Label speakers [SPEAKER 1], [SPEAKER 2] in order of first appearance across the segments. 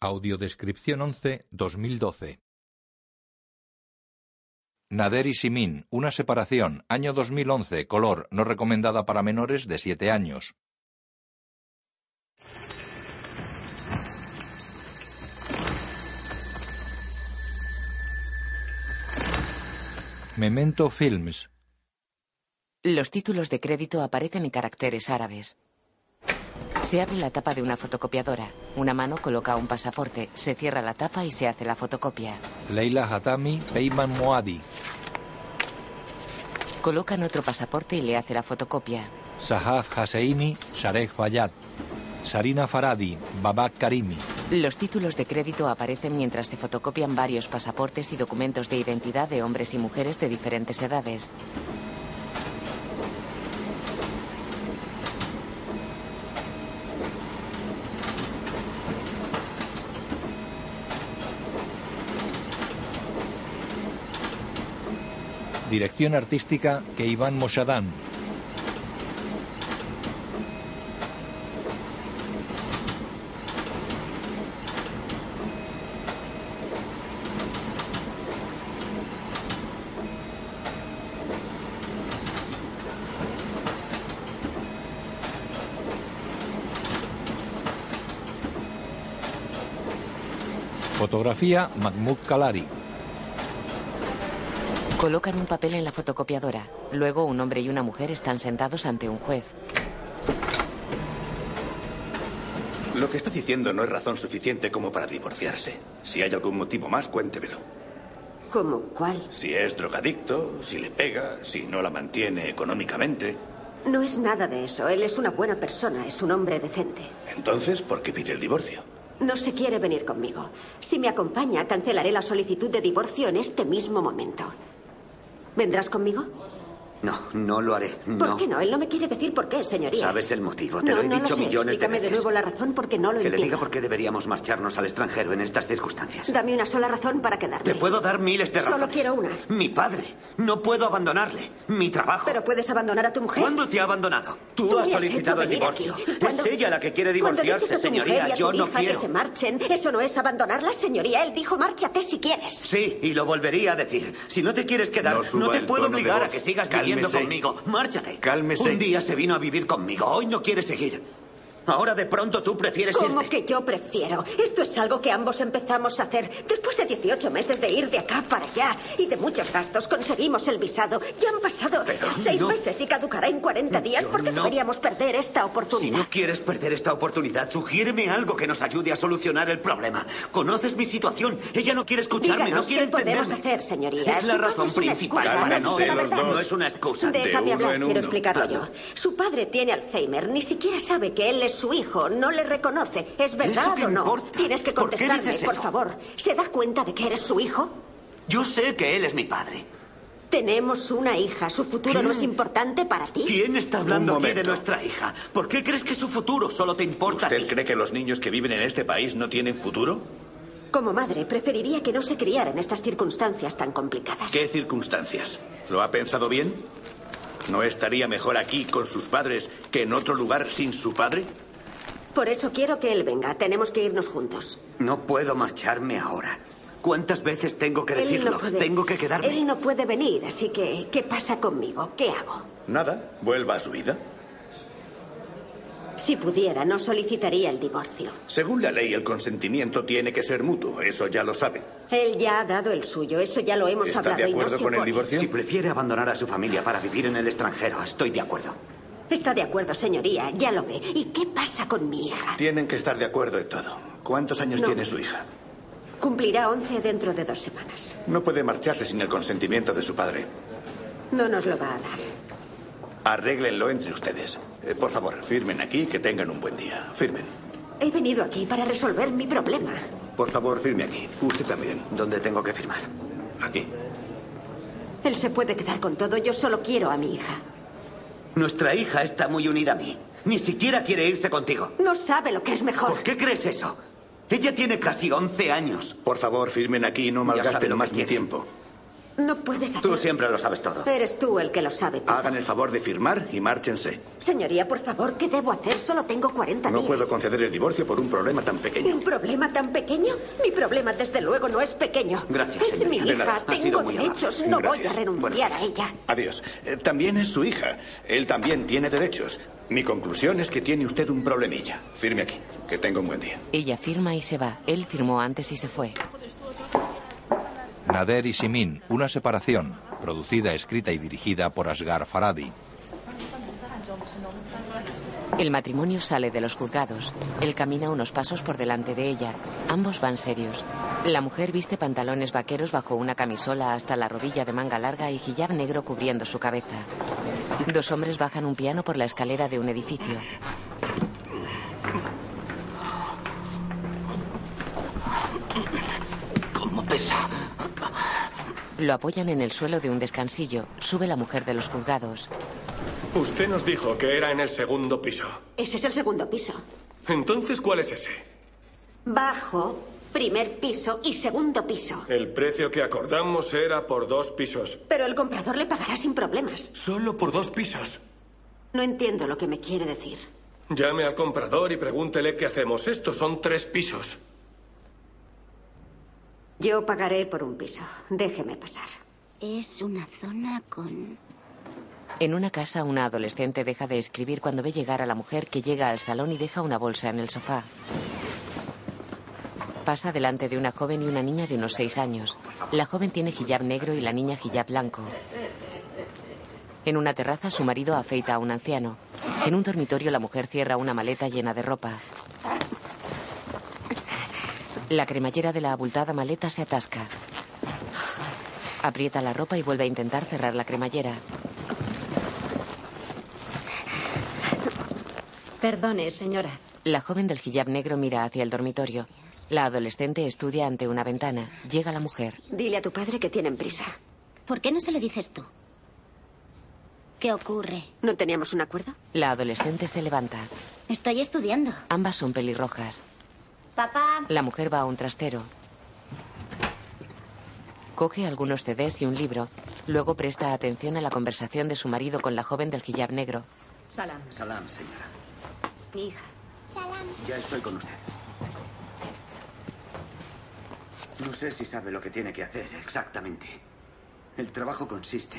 [SPEAKER 1] Audiodescripción 11 2012 Nader y Simin, una separación, año 2011, color, no recomendada para menores de 7 años. Memento Films.
[SPEAKER 2] Los títulos de crédito aparecen en caracteres árabes. Se abre la tapa de una fotocopiadora. Una mano coloca un pasaporte, se cierra la tapa y se hace la fotocopia.
[SPEAKER 1] Leila Hatami, Peyman Moadi,
[SPEAKER 2] Colocan otro pasaporte y le hace la fotocopia.
[SPEAKER 1] Sahaf Haseimi, Sarek Fayad, Sarina Faradi, Babak Karimi,
[SPEAKER 2] Los títulos de crédito aparecen mientras se fotocopian varios pasaportes y documentos de identidad de hombres y mujeres de diferentes edades.
[SPEAKER 1] dirección artística Keivan Moshadan, fotografía Mahmoud Kalari.
[SPEAKER 2] Colocan un papel en la fotocopiadora. Luego un hombre y una mujer están sentados ante un juez.
[SPEAKER 3] Lo que está diciendo no es razón suficiente como para divorciarse. Si hay algún motivo más, cuéntemelo.
[SPEAKER 4] ¿Cómo cuál?
[SPEAKER 3] Si es drogadicto, si le pega, si no la mantiene económicamente.
[SPEAKER 4] No es nada de eso. Él es una buena persona, es un hombre decente.
[SPEAKER 3] Entonces, ¿por qué pide el divorcio?
[SPEAKER 4] No se quiere venir conmigo. Si me acompaña, cancelaré la solicitud de divorcio en este mismo momento. ¿Vendrás conmigo?
[SPEAKER 5] No, no lo haré. No.
[SPEAKER 4] ¿Por qué no? Él no me quiere decir por qué, señoría.
[SPEAKER 5] ¿Sabes el motivo? Te
[SPEAKER 4] no,
[SPEAKER 5] lo he
[SPEAKER 4] no
[SPEAKER 5] dicho
[SPEAKER 4] sé.
[SPEAKER 5] millones
[SPEAKER 4] Explícame
[SPEAKER 5] de veces.
[SPEAKER 4] nuevo la razón porque no lo
[SPEAKER 5] que le diga
[SPEAKER 4] entiendo.
[SPEAKER 5] por qué deberíamos marcharnos al extranjero en estas circunstancias.
[SPEAKER 4] Dame una sola razón para quedarme.
[SPEAKER 5] Te puedo dar miles de
[SPEAKER 4] Solo
[SPEAKER 5] razones.
[SPEAKER 4] quiero una.
[SPEAKER 5] Mi padre. No puedo abandonarle. Mi trabajo.
[SPEAKER 4] Pero puedes abandonar a tu mujer.
[SPEAKER 5] ¿Cuándo te ha abandonado? Tú,
[SPEAKER 4] Tú
[SPEAKER 5] has
[SPEAKER 4] me has
[SPEAKER 5] solicitado
[SPEAKER 4] hecho venir
[SPEAKER 5] el divorcio.
[SPEAKER 4] aquí. Cuando-
[SPEAKER 5] Es ella la que quiere
[SPEAKER 4] Cuando dices
[SPEAKER 5] divorciarse,
[SPEAKER 4] a tu mujer
[SPEAKER 5] señoría.
[SPEAKER 4] y a tu
[SPEAKER 5] Yo no
[SPEAKER 4] hija
[SPEAKER 5] quiero.
[SPEAKER 4] Que se marchen. Eso no es abandonarlas, señoría. Él dijo, márchate si quieres.
[SPEAKER 5] Sí, y lo volvería a decir. Si no te quieres quedar,
[SPEAKER 3] No
[SPEAKER 5] no,
[SPEAKER 3] suba
[SPEAKER 5] te
[SPEAKER 3] el
[SPEAKER 5] puedo
[SPEAKER 3] tono de
[SPEAKER 5] obligar a
[SPEAKER 3] voz.
[SPEAKER 5] que sigas
[SPEAKER 3] Cálmese.
[SPEAKER 5] viviendo conmigo. Márchate.
[SPEAKER 3] Cálmese.
[SPEAKER 5] Un día se vino a vivir conmigo. Hoy no quiere seguir. Ahora de pronto tú prefieres
[SPEAKER 4] Como
[SPEAKER 5] irte.
[SPEAKER 4] que yo prefiero. Esto es algo que ambos empezamos a hacer. Después de 18 meses de ir de acá para allá y de muchos gastos, conseguimos el visado. Ya han pasado
[SPEAKER 5] Pero
[SPEAKER 4] seis
[SPEAKER 5] no.
[SPEAKER 4] meses y caducará en 40 días.
[SPEAKER 5] Yo
[SPEAKER 4] ¿Por qué
[SPEAKER 5] no.
[SPEAKER 4] deberíamos perder esta
[SPEAKER 5] Si
[SPEAKER 4] oportunidad?
[SPEAKER 5] no quieres perder esta oportunidad, sugiéreme algo que nos ayude a solucionar el problema. Conoces mi situación. Ella no quiere escucharme,
[SPEAKER 4] Díganos
[SPEAKER 5] no quiere
[SPEAKER 4] qué podemos
[SPEAKER 5] entenderme.
[SPEAKER 4] hacer, señoría.
[SPEAKER 5] Es la
[SPEAKER 4] Su padre
[SPEAKER 5] razón
[SPEAKER 4] es una
[SPEAKER 5] principal
[SPEAKER 4] excusa,
[SPEAKER 5] para
[SPEAKER 4] no
[SPEAKER 5] no.
[SPEAKER 4] dice la verdad.
[SPEAKER 5] No es una excusa.
[SPEAKER 4] Déjame
[SPEAKER 3] uno
[SPEAKER 4] hablar,
[SPEAKER 3] en
[SPEAKER 4] quiero
[SPEAKER 3] uno.
[SPEAKER 4] explicarlo
[SPEAKER 5] Habla.
[SPEAKER 4] yo. Su padre tiene Alzheimer, ni siquiera sabe que él es su hijo, no le reconoce. ¿Es verdad
[SPEAKER 5] ¿Eso qué
[SPEAKER 4] o no?
[SPEAKER 5] importa?
[SPEAKER 4] Tienes que
[SPEAKER 5] ¿Por qué
[SPEAKER 4] contestarme,
[SPEAKER 5] dices
[SPEAKER 4] por
[SPEAKER 5] eso?
[SPEAKER 4] favor. ¿Se da cuenta de que eres su hijo?
[SPEAKER 5] Yo sé que él es mi padre.
[SPEAKER 4] Tenemos una hija, su futuro
[SPEAKER 5] ¿Quién?
[SPEAKER 4] no es importante para ti.
[SPEAKER 5] ¿Quién está hablando
[SPEAKER 3] Un
[SPEAKER 5] aquí de
[SPEAKER 3] momento.
[SPEAKER 5] nuestra hija? ¿Por qué crees que su futuro solo te importa a
[SPEAKER 3] ¿Usted
[SPEAKER 5] ti?
[SPEAKER 3] cree que los niños que viven en este país no tienen futuro?
[SPEAKER 4] Como madre, preferiría que no se criara en estas circunstancias tan complicadas.
[SPEAKER 3] ¿Qué circunstancias? ¿Lo ha pensado bien? ¿No estaría mejor aquí con sus padres que en otro lugar sin su padre?
[SPEAKER 4] Por eso quiero que él venga. Tenemos que irnos juntos.
[SPEAKER 5] No puedo marcharme ahora. ¿Cuántas veces tengo que
[SPEAKER 4] Él
[SPEAKER 5] decirlo?
[SPEAKER 4] no puede.
[SPEAKER 5] Tengo que quedarme.
[SPEAKER 4] Él no puede venir, así que ¿qué pasa conmigo? ¿Qué hago?
[SPEAKER 3] Nada, vuelva a su vida.
[SPEAKER 4] Si pudiera, no solicitaría el divorcio.
[SPEAKER 3] Según la ley, el consentimiento tiene que ser mutuo, eso ya lo saben.
[SPEAKER 4] Él ya ha dado el suyo, eso ya lo hemos
[SPEAKER 3] ¿Está
[SPEAKER 4] hablado.
[SPEAKER 3] de
[SPEAKER 4] y no
[SPEAKER 3] acuerdo
[SPEAKER 4] se
[SPEAKER 3] con el
[SPEAKER 4] opone.
[SPEAKER 3] divorcio?
[SPEAKER 5] Si prefiere abandonar a su familia para vivir en el extranjero, estoy de acuerdo.
[SPEAKER 4] Está de acuerdo, señoría, ya lo ve. ¿Y qué pasa con mi hija?
[SPEAKER 3] Tienen que estar de acuerdo en todo. ¿Cuántos años
[SPEAKER 4] No.
[SPEAKER 3] tiene su hija?
[SPEAKER 4] Cumplirá 11 dentro de dos semanas.
[SPEAKER 3] No puede marcharse sin el consentimiento de su padre.
[SPEAKER 4] No nos lo va a dar.
[SPEAKER 3] Arréglenlo entre ustedes. Eh, por favor, firmen aquí que tengan un buen día. Firmen.
[SPEAKER 4] He venido aquí para resolver mi problema.
[SPEAKER 3] Por favor, firme aquí. Usted también.
[SPEAKER 5] ¿Dónde tengo que firmar?
[SPEAKER 3] Aquí.
[SPEAKER 4] Él se puede quedar con todo, yo solo quiero a mi hija.
[SPEAKER 5] Nuestra hija está muy unida a mí. Ni siquiera quiere irse contigo.
[SPEAKER 4] No sabe lo que es mejor.
[SPEAKER 5] ¿Por qué crees eso? Ella tiene casi 11 años.
[SPEAKER 3] Por favor, firmen aquí y no
[SPEAKER 5] sabe
[SPEAKER 3] malgasten
[SPEAKER 5] lo que
[SPEAKER 3] más mi
[SPEAKER 5] quiere.
[SPEAKER 3] tiempo.
[SPEAKER 4] No puedes hacer...
[SPEAKER 5] Tú siempre lo sabes todo.
[SPEAKER 4] Eres tú el que lo sabe todo.
[SPEAKER 3] Hagan el favor de firmar y márchense.
[SPEAKER 4] Señoría, por favor, ¿qué debo hacer? Solo tengo 40
[SPEAKER 3] No
[SPEAKER 4] días.
[SPEAKER 3] puedo conceder el divorcio por un problema tan pequeño.
[SPEAKER 4] ¿Un problema tan pequeño? Mi problema, desde luego, no es pequeño.
[SPEAKER 5] Gracias,
[SPEAKER 4] Es
[SPEAKER 5] señorita.
[SPEAKER 4] mi
[SPEAKER 5] De nada.
[SPEAKER 4] hija,
[SPEAKER 5] Ha sido
[SPEAKER 4] tengo
[SPEAKER 5] muy
[SPEAKER 4] derechos,
[SPEAKER 3] amable.
[SPEAKER 4] no
[SPEAKER 3] Gracias.
[SPEAKER 4] voy a renunciar a ella.
[SPEAKER 3] Adiós. Eh, también es su hija. Él también tiene derechos. Mi conclusión es que tiene usted un problemilla. Firme aquí. Que tenga un buen día.
[SPEAKER 2] Ella firma y se va. Él firmó antes y se fue.
[SPEAKER 1] Nader y Simin, una separación, producida, escrita y dirigida por Asghar Farhadi.
[SPEAKER 2] El matrimonio sale de los juzgados. Él camina unos pasos por delante de ella. Ambos van serios. La mujer viste pantalones vaqueros bajo una camisola hasta la rodilla de manga larga y hijab negro cubriendo su cabeza. Dos hombres bajan un piano por la escalera de un edificio.
[SPEAKER 5] ¿Cómo pesa?
[SPEAKER 2] Lo apoyan en el suelo de un descansillo. Sube la mujer de los juzgados.
[SPEAKER 6] Usted nos dijo que era en el segundo piso.
[SPEAKER 4] Ese es el segundo piso.
[SPEAKER 6] Entonces, ¿cuál es ese?
[SPEAKER 4] Bajo, primer piso y segundo piso.
[SPEAKER 6] El precio que acordamos era por dos pisos.
[SPEAKER 4] Pero el comprador le pagará sin problemas.
[SPEAKER 6] Solo por dos pisos.
[SPEAKER 4] No entiendo lo que me quiere decir.
[SPEAKER 6] Llame al comprador y pregúntele qué hacemos. Estos son tres pisos.
[SPEAKER 4] Yo pagaré por un piso. Déjeme pasar.
[SPEAKER 7] Es una zona con...
[SPEAKER 2] En una casa, una adolescente deja de escribir cuando ve llegar a la mujer que llega al salón y deja una bolsa en el sofá. Pasa delante de una joven y una niña de unos seis años. La joven tiene hijab negro y la niña hijab blanco. En una terraza, su marido afeita a un anciano. En un dormitorio, la mujer cierra una maleta llena de ropa. La cremallera de la abultada maleta se atasca. Aprieta la ropa y vuelve a intentar cerrar la cremallera.
[SPEAKER 7] Perdone, señora.
[SPEAKER 2] La joven del hijab negro mira hacia el dormitorio. La adolescente estudia ante una ventana. Llega la mujer.
[SPEAKER 4] Dile a tu padre que tienen prisa.
[SPEAKER 7] ¿Por qué no se lo dices tú? ¿Qué ocurre?
[SPEAKER 4] ¿No teníamos un acuerdo?
[SPEAKER 2] La adolescente se levanta.
[SPEAKER 7] Estoy estudiando.
[SPEAKER 2] Ambas son pelirrojas.
[SPEAKER 7] Papá.
[SPEAKER 2] La mujer va a un trastero. Coge algunos CDs y un libro. Luego presta atención a la conversación de su marido con la joven del hijab negro.
[SPEAKER 7] Salam.
[SPEAKER 5] Salam, señora.
[SPEAKER 7] Mi hija.
[SPEAKER 5] Ya estoy con usted. No sé si sabe lo que tiene que hacer exactamente. El trabajo consiste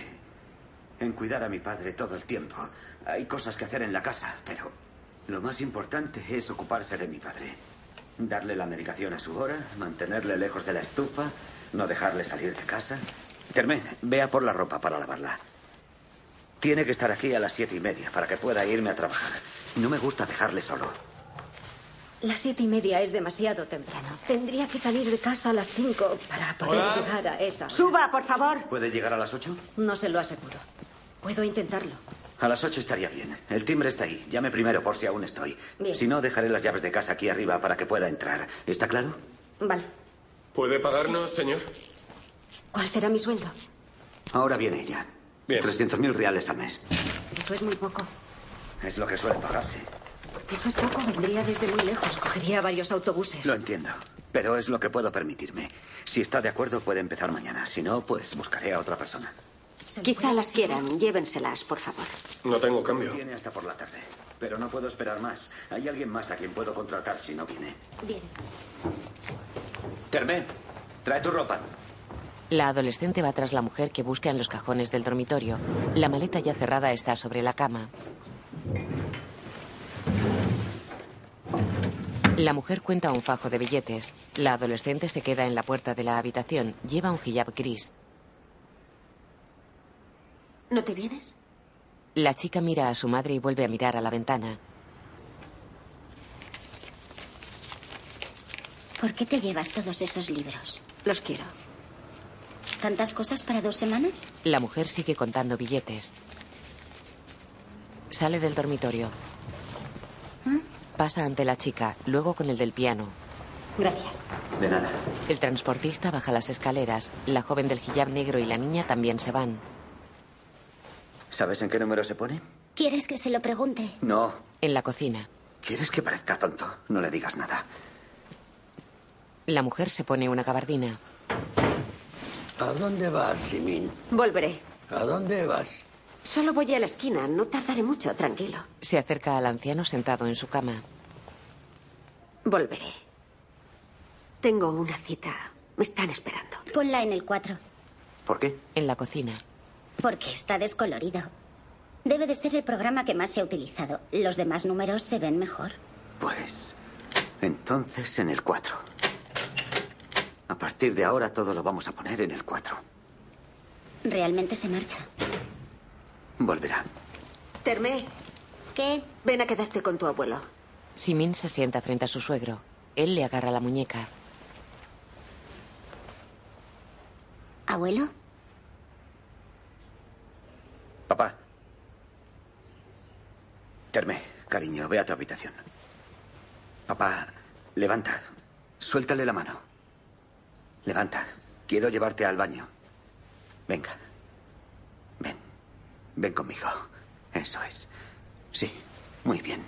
[SPEAKER 5] en cuidar a mi padre todo el tiempo. Hay cosas que hacer en la casa, pero lo más importante es ocuparse de mi padre. Darle la medicación a su hora, mantenerle lejos de la estufa, no dejarle salir de casa. Termen, vea por la ropa para lavarla. Tiene que estar aquí a las siete y media para que pueda irme a trabajar. No me gusta dejarle solo.
[SPEAKER 7] Las siete y media es demasiado temprano. Tendría que salir de casa a las cinco para poder
[SPEAKER 6] Hola.
[SPEAKER 7] llegar a esa. hora.
[SPEAKER 4] Suba, por favor.
[SPEAKER 5] ¿Puede llegar a las 8?
[SPEAKER 7] No se lo aseguro. Puedo intentarlo.
[SPEAKER 5] A las 8 estaría bien. El timbre está ahí. Llame primero por si aún estoy.
[SPEAKER 7] Bien.
[SPEAKER 5] Si no, dejaré las llaves de casa aquí arriba para que pueda entrar. ¿Está claro?
[SPEAKER 7] Vale.
[SPEAKER 6] ¿Puede pagarnos, señor?
[SPEAKER 7] ¿Cuál será mi sueldo?
[SPEAKER 5] Ahora viene ella.
[SPEAKER 6] Bien.
[SPEAKER 5] 300.000 reales al mes.
[SPEAKER 7] Eso es muy poco.
[SPEAKER 5] Es lo que suele pagarse.
[SPEAKER 7] Eso es poco. Vendría desde muy lejos. Cogería varios autobuses.
[SPEAKER 5] Lo entiendo. Pero es lo que puedo permitirme. Si está de acuerdo, puede empezar mañana. Si no, pues buscaré a otra persona.
[SPEAKER 7] Se lo
[SPEAKER 4] Quizá
[SPEAKER 7] puedo-
[SPEAKER 4] las quieran. Llévenselas, por favor.
[SPEAKER 6] No tengo cambio.
[SPEAKER 5] Viene hasta por la tarde. Pero no puedo esperar más. Hay alguien más a quien puedo contratar si no viene.
[SPEAKER 7] Bien.
[SPEAKER 5] Termé, trae tu ropa.
[SPEAKER 2] La adolescente va tras la mujer que busca en los cajones del dormitorio. La maleta ya cerrada está sobre la cama. La mujer cuenta un fajo de billetes. La adolescente se queda en la puerta de la habitación. Lleva un hijab gris.
[SPEAKER 4] ¿No te vienes?
[SPEAKER 2] La chica mira a su madre y vuelve a mirar a la ventana.
[SPEAKER 7] ¿Por qué te llevas todos esos libros?
[SPEAKER 4] Los quiero.
[SPEAKER 7] ¿Tantas cosas para dos semanas?
[SPEAKER 2] La mujer sigue contando
[SPEAKER 7] ¿Ah?
[SPEAKER 2] billetes. Sale del dormitorio. Pasa ante la chica, luego con el del piano.
[SPEAKER 4] Gracias.
[SPEAKER 5] De nada.
[SPEAKER 2] El transportista baja las escaleras. La joven del hijab negro y la niña también se van.
[SPEAKER 5] ¿Sabes en qué número se pone?
[SPEAKER 8] ¿Quieres que se lo pregunte?
[SPEAKER 5] No.
[SPEAKER 2] En la cocina.
[SPEAKER 5] ¿Quieres que parezca tonto? No le digas nada.
[SPEAKER 2] La mujer se pone una gabardina.
[SPEAKER 9] ¿A dónde vas, Simin?
[SPEAKER 4] Volveré.
[SPEAKER 9] ¿A dónde vas?
[SPEAKER 4] Solo voy a la esquina. No tardaré mucho, tranquilo.
[SPEAKER 2] Se acerca al anciano sentado en su cama.
[SPEAKER 4] Volveré. Tengo una cita. Me están esperando.
[SPEAKER 8] Ponla en el 4,
[SPEAKER 5] ¿Por qué?
[SPEAKER 2] En la cocina.
[SPEAKER 8] porque está descolorido. Debe de ser el programa que más se ha utilizado. Los demás números se ven mejor.
[SPEAKER 5] Pues. Entonces en el 4. A partir de ahora todo lo vamos a poner en el 4.
[SPEAKER 8] Realmente se marcha.
[SPEAKER 5] Volverá.
[SPEAKER 4] Termé,
[SPEAKER 8] ¿Qué?
[SPEAKER 4] ven a quedarte con tu abuelo.
[SPEAKER 2] Simin se sienta frente a su suegro. Él le agarra la muñeca.
[SPEAKER 8] ¿Abuelo?
[SPEAKER 5] Papá. Terme, cariño, ve a tu habitación. Papá, levanta. Suéltale la mano. Levanta. Quiero llevarte al baño. Venga. Ven. Ven conmigo. Eso es. Sí. Muy bien.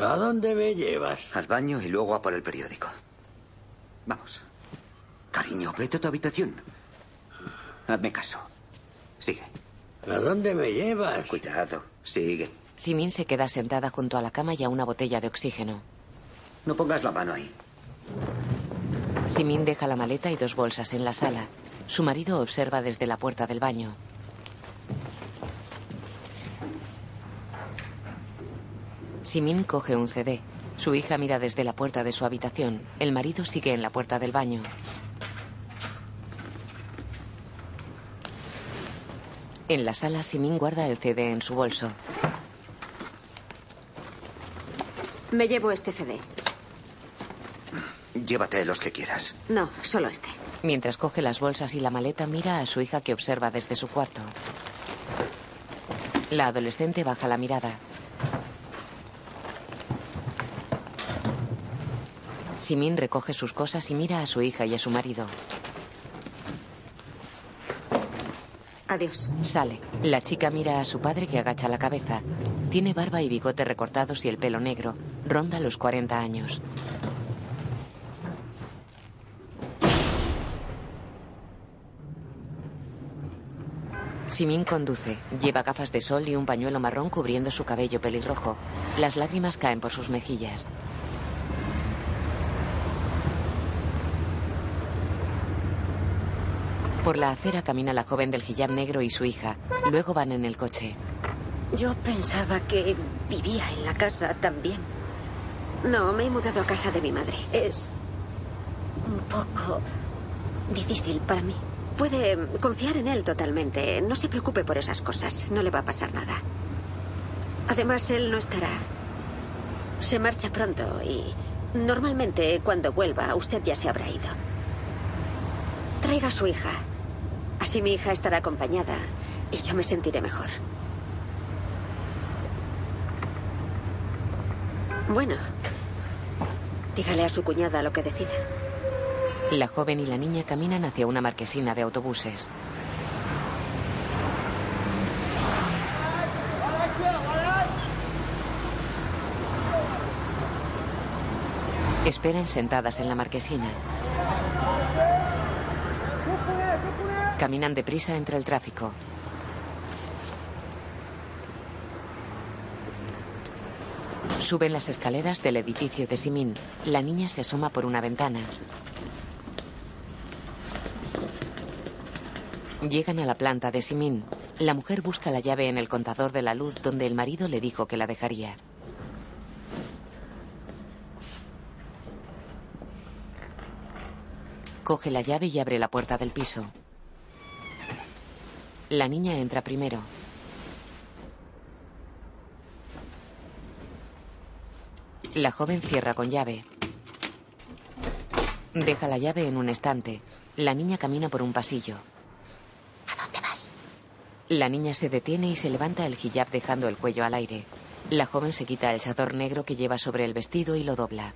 [SPEAKER 9] ¿A dónde me llevas?
[SPEAKER 5] Al baño y luego a por el periódico. Vamos. Cariño, vete a tu habitación. Hazme caso. Sigue.
[SPEAKER 9] ¿A dónde me llevas?
[SPEAKER 5] Cuidado. Sigue.
[SPEAKER 2] Simin se queda sentada junto a la cama y a una botella de oxígeno.
[SPEAKER 5] No pongas la mano ahí.
[SPEAKER 2] Simin deja la maleta y dos bolsas en la sala. Su marido observa desde la puerta del baño. Simin coge un CD. Su hija mira desde la puerta de su habitación. El marido sigue en la puerta del baño. En la sala, Simin guarda el CD en su bolso.
[SPEAKER 4] Me llevo este CD.
[SPEAKER 5] Llévate los que quieras.
[SPEAKER 4] No, solo este.
[SPEAKER 2] Mientras coge las bolsas y la maleta, mira a su hija que observa desde su cuarto. La adolescente baja la mirada. Simin recoge sus cosas y mira a su hija y a su marido.
[SPEAKER 4] Adiós.
[SPEAKER 2] Sale. La chica mira a su padre que agacha la cabeza. Tiene barba y bigote recortados y el pelo negro. Ronda los 40 años. Simín conduce. Lleva gafas de sol y un pañuelo marrón cubriendo su cabello pelirrojo. Las lágrimas caen por sus mejillas. Por la acera camina la joven del hijab negro y su hija. Luego van en el coche.
[SPEAKER 7] Yo pensaba que vivía en la casa también.
[SPEAKER 4] No, me he mudado a casa de mi madre.
[SPEAKER 7] Es un poco difícil para mí.
[SPEAKER 4] Puede mm, confiar en él totalmente. No se preocupe por esas cosas. No le va a pasar nada. Además, él no estará. Se marcha pronto y normalmente cuando vuelva usted ya se habrá ido. Traiga a su hija. Así mi hija estará acompañada y yo me sentiré mejor. Bueno, dígale a su cuñada lo que decida.
[SPEAKER 2] La joven y la niña caminan hacia una marquesina de autobuses. Esperan sentadas en la marquesina. Caminan deprisa entre el tráfico. Suben las escaleras del edificio de Simín. La niña se asoma por una ventana. Llegan a la planta de Simín. La mujer busca la llave en el contador de la luz donde el marido le dijo que la dejaría. Coge la llave y abre la puerta del piso. La niña entra primero. La joven cierra con llave. Deja la llave en un estante. La niña camina por un pasillo. La niña se detiene y se levanta el hijab dejando el cuello al aire. La joven se quita el chador negro que lleva sobre el vestido y lo dobla.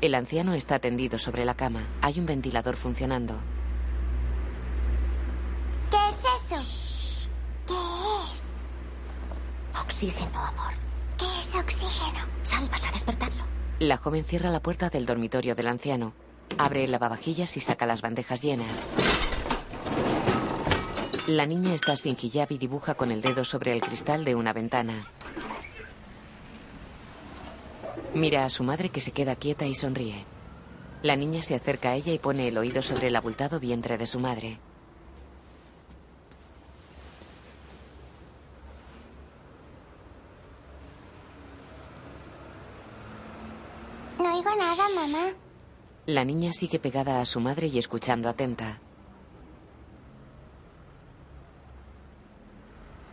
[SPEAKER 2] El anciano está tendido sobre la cama. Hay un ventilador funcionando.
[SPEAKER 10] ¿Qué es eso? ¿Qué es?
[SPEAKER 7] Oxígeno, amor.
[SPEAKER 10] ¿Qué es oxígeno?
[SPEAKER 7] Sal, vas a despertarlo.
[SPEAKER 2] La joven cierra la puerta del dormitorio del anciano. Abre el lavavajillas y saca las bandejas llenas. La niña está sin hijab y dibuja con el dedo sobre el cristal de una ventana. Mira a su madre que se queda quieta y sonríe. La niña se acerca a ella y pone el oído sobre el abultado vientre de su madre.
[SPEAKER 10] No oigo nada, mamá.
[SPEAKER 2] La niña sigue pegada a su madre y escuchando atenta.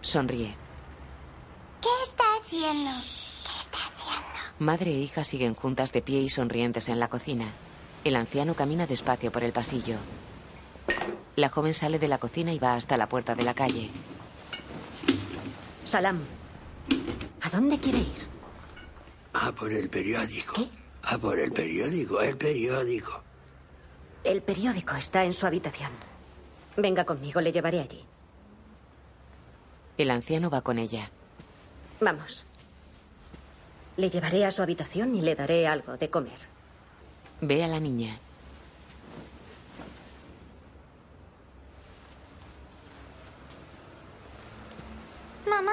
[SPEAKER 2] Sonríe.
[SPEAKER 10] ¿Qué está haciendo? ¿Qué está haciendo?
[SPEAKER 2] Madre e hija siguen juntas de pie y sonrientes en la cocina. El anciano camina despacio por el pasillo. La joven sale de la cocina y va hasta la puerta de la calle.
[SPEAKER 7] Salam. ¿A dónde quiere ir?
[SPEAKER 9] A Ah, por el periódico. A por el periódico, el periódico.
[SPEAKER 7] El periódico está en su habitación. Venga conmigo, le llevaré allí.
[SPEAKER 2] El anciano va con ella.
[SPEAKER 7] Vamos. Le llevaré a su habitación y le daré algo de comer.
[SPEAKER 2] Ve a la niña.
[SPEAKER 10] Mamá.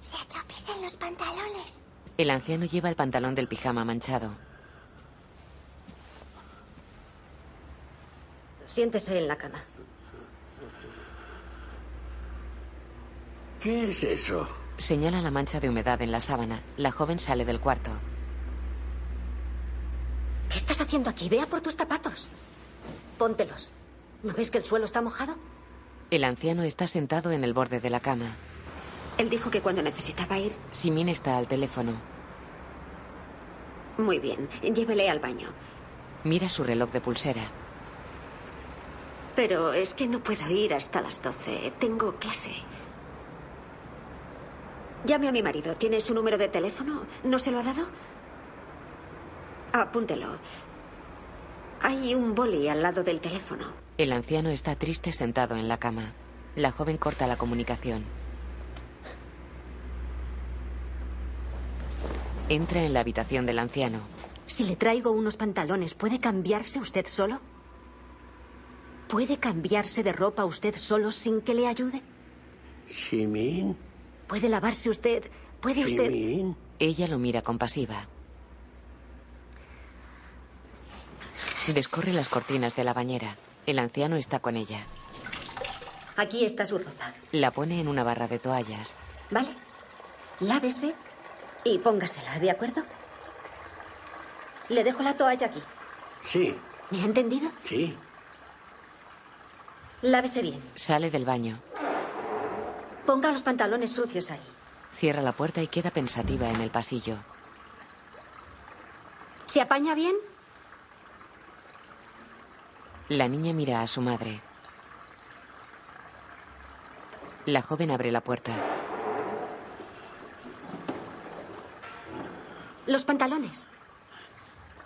[SPEAKER 10] Se ha hecho pis en los pantalones.
[SPEAKER 2] El anciano lleva el pantalón del pijama manchado.
[SPEAKER 7] Siéntese en la cama.
[SPEAKER 9] ¿Qué es eso?
[SPEAKER 2] Señala la mancha de humedad en la sábana. La joven sale del cuarto.
[SPEAKER 7] ¿Qué estás haciendo aquí? Vea por tus zapatos. Póntelos. ¿No ves que el suelo está mojado?
[SPEAKER 2] El anciano está sentado en el borde de la cama.
[SPEAKER 4] Él dijo que cuando necesitaba ir.
[SPEAKER 2] Simin está al teléfono.
[SPEAKER 4] Muy bien, llévele al baño.
[SPEAKER 2] Mira su reloj de pulsera.
[SPEAKER 4] Pero es que no puedo ir hasta las 12. Tengo clase. Llame a mi marido. ¿Tiene su número de teléfono? ¿No se lo ha dado? Apúntelo. Hay un boli al lado del teléfono.
[SPEAKER 2] El anciano está triste sentado en la cama. La joven corta la comunicación. Entra en la habitación del anciano.
[SPEAKER 7] Si le traigo unos pantalones, ¿puede cambiarse usted solo? ¿Puede cambiarse de ropa usted solo sin que le ayude?
[SPEAKER 9] Simín,
[SPEAKER 7] ¿Puede lavarse usted? ¿Puede usted?
[SPEAKER 9] Simín.
[SPEAKER 2] Ella lo mira compasiva. Descorre las cortinas de la bañera. El anciano está con ella.
[SPEAKER 7] Aquí está su ropa,
[SPEAKER 2] La pone en una barra de toallas.
[SPEAKER 7] ¿vale? Lávese y póngasela, ¿de acuerdo? Le dejo la toalla aquí.
[SPEAKER 9] Sí,
[SPEAKER 7] ¿Me ha entendido?
[SPEAKER 9] sí.
[SPEAKER 7] Lávese bien.
[SPEAKER 2] Sale del baño.
[SPEAKER 7] Ponga los pantalones sucios ahí.
[SPEAKER 2] Cierra la puerta y queda pensativa en el pasillo.
[SPEAKER 7] ¿Se apaña bien?
[SPEAKER 2] La niña mira a su madre. La joven abre la puerta.
[SPEAKER 7] Los pantalones.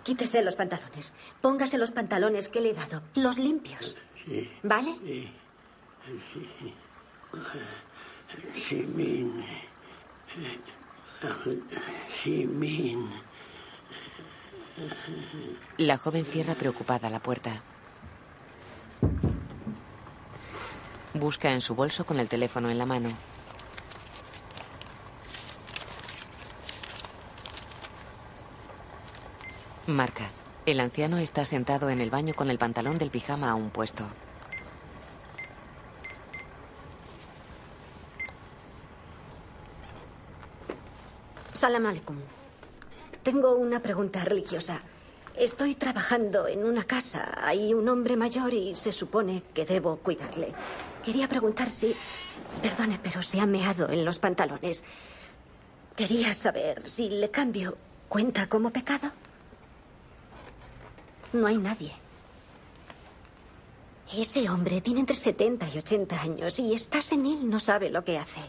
[SPEAKER 7] Quítese los pantalones. Póngase los pantalones que le he dado. Los limpios.
[SPEAKER 9] Sí,
[SPEAKER 7] ¿Vale?
[SPEAKER 9] Simín. Simín.
[SPEAKER 2] La joven cierra preocupada la puerta. Busca en su bolso con el teléfono en la mano. Marca. El anciano está sentado en el baño con el pantalón del pijama aún puesto.
[SPEAKER 7] Salam alaikum. Tengo una pregunta religiosa. Estoy trabajando en una casa. Hay un hombre mayor y se supone que debo cuidarle. Quería preguntar si... Perdone, pero se ha meado en los pantalones. Quería saber si le cambio cuenta como pecado. No hay nadie. Ese hombre tiene entre 70 y 80 años y estás en él, no sabe lo que hace.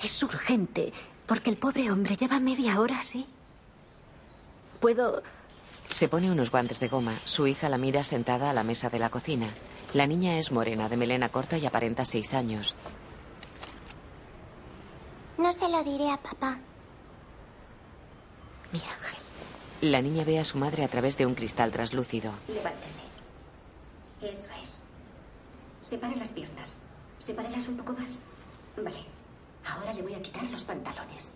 [SPEAKER 7] Es urgente, porque el pobre hombre lleva media hora así. Puedo...
[SPEAKER 2] Se pone unos guantes de goma. Su hija la mira sentada a la mesa de la cocina. La niña es morena, de melena corta y aparenta seis años.
[SPEAKER 10] No se lo diré a papá.
[SPEAKER 7] Mi ángel.
[SPEAKER 2] La niña ve a su madre a través de un cristal traslúcido.
[SPEAKER 7] Levántese. Eso es. Separe las piernas. Sepárelas un poco más. Vale. Ahora le voy a quitar los pantalones.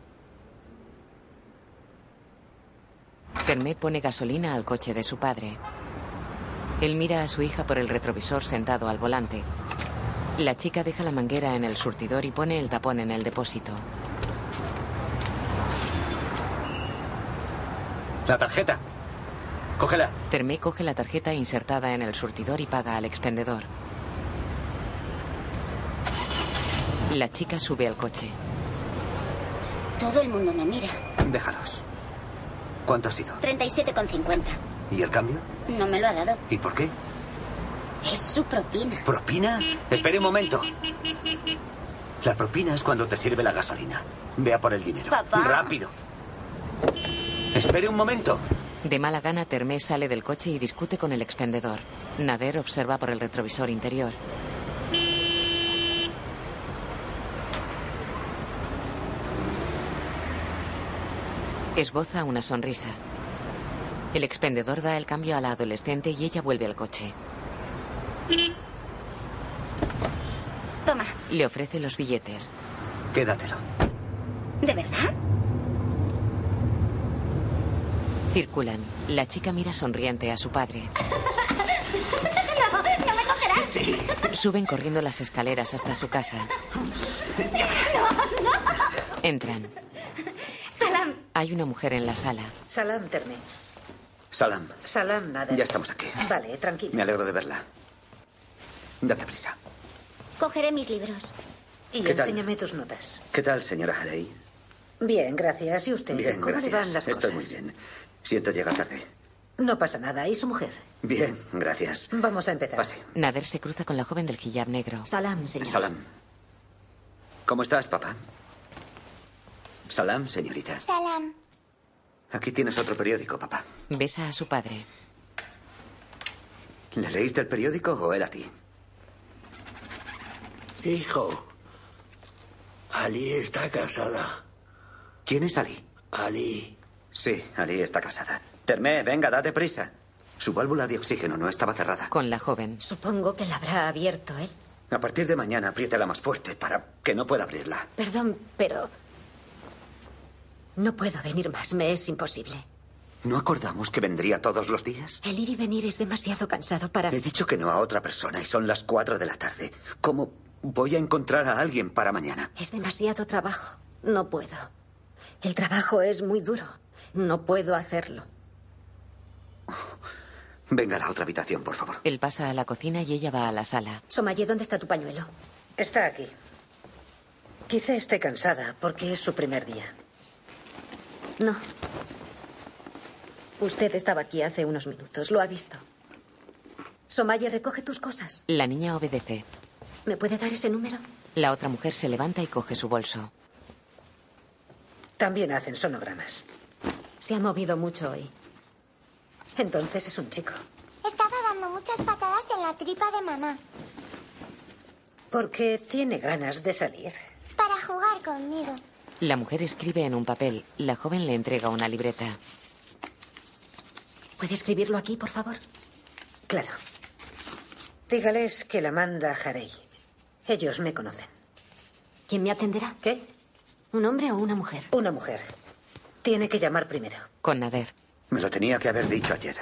[SPEAKER 2] Fermé pone gasolina al coche de su padre. Él mira a su hija por el retrovisor sentado al volante. La chica deja la manguera en el surtidor y pone el tapón en el depósito.
[SPEAKER 5] La tarjeta. Cógela.
[SPEAKER 2] Fermé coge la tarjeta insertada en el surtidor y paga al expendedor. La chica sube al coche.
[SPEAKER 8] Todo el mundo me mira.
[SPEAKER 5] Déjalos. ¿Cuánto ha sido?
[SPEAKER 8] 37,50.
[SPEAKER 5] ¿Y el cambio?
[SPEAKER 8] No me lo ha dado.
[SPEAKER 5] ¿Y por qué?
[SPEAKER 8] Es su propina.
[SPEAKER 5] ¿Propina? Espere un momento. La propina es cuando te sirve la gasolina. Vea por el dinero.
[SPEAKER 8] Papá.
[SPEAKER 5] Rápido. Espere un momento.
[SPEAKER 2] De mala gana, Termé sale del coche y discute con el expendedor. Nader observa por el retrovisor interior. Esboza una sonrisa. El expendedor da el cambio a la adolescente y ella vuelve al coche.
[SPEAKER 8] Toma,
[SPEAKER 2] Le ofrece los billetes.
[SPEAKER 5] Quédatelo.
[SPEAKER 8] ¿de verdad?
[SPEAKER 2] Circulan. La chica mira sonriente a su padre.
[SPEAKER 10] No, no me cogerás.
[SPEAKER 5] Sí.
[SPEAKER 2] Suben corriendo las escaleras hasta su casa. Entran.
[SPEAKER 7] Salam.
[SPEAKER 2] Hay una mujer en la sala.
[SPEAKER 11] Salam, Terme.
[SPEAKER 5] Salam,
[SPEAKER 11] Salam, nada.
[SPEAKER 5] ya estamos aquí.
[SPEAKER 11] Vale, tranquilo.
[SPEAKER 5] Me alegro de verla. Date prisa.
[SPEAKER 8] Cogeré mis libros.
[SPEAKER 11] Y
[SPEAKER 5] ¿Qué tal?
[SPEAKER 11] enséñame tus notas.
[SPEAKER 5] ¿Qué tal, señora Harey?
[SPEAKER 11] Bien, gracias. ¿Y usted?
[SPEAKER 5] Bien,
[SPEAKER 11] ¿Cómo le van
[SPEAKER 5] gracias.
[SPEAKER 11] las
[SPEAKER 5] Estoy
[SPEAKER 11] cosas?
[SPEAKER 5] muy bien. Siento llegar tarde.
[SPEAKER 11] No pasa nada. ¿Y su mujer?
[SPEAKER 5] Bien, gracias.
[SPEAKER 11] Vamos a empezar.
[SPEAKER 5] Pase.
[SPEAKER 2] Nader se cruza con la joven del hijab negro.
[SPEAKER 11] Salam, señor.
[SPEAKER 5] Salam. ¿Cómo estás, papá? Salam, señorita.
[SPEAKER 10] Salam.
[SPEAKER 5] Aquí tienes otro periódico, papá.
[SPEAKER 2] Besa a su padre.
[SPEAKER 5] ¿Le leíste el periódico o él a ti?
[SPEAKER 9] Hijo, Ali está casada.
[SPEAKER 5] ¿Quién es Ali?
[SPEAKER 9] Ali.
[SPEAKER 5] Sí, Ali está casada. Termé, venga, date prisa. Su válvula de oxígeno no estaba cerrada.
[SPEAKER 2] Con la joven.
[SPEAKER 7] Supongo que la habrá abierto ¿eh? él.
[SPEAKER 5] A partir de mañana, apriétala más fuerte para que no pueda abrirla.
[SPEAKER 7] Perdón, pero... No puedo venir más, me es imposible.
[SPEAKER 5] ¿No acordamos que vendría todos los días?
[SPEAKER 7] El ir y venir es demasiado cansado para
[SPEAKER 5] He
[SPEAKER 7] mí.
[SPEAKER 5] dicho que no a otra persona y son las cuatro de la tarde. ¿Cómo voy a encontrar a alguien para mañana?
[SPEAKER 7] Es demasiado trabajo. No puedo. El trabajo es muy duro. No puedo hacerlo.
[SPEAKER 5] Venga a la otra habitación, por favor.
[SPEAKER 2] Él pasa a la cocina y ella va a la sala.
[SPEAKER 7] Somaye, ¿dónde está tu pañuelo?
[SPEAKER 11] Está aquí. Quizá esté cansada porque es su primer día.
[SPEAKER 7] No. Usted estaba aquí hace unos minutos, lo ha visto. Somaye, recoge tus cosas.
[SPEAKER 2] La niña obedece.
[SPEAKER 7] ¿Me puede dar ese número?
[SPEAKER 2] La otra mujer se levanta y coge su bolso.
[SPEAKER 11] También hacen sonogramas.
[SPEAKER 7] Se ha movido mucho hoy.
[SPEAKER 11] Entonces es un chico.
[SPEAKER 10] Estaba dando muchas patadas en la tripa de mamá
[SPEAKER 11] Porque tiene ganas de salir.
[SPEAKER 10] para jugar conmigo.
[SPEAKER 2] La mujer escribe en un papel. La joven le entrega una libreta.
[SPEAKER 7] ¿Puede escribirlo aquí, por favor?
[SPEAKER 11] Claro. Dígales que la manda Harey. Ellos me conocen.
[SPEAKER 7] ¿Quién me atenderá?
[SPEAKER 11] ¿Qué?
[SPEAKER 7] ¿Un hombre o una mujer?
[SPEAKER 11] Una mujer. Tiene que llamar primero.
[SPEAKER 2] Con Nader.
[SPEAKER 5] Me lo tenía que haber dicho ayer.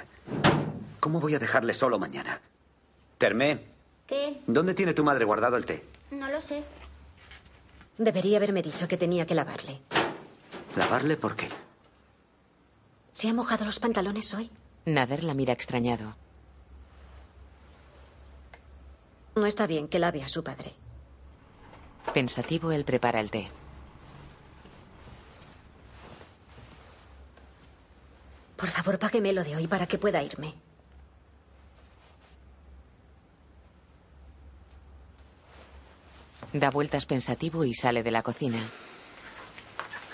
[SPEAKER 5] ¿Cómo voy a dejarle solo mañana? Termé,
[SPEAKER 8] ¿Qué?
[SPEAKER 5] ¿dónde tiene tu madre guardado el té?
[SPEAKER 8] No lo sé.
[SPEAKER 7] Debería haberme dicho que tenía que lavarle.
[SPEAKER 5] ¿Lavarle por qué?
[SPEAKER 7] ¿Se ha mojado los pantalones hoy?
[SPEAKER 2] Nader la mira extrañado.
[SPEAKER 7] No está bien que lave a su padre.
[SPEAKER 2] Pensativo, él prepara el té.
[SPEAKER 7] Por favor, págueme lo de hoy para que pueda irme.
[SPEAKER 2] Da vueltas pensativo y sale de la cocina.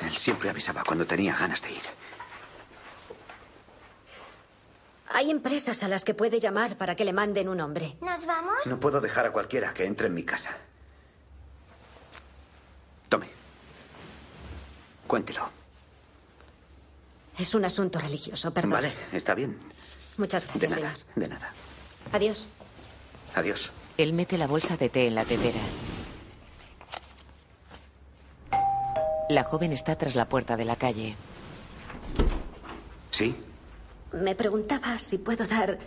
[SPEAKER 5] Él siempre avisaba cuando tenía ganas de ir.
[SPEAKER 7] Hay empresas a las que puede llamar para que le manden un hombre.
[SPEAKER 10] ¿Nos vamos?
[SPEAKER 5] No puedo dejar a cualquiera que entre en mi casa. Tome. Cuéntelo.
[SPEAKER 7] Es un asunto religioso, perdón.
[SPEAKER 5] Vale, está bien.
[SPEAKER 7] Muchas
[SPEAKER 5] De
[SPEAKER 7] gracias,
[SPEAKER 5] nada,
[SPEAKER 7] señor.
[SPEAKER 5] de nada.
[SPEAKER 7] Adiós.
[SPEAKER 5] Adiós.
[SPEAKER 2] Él mete la bolsa de té en la tetera. La joven está tras la puerta de la calle.
[SPEAKER 5] ¿Sí?
[SPEAKER 7] Me preguntaba si puedo dar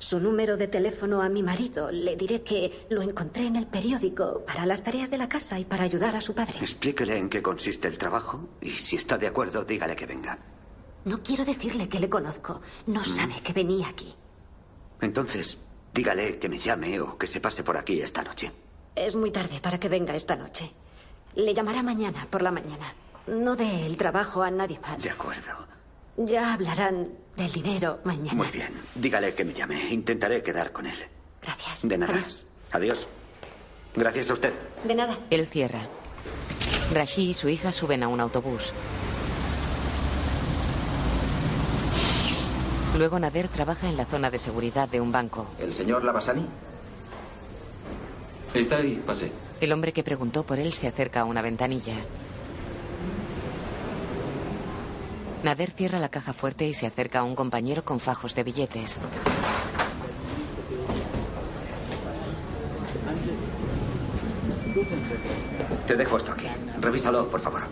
[SPEAKER 7] su número de teléfono a mi marido. Le diré que lo encontré en el periódico para las tareas de la casa y para ayudar a su padre.
[SPEAKER 5] Explíquele en qué consiste el trabajo y si está de acuerdo, dígale que venga.
[SPEAKER 7] No quiero decirle que le conozco.
[SPEAKER 5] Mm.
[SPEAKER 7] No sabe que venía aquí.
[SPEAKER 5] Entonces, dígale que me llame o que se pase por aquí esta noche.
[SPEAKER 7] Es muy tarde para que venga esta noche. Le llamará mañana por la mañana. No dé el trabajo a nadie más.
[SPEAKER 5] De acuerdo.
[SPEAKER 7] Ya hablarán del dinero mañana.
[SPEAKER 5] Muy bien. Dígale que me llame. Intentaré quedar con él.
[SPEAKER 7] Gracias.
[SPEAKER 5] De nada.
[SPEAKER 7] Adiós.
[SPEAKER 5] Adiós. Gracias a usted.
[SPEAKER 7] De nada.
[SPEAKER 2] Él cierra. Rashi y su hija suben a un autobús. Luego Nader trabaja en la zona de seguridad de un banco.
[SPEAKER 12] ¿El señor Lavasani? Está ahí, pase.
[SPEAKER 2] El hombre que preguntó por él se acerca a una ventanilla. Nader cierra la caja fuerte y se acerca a un compañero con fajos de billetes.
[SPEAKER 5] Te dejo esto aquí. Revísalo, por favor.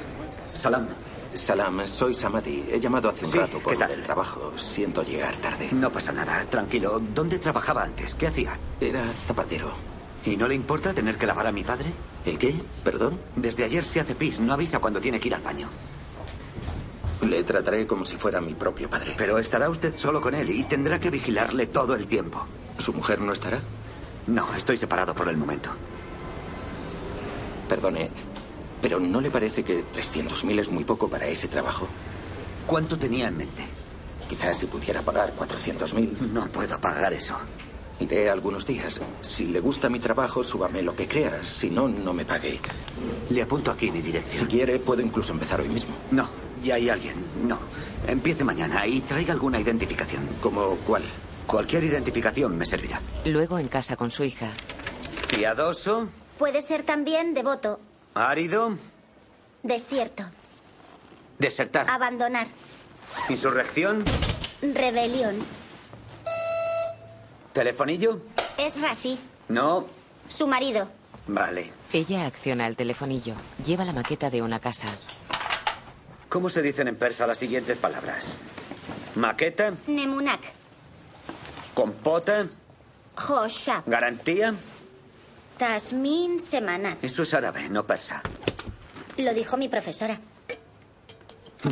[SPEAKER 5] Salam.
[SPEAKER 12] Salam, soy Samadi. He llamado hace un
[SPEAKER 5] Sí,
[SPEAKER 12] rato por
[SPEAKER 5] ¿qué tal?
[SPEAKER 12] el trabajo. Siento llegar tarde.
[SPEAKER 5] No pasa nada. Tranquilo. ¿Dónde trabajaba antes? ¿Qué hacía?
[SPEAKER 12] Era zapatero.
[SPEAKER 5] ¿Y no le importa tener que lavar a mi padre?
[SPEAKER 12] ¿El qué? ¿Perdón?
[SPEAKER 5] Desde ayer se hace pis. No avisa cuando tiene que ir al baño.
[SPEAKER 12] Le trataré como si fuera mi propio padre.
[SPEAKER 5] Pero estará usted solo con él y tendrá que vigilarle todo el tiempo.
[SPEAKER 12] ¿Su mujer no estará?
[SPEAKER 5] No, estoy separado por el momento.
[SPEAKER 12] Perdone, pero ¿no le parece que 300.000 es muy poco para ese trabajo?
[SPEAKER 5] ¿Cuánto tenía en mente?
[SPEAKER 12] Quizás si pudiera pagar 400.000.
[SPEAKER 5] No puedo pagar eso.
[SPEAKER 12] Iré algunos días. Si le gusta mi trabajo, súbame lo que crea. Si no, no me pague.
[SPEAKER 5] Le apunto aquí mi
[SPEAKER 12] Si
[SPEAKER 5] dirección.
[SPEAKER 12] quiere, puedo incluso empezar hoy mismo.
[SPEAKER 5] No, ya hay alguien. No. Empiece mañana y traiga alguna identificación.
[SPEAKER 12] ¿Como cuál?
[SPEAKER 5] Cualquier identificación me servirá.
[SPEAKER 2] Luego en casa con su hija.
[SPEAKER 5] Piadoso,
[SPEAKER 8] Puede ser también devoto,
[SPEAKER 5] árido,
[SPEAKER 8] desierto,
[SPEAKER 5] desertar,
[SPEAKER 8] abandonar,
[SPEAKER 5] insurrección,
[SPEAKER 8] rebelión.
[SPEAKER 5] telefonillo.
[SPEAKER 8] Es Rashi,
[SPEAKER 5] No,
[SPEAKER 8] su marido.
[SPEAKER 5] vale.
[SPEAKER 2] Ella acciona el telefonillo. Lleva la maqueta de una casa.
[SPEAKER 5] ¿Cómo se dicen en persa las siguientes palabras? Maqueta,
[SPEAKER 8] Nemunak,
[SPEAKER 5] compota,
[SPEAKER 8] Hoshab,
[SPEAKER 5] garantía.
[SPEAKER 8] Tasmin Semanat.
[SPEAKER 5] Eso es árabe, no persa.
[SPEAKER 8] Lo dijo mi profesora.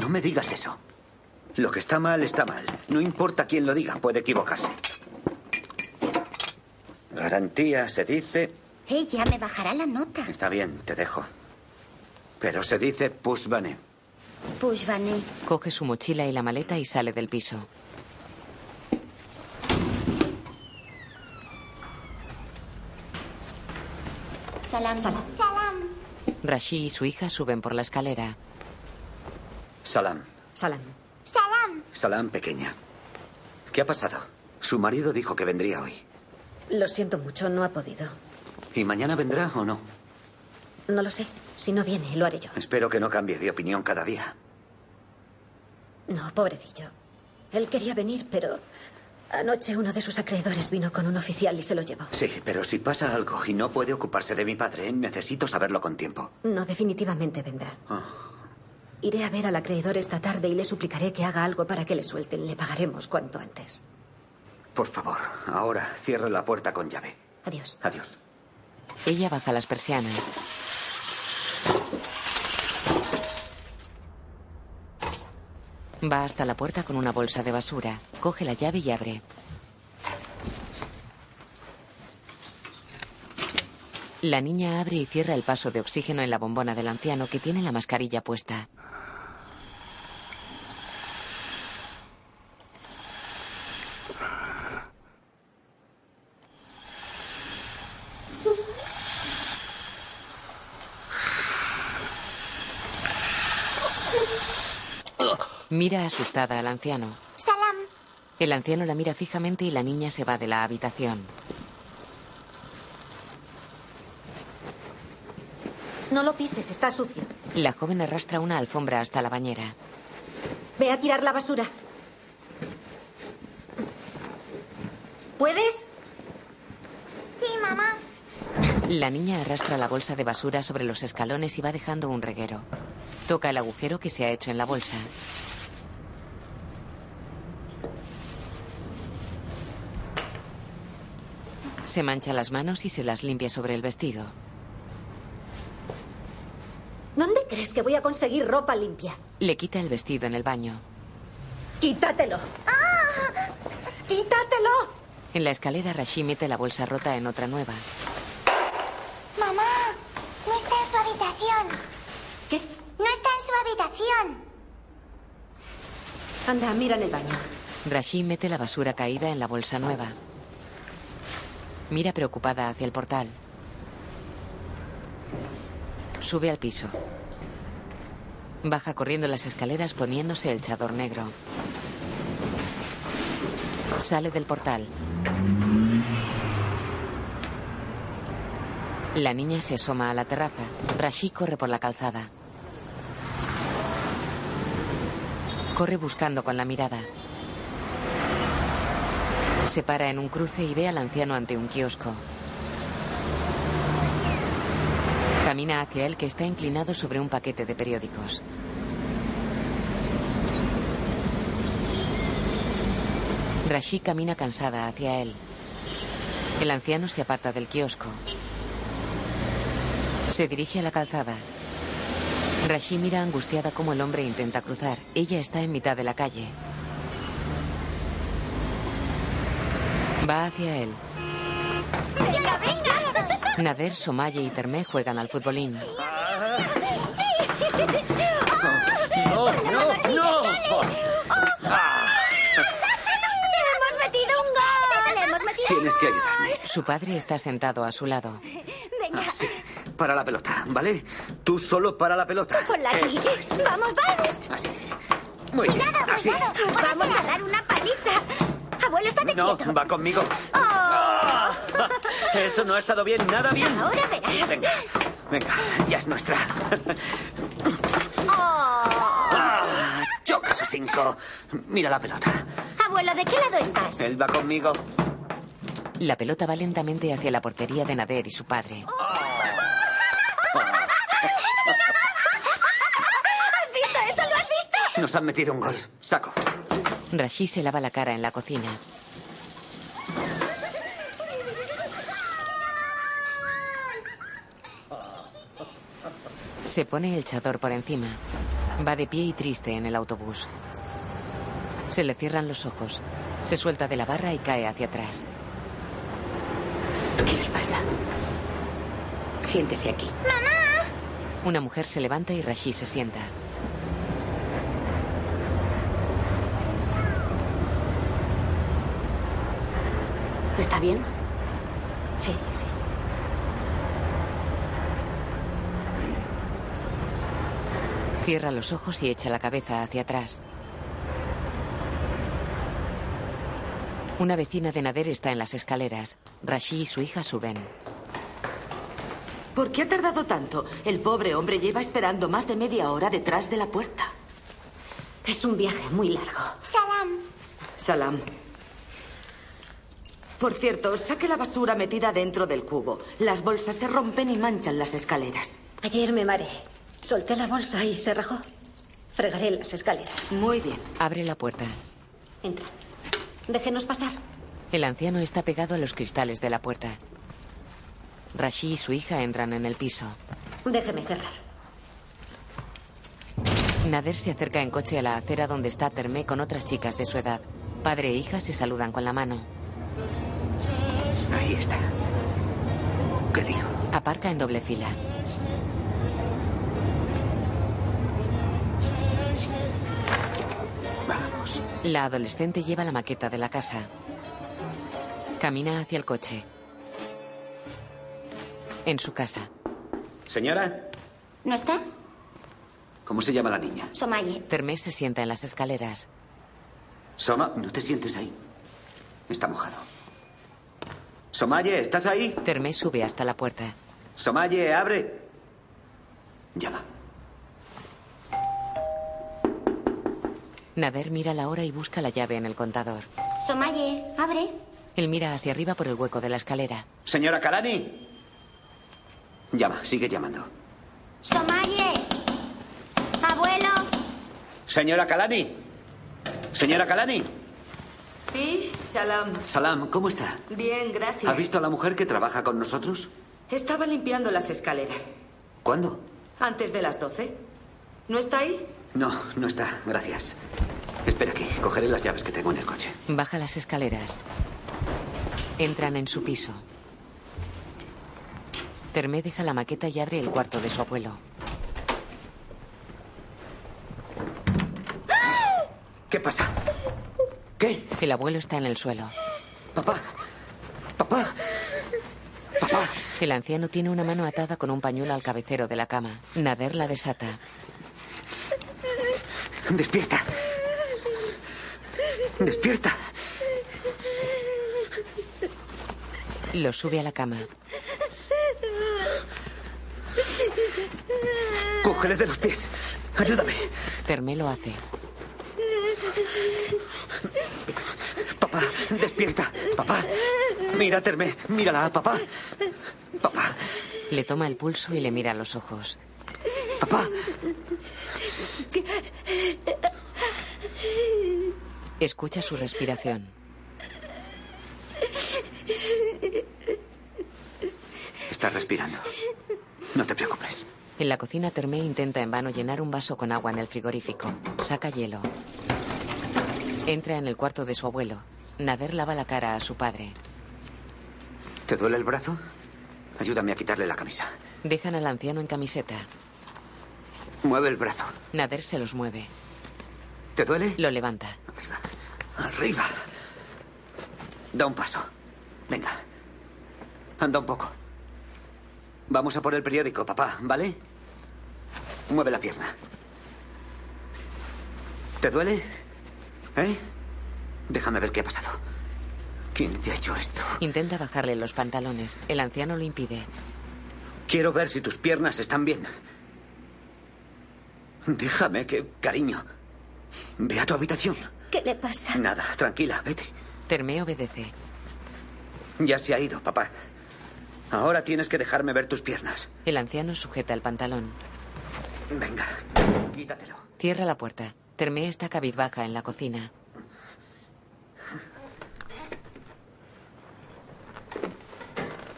[SPEAKER 5] No me digas eso. Lo que está mal está mal. No importa quién lo diga, puede equivocarse. Garantía se dice.
[SPEAKER 8] Ella me bajará la nota.
[SPEAKER 5] Está bien, te dejo. Pero se dice pusbane.
[SPEAKER 8] Pushvane.
[SPEAKER 2] Coge su mochila y la maleta y sale del piso.
[SPEAKER 8] Salam. Salam.
[SPEAKER 10] Salam.
[SPEAKER 2] Rashi y su hija suben por la escalera.
[SPEAKER 5] Salam.
[SPEAKER 7] Salam.
[SPEAKER 10] Salam.
[SPEAKER 5] Salam pequeña. ¿Qué ha pasado? Su marido dijo que vendría hoy.
[SPEAKER 7] Lo siento mucho, no ha podido.
[SPEAKER 5] ¿Y mañana vendrá o no?
[SPEAKER 7] No lo sé. Si no viene, lo haré yo.
[SPEAKER 5] Espero que no cambie de opinión cada día.
[SPEAKER 7] No, pobrecillo. Él quería venir, pero anoche uno de sus acreedores vino con un oficial y se lo llevó.
[SPEAKER 5] Sí, pero si pasa algo y no puede ocuparse de mi padre, necesito saberlo con tiempo.
[SPEAKER 7] No, definitivamente vendrá.
[SPEAKER 5] Ah.
[SPEAKER 7] Iré a ver al acreedor esta tarde y le suplicaré que haga algo para que le suelten. Le pagaremos cuanto antes.
[SPEAKER 5] Por favor, ahora cierre la puerta con llave.
[SPEAKER 7] Adiós.
[SPEAKER 5] Adiós.
[SPEAKER 2] Ella baja las persianas. Va hasta la puerta con una bolsa de basura. Coge la llave y abre. La niña abre y cierra el paso de oxígeno en la bombona del anciano que tiene la mascarilla puesta. Mira asustada al anciano.
[SPEAKER 10] Salam.
[SPEAKER 2] El anciano la mira fijamente y la niña se va de la habitación.
[SPEAKER 7] No lo pises, está sucio.
[SPEAKER 2] La joven arrastra una alfombra hasta la bañera.
[SPEAKER 7] Ve a tirar la basura. ¿Puedes?
[SPEAKER 10] Sí, mamá.
[SPEAKER 2] La niña arrastra la bolsa de basura sobre los escalones y va dejando un reguero. Toca el agujero que se ha hecho en la bolsa. Se mancha las manos y se las limpia sobre el vestido.
[SPEAKER 7] ¿Dónde crees que voy a conseguir ropa limpia?
[SPEAKER 2] Le quita el vestido en el baño.
[SPEAKER 7] ¡Quítatelo! ¡Quítatelo!
[SPEAKER 2] En la escalera Rashi mete la bolsa rota en otra nueva.
[SPEAKER 10] Mamá, no está en su habitación.
[SPEAKER 7] ¿Qué?
[SPEAKER 10] No está en su habitación.
[SPEAKER 7] Anda, mira en el baño.
[SPEAKER 2] Rashi mete la basura caída en la bolsa nueva. Mira preocupada hacia el portal. Sube al piso. Baja corriendo las escaleras poniéndose el chador negro. Sale del portal. La niña se asoma a la terraza. Rashi corre por la calzada. Corre buscando con la mirada. Se para en un cruce y ve al anciano ante un kiosco. Camina hacia él que está inclinado sobre un paquete de periódicos. Rashi camina cansada hacia él. El anciano se aparta del kiosco. Se dirige a la calzada. Rashi mira angustiada cómo el hombre intenta cruzar. Ella está en mitad de la calle. Va hacia él.
[SPEAKER 10] ¡Venga, venga!
[SPEAKER 2] Nader, Somaye y Termé juegan al futbolín.
[SPEAKER 10] ¡No, no, no! Ah. ¡Hemos metido un gol! ¡Hemos metido
[SPEAKER 5] Tienes que ayudarme.
[SPEAKER 2] Su padre está sentado a su lado.
[SPEAKER 5] Ah, sí. Para la pelota, ¿vale? Tú solo para la pelota.
[SPEAKER 10] con la
[SPEAKER 5] Eso.
[SPEAKER 10] guille! ¡Vamos, vamos!
[SPEAKER 5] Así. Muy bien.
[SPEAKER 10] ¡Cuidado,
[SPEAKER 5] Así.
[SPEAKER 10] cuidado! ¡Os vamos a dar una paliza! Abuelo, estate
[SPEAKER 5] No,
[SPEAKER 10] quieto. Oh.
[SPEAKER 5] va conmigo. Eso no ha estado bien, nada bien.
[SPEAKER 10] Ahora verás.
[SPEAKER 5] Venga, venga, ya es nuestra.
[SPEAKER 10] Oh.
[SPEAKER 5] Ah, Choca esos cinco. Mira la pelota.
[SPEAKER 10] Abuelo, ¿de qué lado estás?
[SPEAKER 5] Él va conmigo.
[SPEAKER 2] La pelota va lentamente hacia la portería de Nader y su padre.
[SPEAKER 10] ¿Has visto eso? ¿Lo has visto?
[SPEAKER 5] Nos han metido un gol. Saco.
[SPEAKER 2] Rashi se lava la cara en la cocina. Se pone el chador por encima. Va de pie y triste en el autobús. Se le cierran los ojos. Se suelta de la barra y cae hacia atrás.
[SPEAKER 13] ¿Qué le pasa? Siéntese aquí.
[SPEAKER 2] Una mujer se levanta y Rashi se sienta.
[SPEAKER 13] ¿Está bien?
[SPEAKER 7] Sí, sí.
[SPEAKER 2] Cierra los ojos y echa la cabeza hacia atrás. Una vecina de Nader está en las escaleras. Rashi y su hija suben.
[SPEAKER 13] ¿Por qué ha tardado tanto? El pobre hombre lleva esperando más de media hora detrás de la puerta.
[SPEAKER 7] Es un viaje muy largo.
[SPEAKER 10] Salam.
[SPEAKER 13] Salam. Por cierto, saque la basura metida dentro del cubo. Las bolsas se rompen y manchan las escaleras.
[SPEAKER 7] Ayer me mareé. Solté la bolsa y se rajó. Fregaré las escaleras.
[SPEAKER 13] Muy bien.
[SPEAKER 2] Abre la puerta.
[SPEAKER 7] Entra. Déjenos pasar.
[SPEAKER 2] El anciano está pegado a los cristales de la puerta. Rashi y su hija entran en el piso.
[SPEAKER 7] Déjeme cerrar.
[SPEAKER 2] Nader se acerca en coche a la acera donde está Termé con otras chicas de su edad. Padre e hija se saludan con la mano.
[SPEAKER 5] Ahí está. ¿Qué digo?
[SPEAKER 2] Aparca en doble fila.
[SPEAKER 5] Vamos.
[SPEAKER 2] La adolescente lleva la maqueta de la casa. Camina hacia el coche. En su casa,
[SPEAKER 3] Señora,
[SPEAKER 8] ¿No está?
[SPEAKER 5] ¿Cómo se llama la niña?
[SPEAKER 8] Somaye.
[SPEAKER 2] Termés se sienta en las escaleras.
[SPEAKER 5] Soma, no te sientes ahí. Está mojado. Somaye, ¿estás ahí?
[SPEAKER 2] Termés sube hasta la puerta.
[SPEAKER 5] Somaye, abre. Llama.
[SPEAKER 2] Nader mira la hora y busca la llave en el contador.
[SPEAKER 8] Somaye, abre.
[SPEAKER 2] Él mira hacia arriba por el hueco de la escalera.
[SPEAKER 5] Señora Kalani. Llama, sigue llamando.
[SPEAKER 10] Somaye. Abuelo.
[SPEAKER 5] Señora Kalani. Señora Kalani.
[SPEAKER 13] Sí, Salam.
[SPEAKER 5] Salam, ¿cómo está?
[SPEAKER 13] Bien, gracias.
[SPEAKER 5] ¿Ha visto a la mujer que trabaja con nosotros?
[SPEAKER 13] Estaba limpiando las escaleras.
[SPEAKER 5] ¿Cuándo?
[SPEAKER 13] Antes de las 12. ¿No está ahí?
[SPEAKER 5] No, no está, gracias. Espera aquí, cogeré las llaves que tengo en el coche.
[SPEAKER 2] Baja las escaleras. Entran en su piso. Termé deja la maqueta y abre el cuarto de su abuelo.
[SPEAKER 5] ¿Qué pasa? ¿Qué?
[SPEAKER 2] El abuelo está en el suelo.
[SPEAKER 5] Papá. Papá. Papá.
[SPEAKER 2] El anciano tiene una mano atada con un pañuelo al cabecero de la cama. Nader la desata.
[SPEAKER 5] Despierta. Despierta.
[SPEAKER 2] Lo sube a la cama.
[SPEAKER 5] Cógele de los pies. Ayúdame.
[SPEAKER 2] Termé lo hace.
[SPEAKER 5] Papá, despierta. Papá. Mira, Termé. Mírala, papá. Papá.
[SPEAKER 2] Le toma el pulso y le mira a los ojos.
[SPEAKER 5] Papá.
[SPEAKER 2] Escucha su respiración.
[SPEAKER 5] Está respirando. No te preocupes.
[SPEAKER 2] En la cocina, Termé intenta en vano llenar un vaso con agua en el frigorífico. Saca hielo. Entra en el cuarto de su abuelo. Nader lava la cara a su padre.
[SPEAKER 5] ¿Te duele el brazo? Ayúdame a quitarle la camisa.
[SPEAKER 2] Dejan al anciano en camiseta.
[SPEAKER 5] Mueve el brazo.
[SPEAKER 2] Nader se los mueve.
[SPEAKER 5] ¿Te duele?
[SPEAKER 2] Lo levanta.
[SPEAKER 5] Arriba. Da un paso. Venga. Anda un poco. Vamos a por el periódico, papá, ¿vale? Mueve la pierna. ¿Te duele? ¿Eh? Déjame ver qué ha pasado. ¿Quién te ha hecho esto?
[SPEAKER 2] Intenta bajarle los pantalones. El anciano lo impide.
[SPEAKER 5] Quiero ver si tus piernas están bien. Déjame que, cariño. Ve a tu habitación.
[SPEAKER 7] ¿Qué le pasa?
[SPEAKER 5] Nada, tranquila, vete.
[SPEAKER 2] Terme obedece.
[SPEAKER 5] Ya se ha ido, papá. Ahora tienes que dejarme ver tus piernas.
[SPEAKER 2] El anciano sujeta el pantalón.
[SPEAKER 5] Venga, quítatelo.
[SPEAKER 2] Cierra la puerta. Terme está cabizbaja en la cocina.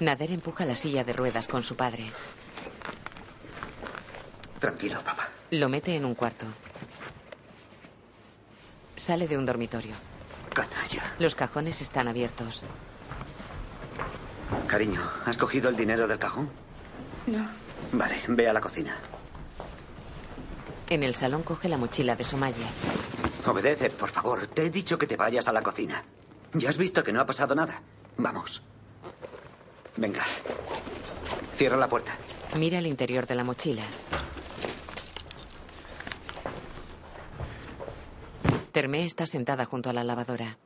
[SPEAKER 2] Nader empuja la silla de ruedas con su padre.
[SPEAKER 5] Tranquilo, papá.
[SPEAKER 2] Lo mete en un cuarto. Sale de un dormitorio.
[SPEAKER 5] Canalla.
[SPEAKER 2] Los cajones están abiertos.
[SPEAKER 5] Cariño, ¿has cogido el dinero del cajón?
[SPEAKER 7] No.
[SPEAKER 5] Vale, ve a la cocina.
[SPEAKER 2] En el salón coge la mochila de Somaye.
[SPEAKER 5] Obedece, por favor. Te he dicho que te vayas a la cocina. Ya has visto que no ha pasado nada. Vamos. Venga. Cierra la puerta.
[SPEAKER 2] Mira el interior de la mochila. Termé está sentada junto a la lavadora.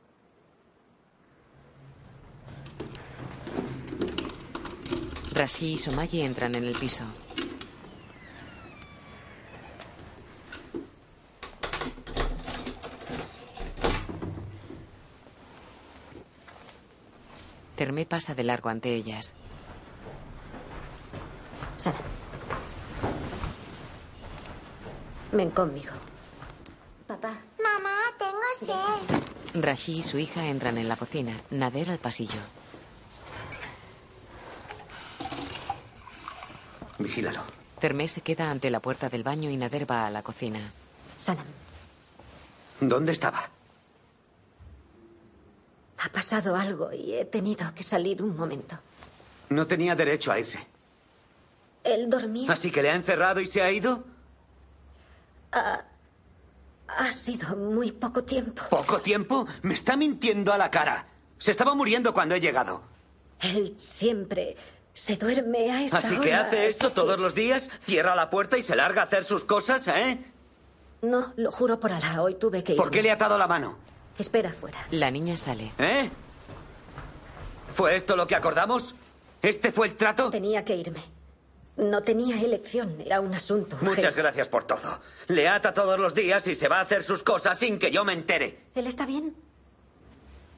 [SPEAKER 2] Rashi y Somaye entran en el piso. Termé pasa de largo ante ellas.
[SPEAKER 7] Sara. Ven conmigo.
[SPEAKER 8] Papá.
[SPEAKER 10] Mamá, tengo sed.
[SPEAKER 2] Rashi y su hija entran en la cocina, Nader al pasillo.
[SPEAKER 5] Vigílalo.
[SPEAKER 2] Termé se queda ante la puerta del baño y Nader va a la cocina.
[SPEAKER 7] Salam.
[SPEAKER 5] ¿Dónde estaba?
[SPEAKER 7] Ha pasado algo y he tenido que salir un momento.
[SPEAKER 5] No tenía derecho a irse.
[SPEAKER 7] Él dormía.
[SPEAKER 5] ¿Así que le ha encerrado y se ha ido?
[SPEAKER 7] Ha, ha sido muy poco tiempo.
[SPEAKER 5] ¿Poco tiempo? Me está mintiendo a la cara. Se estaba muriendo cuando he llegado.
[SPEAKER 7] Él siempre
[SPEAKER 14] Se duerme a esta
[SPEAKER 5] Así que
[SPEAKER 14] hora.
[SPEAKER 5] hace esto todos los días, cierra la puerta y se larga a hacer sus cosas, ¿eh?
[SPEAKER 7] No, lo juro por Alá, hoy tuve que ir.
[SPEAKER 5] ¿Por qué le ha atado la mano?
[SPEAKER 7] Espera fuera.
[SPEAKER 2] La niña sale.
[SPEAKER 5] ¿Eh? ¿Fue esto lo que acordamos? ¿Este fue el trato?
[SPEAKER 7] Tenía que irme. No tenía elección, era un asunto.
[SPEAKER 5] Muchas gracias por todo. Le ata todos los días y se va a hacer sus cosas sin que yo me entere.
[SPEAKER 7] ¿Él está bien?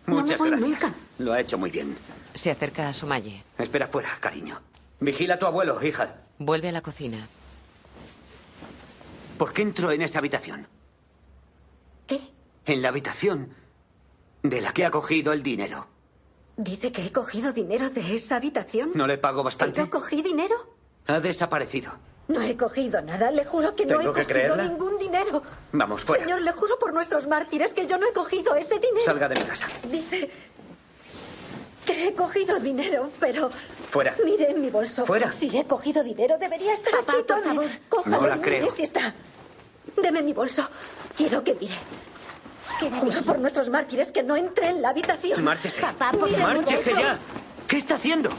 [SPEAKER 5] Muchas
[SPEAKER 7] no me voy
[SPEAKER 5] gracias.
[SPEAKER 7] nunca.
[SPEAKER 5] Lo ha hecho muy bien.
[SPEAKER 2] Se acerca a Sumaye.
[SPEAKER 5] Espera fuera, cariño. Vigila a tu abuelo, hija.
[SPEAKER 2] Vuelve a la cocina.
[SPEAKER 5] ¿Por qué entró en esa habitación?
[SPEAKER 7] ¿Qué?
[SPEAKER 5] En la habitación de la que ha cogido el dinero.
[SPEAKER 7] ¿Dice que he cogido dinero de esa habitación?
[SPEAKER 5] ¿No le pago bastante?
[SPEAKER 7] ¿Yo cogí dinero?
[SPEAKER 5] Ha desaparecido.
[SPEAKER 7] No he cogido nada, le juro que no he
[SPEAKER 5] ¿Tengo que
[SPEAKER 7] cogido
[SPEAKER 5] creerla?
[SPEAKER 7] ningún dinero.
[SPEAKER 5] Vamos, fuera.
[SPEAKER 7] Señor, le juro por nuestros mártires que yo no he cogido ese dinero.
[SPEAKER 5] Salga de mi casa.
[SPEAKER 7] Dice que he cogido dinero, pero
[SPEAKER 5] Fuera.
[SPEAKER 7] mire en mi bolso.
[SPEAKER 5] Fuera.
[SPEAKER 7] Si he cogido dinero, debería estar aquí. Tome, cójalo
[SPEAKER 5] No la
[SPEAKER 7] y mire
[SPEAKER 5] creo.
[SPEAKER 7] si está. Deme mi bolso. Quiero que mire. Juro por nuestros mártires que no entré en la habitación.
[SPEAKER 5] Márchese.
[SPEAKER 7] Mire mi
[SPEAKER 5] Márchese
[SPEAKER 7] bolso.
[SPEAKER 5] ya. ¿Qué está haciendo?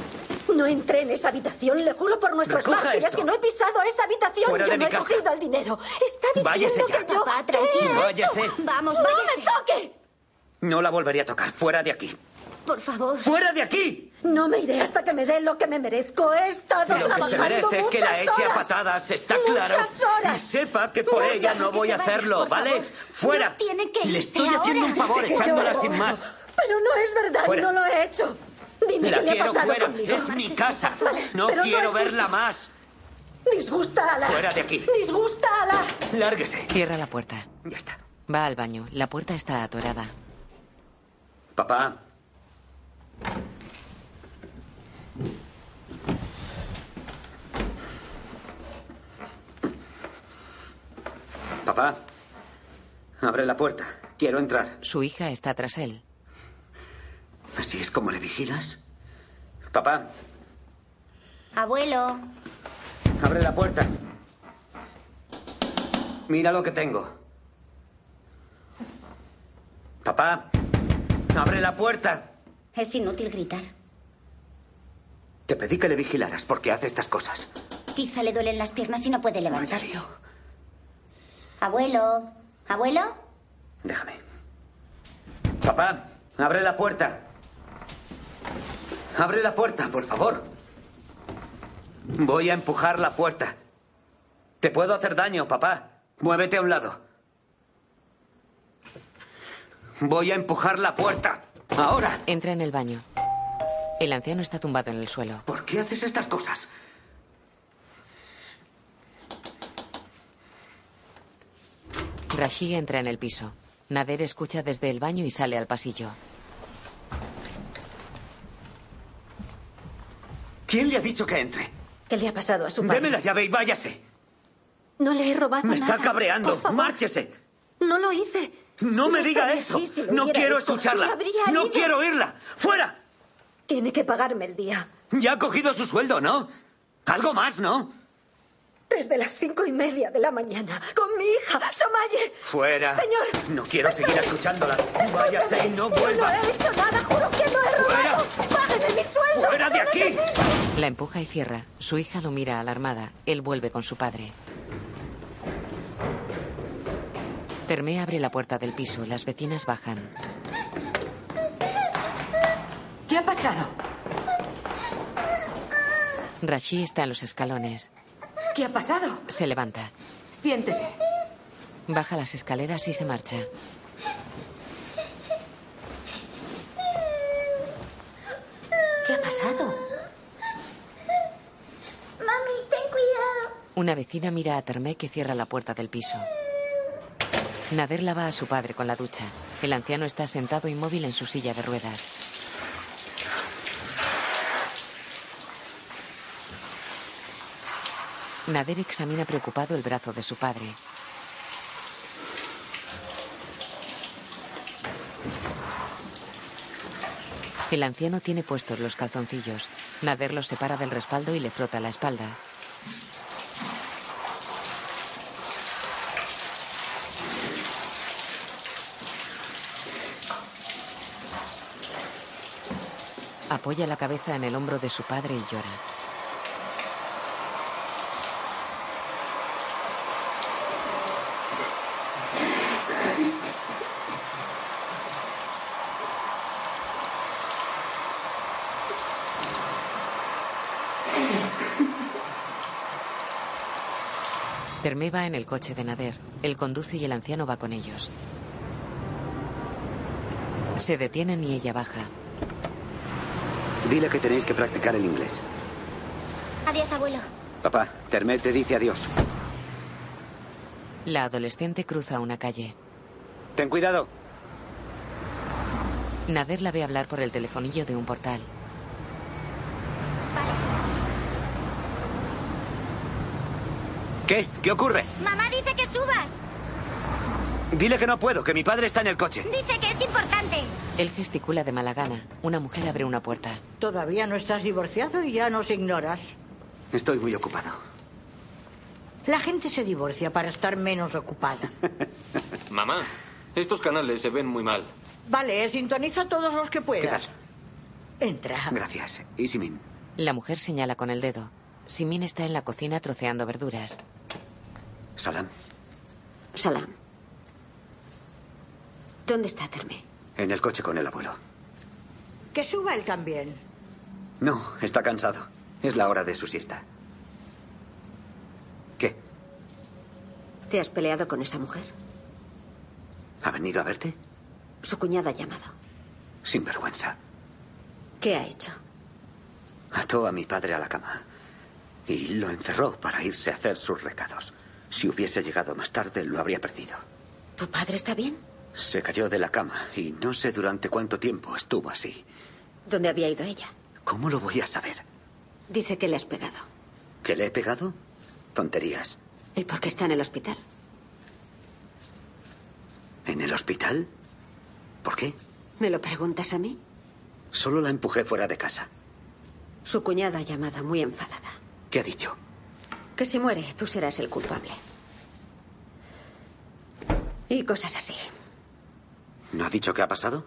[SPEAKER 7] No entré en esa habitación, le juro por nuestros
[SPEAKER 5] Recoja
[SPEAKER 7] mártires
[SPEAKER 5] esto.
[SPEAKER 7] que no he pisado esa habitación.
[SPEAKER 5] Fuera
[SPEAKER 7] yo
[SPEAKER 5] de
[SPEAKER 7] no
[SPEAKER 5] mi
[SPEAKER 7] he
[SPEAKER 5] casa.
[SPEAKER 7] cogido el dinero. Está diciendo
[SPEAKER 5] Váyase ya.
[SPEAKER 7] que yo.
[SPEAKER 8] Papá,
[SPEAKER 7] ¿Qué he
[SPEAKER 8] tranquilo.
[SPEAKER 7] hecho?
[SPEAKER 5] Váyase.
[SPEAKER 8] Vamos,
[SPEAKER 7] ¡No
[SPEAKER 8] váyase.
[SPEAKER 7] me toque!
[SPEAKER 5] No la volveré a tocar. Fuera de aquí.
[SPEAKER 7] Por favor.
[SPEAKER 5] ¡Fuera de aquí!
[SPEAKER 7] No me iré hasta que me dé lo que me merezco. He estado
[SPEAKER 5] Lo que se
[SPEAKER 7] trabajando
[SPEAKER 5] merece es que la
[SPEAKER 7] muchas
[SPEAKER 5] eche a
[SPEAKER 7] horas.
[SPEAKER 5] patadas, está
[SPEAKER 7] Muchas
[SPEAKER 5] claro.
[SPEAKER 7] horas.
[SPEAKER 5] Y sepa que por
[SPEAKER 7] Muchas
[SPEAKER 5] ella no
[SPEAKER 7] horas que
[SPEAKER 5] voy
[SPEAKER 7] se
[SPEAKER 5] a
[SPEAKER 7] vaya,
[SPEAKER 5] hacerlo,
[SPEAKER 7] por
[SPEAKER 5] ¿vale?
[SPEAKER 7] favor.
[SPEAKER 5] ¡Fuera!
[SPEAKER 7] No tiene que
[SPEAKER 5] Le
[SPEAKER 7] irse
[SPEAKER 5] estoy haciendo
[SPEAKER 7] ahora.
[SPEAKER 5] un favor,
[SPEAKER 7] Que yo
[SPEAKER 5] echándola
[SPEAKER 7] lo
[SPEAKER 5] sin
[SPEAKER 7] hago.
[SPEAKER 5] más.
[SPEAKER 7] Pero no es verdad,
[SPEAKER 5] Fuera.
[SPEAKER 7] no lo he hecho. Dime
[SPEAKER 5] La
[SPEAKER 7] qué le ha
[SPEAKER 5] quiero
[SPEAKER 7] pasado
[SPEAKER 5] fuera,
[SPEAKER 7] conmigo.
[SPEAKER 5] es mi casa. No
[SPEAKER 7] Pero no
[SPEAKER 5] quiero
[SPEAKER 7] es
[SPEAKER 5] verla
[SPEAKER 7] justo.
[SPEAKER 5] más.
[SPEAKER 7] Disgusta a la.
[SPEAKER 5] Fuera de aquí.
[SPEAKER 7] Disgusta a la.
[SPEAKER 5] Lárguese.
[SPEAKER 2] Cierra la puerta.
[SPEAKER 5] Ya está.
[SPEAKER 2] Va al baño. La puerta está atorada.
[SPEAKER 5] Papá. Papá. Abre la puerta. Quiero entrar.
[SPEAKER 2] Su hija está tras él.
[SPEAKER 5] ¿Así es como le vigilas? Papá,
[SPEAKER 8] Abuelo,
[SPEAKER 5] abre la puerta. Mira lo que tengo. Papá, abre la puerta.
[SPEAKER 8] es inútil gritar.
[SPEAKER 5] Te pedí que le vigilaras porque hace estas cosas.
[SPEAKER 8] Quizá le duelen las piernas y no puede levantarse. Abuelo, abuelo,
[SPEAKER 5] Déjame. Papá, abre la puerta. Abre la puerta, por favor. Voy a empujar la puerta. Te puedo hacer daño, papá. Muévete a un lado. Voy a empujar la puerta. Ahora.
[SPEAKER 2] Entra en el baño. El anciano está tumbado en el suelo.
[SPEAKER 5] ¿Por qué haces estas cosas?
[SPEAKER 2] Rashi entra en el piso. Nader escucha desde el baño y sale al pasillo.
[SPEAKER 5] ¿Quién le ha dicho que entre?
[SPEAKER 7] ¿Qué le ha pasado a su padre?
[SPEAKER 5] Deme la llave y váyase.
[SPEAKER 7] No le he robado
[SPEAKER 5] Me
[SPEAKER 7] nada.
[SPEAKER 5] está cabreando.
[SPEAKER 7] Por favor.
[SPEAKER 5] Márchese.
[SPEAKER 7] No lo hice.
[SPEAKER 5] No me
[SPEAKER 7] No
[SPEAKER 5] diga
[SPEAKER 7] estaría
[SPEAKER 5] eso.
[SPEAKER 7] aquí si lo
[SPEAKER 5] No
[SPEAKER 7] hubiera
[SPEAKER 5] quiero
[SPEAKER 7] hecho. Le
[SPEAKER 5] escucharla.
[SPEAKER 7] habría
[SPEAKER 5] No
[SPEAKER 7] herido.
[SPEAKER 5] quiero oírla. ¡Fuera!
[SPEAKER 7] Tiene que pagarme el día.
[SPEAKER 5] Ya ha cogido su sueldo, ¿no? Algo más, ¿no?
[SPEAKER 7] Desde las cinco y media de la mañana. Con mi hija, Somaye.
[SPEAKER 5] Fuera.
[SPEAKER 7] Señor.
[SPEAKER 5] No quiero seguir escuchándola. Váyase y no
[SPEAKER 7] Yo no
[SPEAKER 5] vuelva.
[SPEAKER 7] he hecho nada, juro que no he robado. Págame mi sueldo.
[SPEAKER 5] ¡Fuera de
[SPEAKER 7] Lo
[SPEAKER 5] aquí!
[SPEAKER 7] necesito.
[SPEAKER 2] La empuja y cierra. Su hija lo mira alarmada. Él vuelve con su padre. Termé abre la puerta del piso. Las vecinas bajan.
[SPEAKER 15] ¿Qué ha pasado?
[SPEAKER 2] Rashi está en los escalones.
[SPEAKER 15] ¿Qué ha pasado?
[SPEAKER 2] Se levanta.
[SPEAKER 15] Siéntese.
[SPEAKER 2] Baja las escaleras y se marcha.
[SPEAKER 15] ¿Qué ha pasado?
[SPEAKER 10] Mami, ten cuidado.
[SPEAKER 2] Una vecina mira a Termé que cierra la puerta del piso. Nader lava a su padre con la ducha. El anciano está sentado inmóvil en su silla de ruedas. Nader examina preocupado el brazo de su padre. El anciano tiene puestos los calzoncillos. Nader los separa del respaldo y le frota la espalda. Apoya la cabeza en el hombro de su padre y llora. Terme va en el coche de Nader. Él conduce y el anciano va con ellos. Se detienen y ella baja.
[SPEAKER 5] Dile que tenéis que practicar el inglés.
[SPEAKER 10] Adiós, abuelo.
[SPEAKER 5] Papá, Termet te dice adiós.
[SPEAKER 2] La adolescente cruza una calle.
[SPEAKER 5] Ten cuidado.
[SPEAKER 2] Nader la ve hablar por el telefonillo de un portal.
[SPEAKER 5] ¿Qué? ¿Qué ocurre?
[SPEAKER 10] Mamá dice que subas.
[SPEAKER 5] Dile que no puedo, que mi padre está en el coche.
[SPEAKER 10] Dice que es importante.
[SPEAKER 2] Él gesticula de mala gana. Una mujer abre una puerta.
[SPEAKER 16] Todavía no estás divorciado y ya nos ignoras.
[SPEAKER 5] Estoy muy ocupado.
[SPEAKER 16] La gente se divorcia para estar menos ocupada.
[SPEAKER 6] Mamá, estos canales se ven muy mal.
[SPEAKER 16] Vale, sintoniza todos los que puedas.
[SPEAKER 5] ¿Qué tal?
[SPEAKER 7] Ah.
[SPEAKER 16] Entra.
[SPEAKER 5] Gracias. ¿Y Simin?
[SPEAKER 2] La mujer señala con el dedo. Simin está en la cocina troceando verduras.
[SPEAKER 5] Salam.
[SPEAKER 4] Salam. ¿Dónde está Terme?
[SPEAKER 5] En el coche con el abuelo.
[SPEAKER 16] Que suba él también.
[SPEAKER 5] No, está cansado. Es la hora de su siesta. ¿Qué?
[SPEAKER 4] ¿Te has peleado con esa mujer?
[SPEAKER 5] ¿Ha venido a verte?
[SPEAKER 4] Su cuñada ha llamado.
[SPEAKER 5] Sin vergüenza.
[SPEAKER 4] ¿Qué ha hecho?
[SPEAKER 5] Ató a mi padre a la cama y lo encerró para irse a hacer sus recados. Si hubiese llegado más tarde, lo habría perdido.
[SPEAKER 4] ¿Tu padre está bien?
[SPEAKER 5] Se cayó de la cama y no sé durante cuánto tiempo estuvo así.
[SPEAKER 4] ¿Dónde había ido ella?
[SPEAKER 5] ¿Cómo lo voy a saber?
[SPEAKER 4] Dice que le has pegado.
[SPEAKER 5] ¿Que le he pegado? Tonterías.
[SPEAKER 4] ¿Y por qué está en el hospital?
[SPEAKER 5] ¿En el hospital? ¿Por qué?
[SPEAKER 4] ¿Me lo preguntas a mí?
[SPEAKER 5] Solo la empujé fuera de casa.
[SPEAKER 4] Su cuñada ha llamado muy enfadada.
[SPEAKER 5] ¿Qué ha dicho?
[SPEAKER 4] Que si muere, tú serás el culpable. Y cosas así.
[SPEAKER 5] ¿No ha dicho qué ha pasado?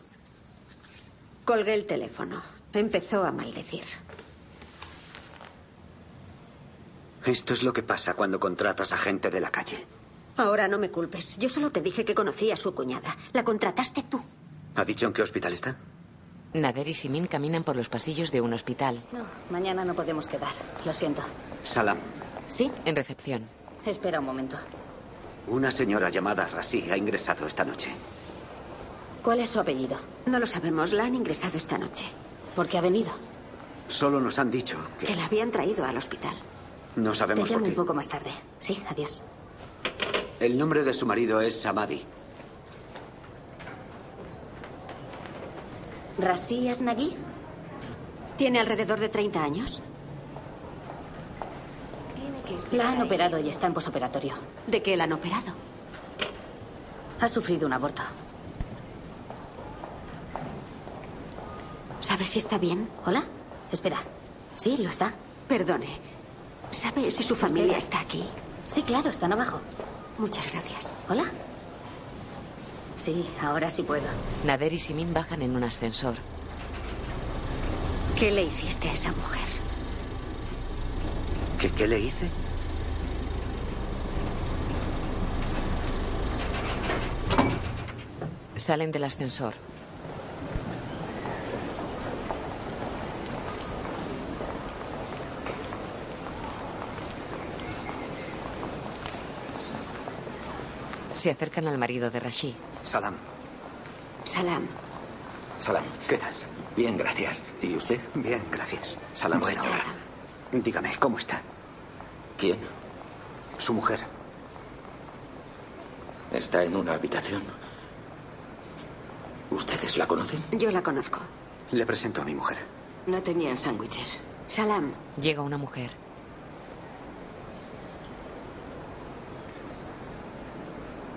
[SPEAKER 4] Colgué el teléfono. Empezó a maldecir.
[SPEAKER 5] Esto es lo que pasa cuando contratas a gente de la calle.
[SPEAKER 4] Ahora no me culpes. Yo solo te dije que conocía a su cuñada. La contrataste tú.
[SPEAKER 5] ¿Ha dicho en qué hospital está?
[SPEAKER 2] Nader y Simin caminan por los pasillos de un hospital.
[SPEAKER 7] No, mañana no podemos quedar. Lo siento.
[SPEAKER 5] Salam.
[SPEAKER 2] ¿Sí? En recepción.
[SPEAKER 7] Espera un momento.
[SPEAKER 5] Una señora llamada Rasí ha ingresado esta noche.
[SPEAKER 7] ¿Cuál es su apellido?
[SPEAKER 4] No lo sabemos. La han ingresado esta noche.
[SPEAKER 7] ¿Por qué ha venido?
[SPEAKER 5] Solo nos han dicho que...
[SPEAKER 4] Que la habían traído al hospital.
[SPEAKER 5] No sabemos
[SPEAKER 7] Te llamo
[SPEAKER 5] por
[SPEAKER 7] un
[SPEAKER 5] qué.
[SPEAKER 7] poco más tarde. Sí, adiós.
[SPEAKER 5] El nombre de su marido es Samadi.
[SPEAKER 7] ¿Rasí Asnagui?
[SPEAKER 4] Tiene alrededor de 30 años.
[SPEAKER 7] La han operado y está en posoperatorio.
[SPEAKER 4] ¿De qué la han operado?
[SPEAKER 7] Ha sufrido un aborto.
[SPEAKER 4] ¿Sabe si está bien?
[SPEAKER 7] ¿Hola? Espera. Sí, lo está.
[SPEAKER 4] Perdone. ¿Sabe si su familia está aquí?
[SPEAKER 7] Sí, claro, están abajo.
[SPEAKER 4] Muchas gracias.
[SPEAKER 7] ¿Hola? Sí, ahora sí puedo.
[SPEAKER 2] Nader y Simin bajan en un ascensor.
[SPEAKER 4] ¿Qué le hiciste a esa mujer?
[SPEAKER 5] ¿Qué, qué le hice?
[SPEAKER 2] Salen del ascensor. Se acercan al marido de Rashid.
[SPEAKER 5] Salam.
[SPEAKER 4] Salam.
[SPEAKER 12] Salam.
[SPEAKER 5] ¿Qué tal?
[SPEAKER 12] Bien, gracias. ¿Y usted?
[SPEAKER 5] Bien, gracias.
[SPEAKER 12] Salam,
[SPEAKER 5] Bueno,
[SPEAKER 12] señora.
[SPEAKER 5] dígame, ¿cómo está?
[SPEAKER 12] ¿Quién?
[SPEAKER 5] Su mujer.
[SPEAKER 12] Está en una habitación. ¿Ustedes la conocen?
[SPEAKER 4] Yo la conozco.
[SPEAKER 5] Le presento a mi mujer.
[SPEAKER 13] No tenían sándwiches.
[SPEAKER 4] Salam.
[SPEAKER 2] Llega una mujer.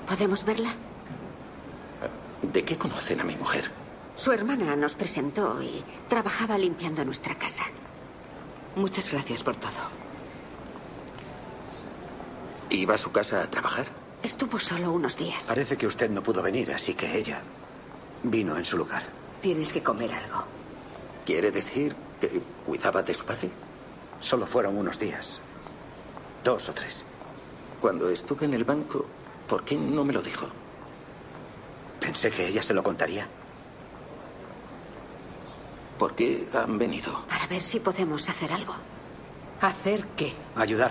[SPEAKER 4] ¿Podemos verla?
[SPEAKER 12] ¿De qué conocen a mi mujer?
[SPEAKER 4] Su hermana nos presentó y trabajaba limpiando nuestra casa.
[SPEAKER 13] Muchas gracias por todo.
[SPEAKER 12] ¿Iba a su casa a trabajar?
[SPEAKER 4] Estuvo solo unos días.
[SPEAKER 5] Parece que usted no pudo venir, así que ella vino en su lugar.
[SPEAKER 13] Tienes que comer algo.
[SPEAKER 9] ¿Quiere decir que cuidaba de su padre?
[SPEAKER 5] Solo fueron unos días. Dos o tres.
[SPEAKER 9] Cuando estuve en el banco, ¿por qué no me lo dijo?
[SPEAKER 5] Pensé que ella se lo contaría.
[SPEAKER 9] ¿Por qué han venido?
[SPEAKER 4] Para ver si podemos hacer algo.
[SPEAKER 15] ¿Hacer qué?
[SPEAKER 5] Ayudar.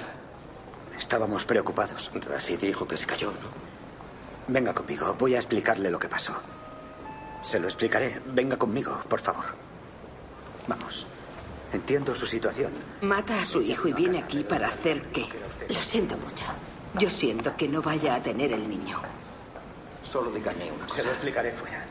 [SPEAKER 5] Estábamos preocupados.
[SPEAKER 9] Así dijo que se cayó, ¿no?
[SPEAKER 5] Venga conmigo, voy a explicarle lo que pasó. Se lo explicaré. Venga conmigo, por favor. Vamos. Entiendo su situación.
[SPEAKER 15] Mata a su hijo y viene aquí para hacer qué. Lo siento mucho. Yo siento que no vaya a tener el niño.
[SPEAKER 9] Solo dígame una
[SPEAKER 5] Se lo explicaré fuera.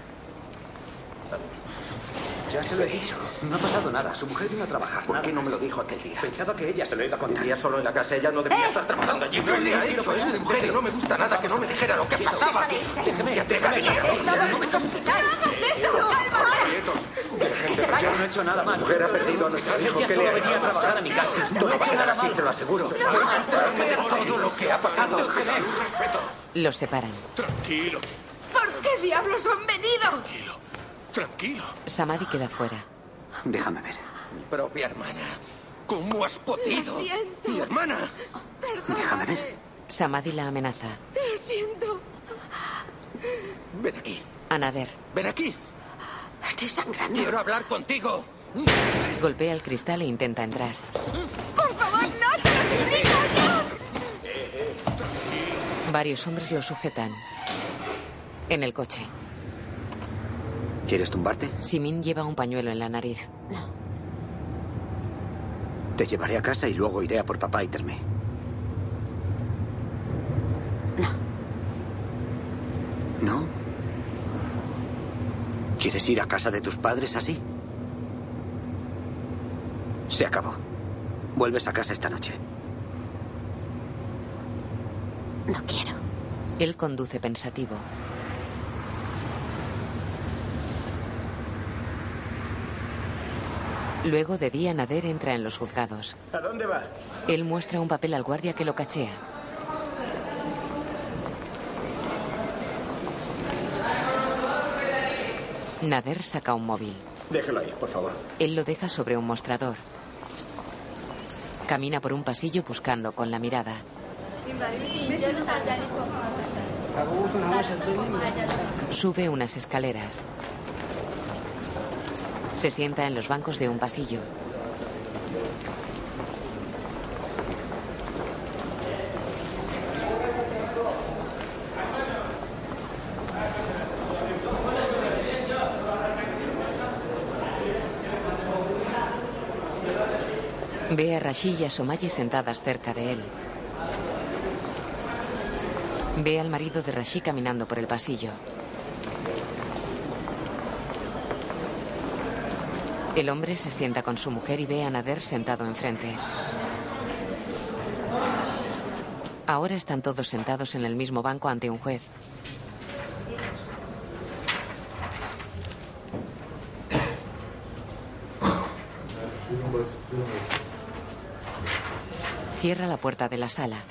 [SPEAKER 5] Ya se lo he dicho. No ha pasado nada. Su mujer vino a trabajar.
[SPEAKER 9] ¿Por
[SPEAKER 5] nada
[SPEAKER 9] qué no me
[SPEAKER 5] más.
[SPEAKER 9] lo dijo aquel día?
[SPEAKER 5] Pensaba que ella se lo iba a
[SPEAKER 9] Un
[SPEAKER 5] contar.
[SPEAKER 9] día solo en la casa, ella no debía
[SPEAKER 10] ¡Eh!
[SPEAKER 9] estar trabajando allí. ¿Qué le ha hecho? Es mi mujer y no me gusta nada que no me dijera lo que pasaba aquí. ¡Déjeme, déjame! ¡No me
[SPEAKER 5] Yo no he hecho nada
[SPEAKER 9] La
[SPEAKER 5] malo.
[SPEAKER 9] mujer ha perdido a nuestro hijo.
[SPEAKER 5] Ella
[SPEAKER 9] ¿Qué le
[SPEAKER 5] solo
[SPEAKER 9] ha hecho?
[SPEAKER 5] venía a trabajar a mi casa.
[SPEAKER 9] No
[SPEAKER 5] he
[SPEAKER 9] lo va a
[SPEAKER 5] hecho
[SPEAKER 9] hacer
[SPEAKER 5] nada
[SPEAKER 9] así,
[SPEAKER 5] malo.
[SPEAKER 9] se lo aseguro. Voy a enterarme de todo lo que ha pasado.
[SPEAKER 2] Los separan.
[SPEAKER 6] Tranquilo,
[SPEAKER 10] ¿Por qué diablos han venido?
[SPEAKER 6] tranquilo.
[SPEAKER 2] Samadhi queda fuera.
[SPEAKER 5] Déjame ver.
[SPEAKER 9] Mi propia hermana. ¿Cómo has podido?
[SPEAKER 10] Lo siento.
[SPEAKER 9] Mi hermana.
[SPEAKER 5] Déjame ver.
[SPEAKER 2] Samadhi la amenaza.
[SPEAKER 10] Lo siento.
[SPEAKER 9] Ven aquí,
[SPEAKER 2] Anader
[SPEAKER 9] ven aquí.
[SPEAKER 10] Estoy sangrando.
[SPEAKER 9] Quiero hablar contigo.
[SPEAKER 2] golpea el cristal e intenta entrar.
[SPEAKER 10] Por favor, no te lo suplico, Jack.
[SPEAKER 2] Varios hombres lo sujetan. En el coche,
[SPEAKER 5] ¿Quieres tumbarte?
[SPEAKER 2] Simin lleva un pañuelo en la nariz.
[SPEAKER 5] Te llevaré a casa y luego iré a por papá y Termé. No. ¿No? ¿Quieres ir a casa de tus padres así? Se acabó. Vuelves a casa esta noche.
[SPEAKER 2] No quiero. Él conduce pensativo. Luego de día, Nader entra en los juzgados.
[SPEAKER 17] ¿A dónde va?
[SPEAKER 2] Él muestra un papel al guardia que lo cachea. Nader saca un móvil.
[SPEAKER 17] Déjelo ahí, por favor.
[SPEAKER 2] Él lo deja sobre un mostrador. Camina por un pasillo buscando con la mirada. Sube unas escaleras. Se sienta en los bancos de un pasillo. Ve a Rashi y a Somaye sentadas cerca de él. Ve al marido de Rashi caminando por el pasillo. El hombre se sienta con su mujer y ve a Nader sentado enfrente. Ahora están todos sentados en el mismo banco ante un juez. Cierra la puerta de la sala.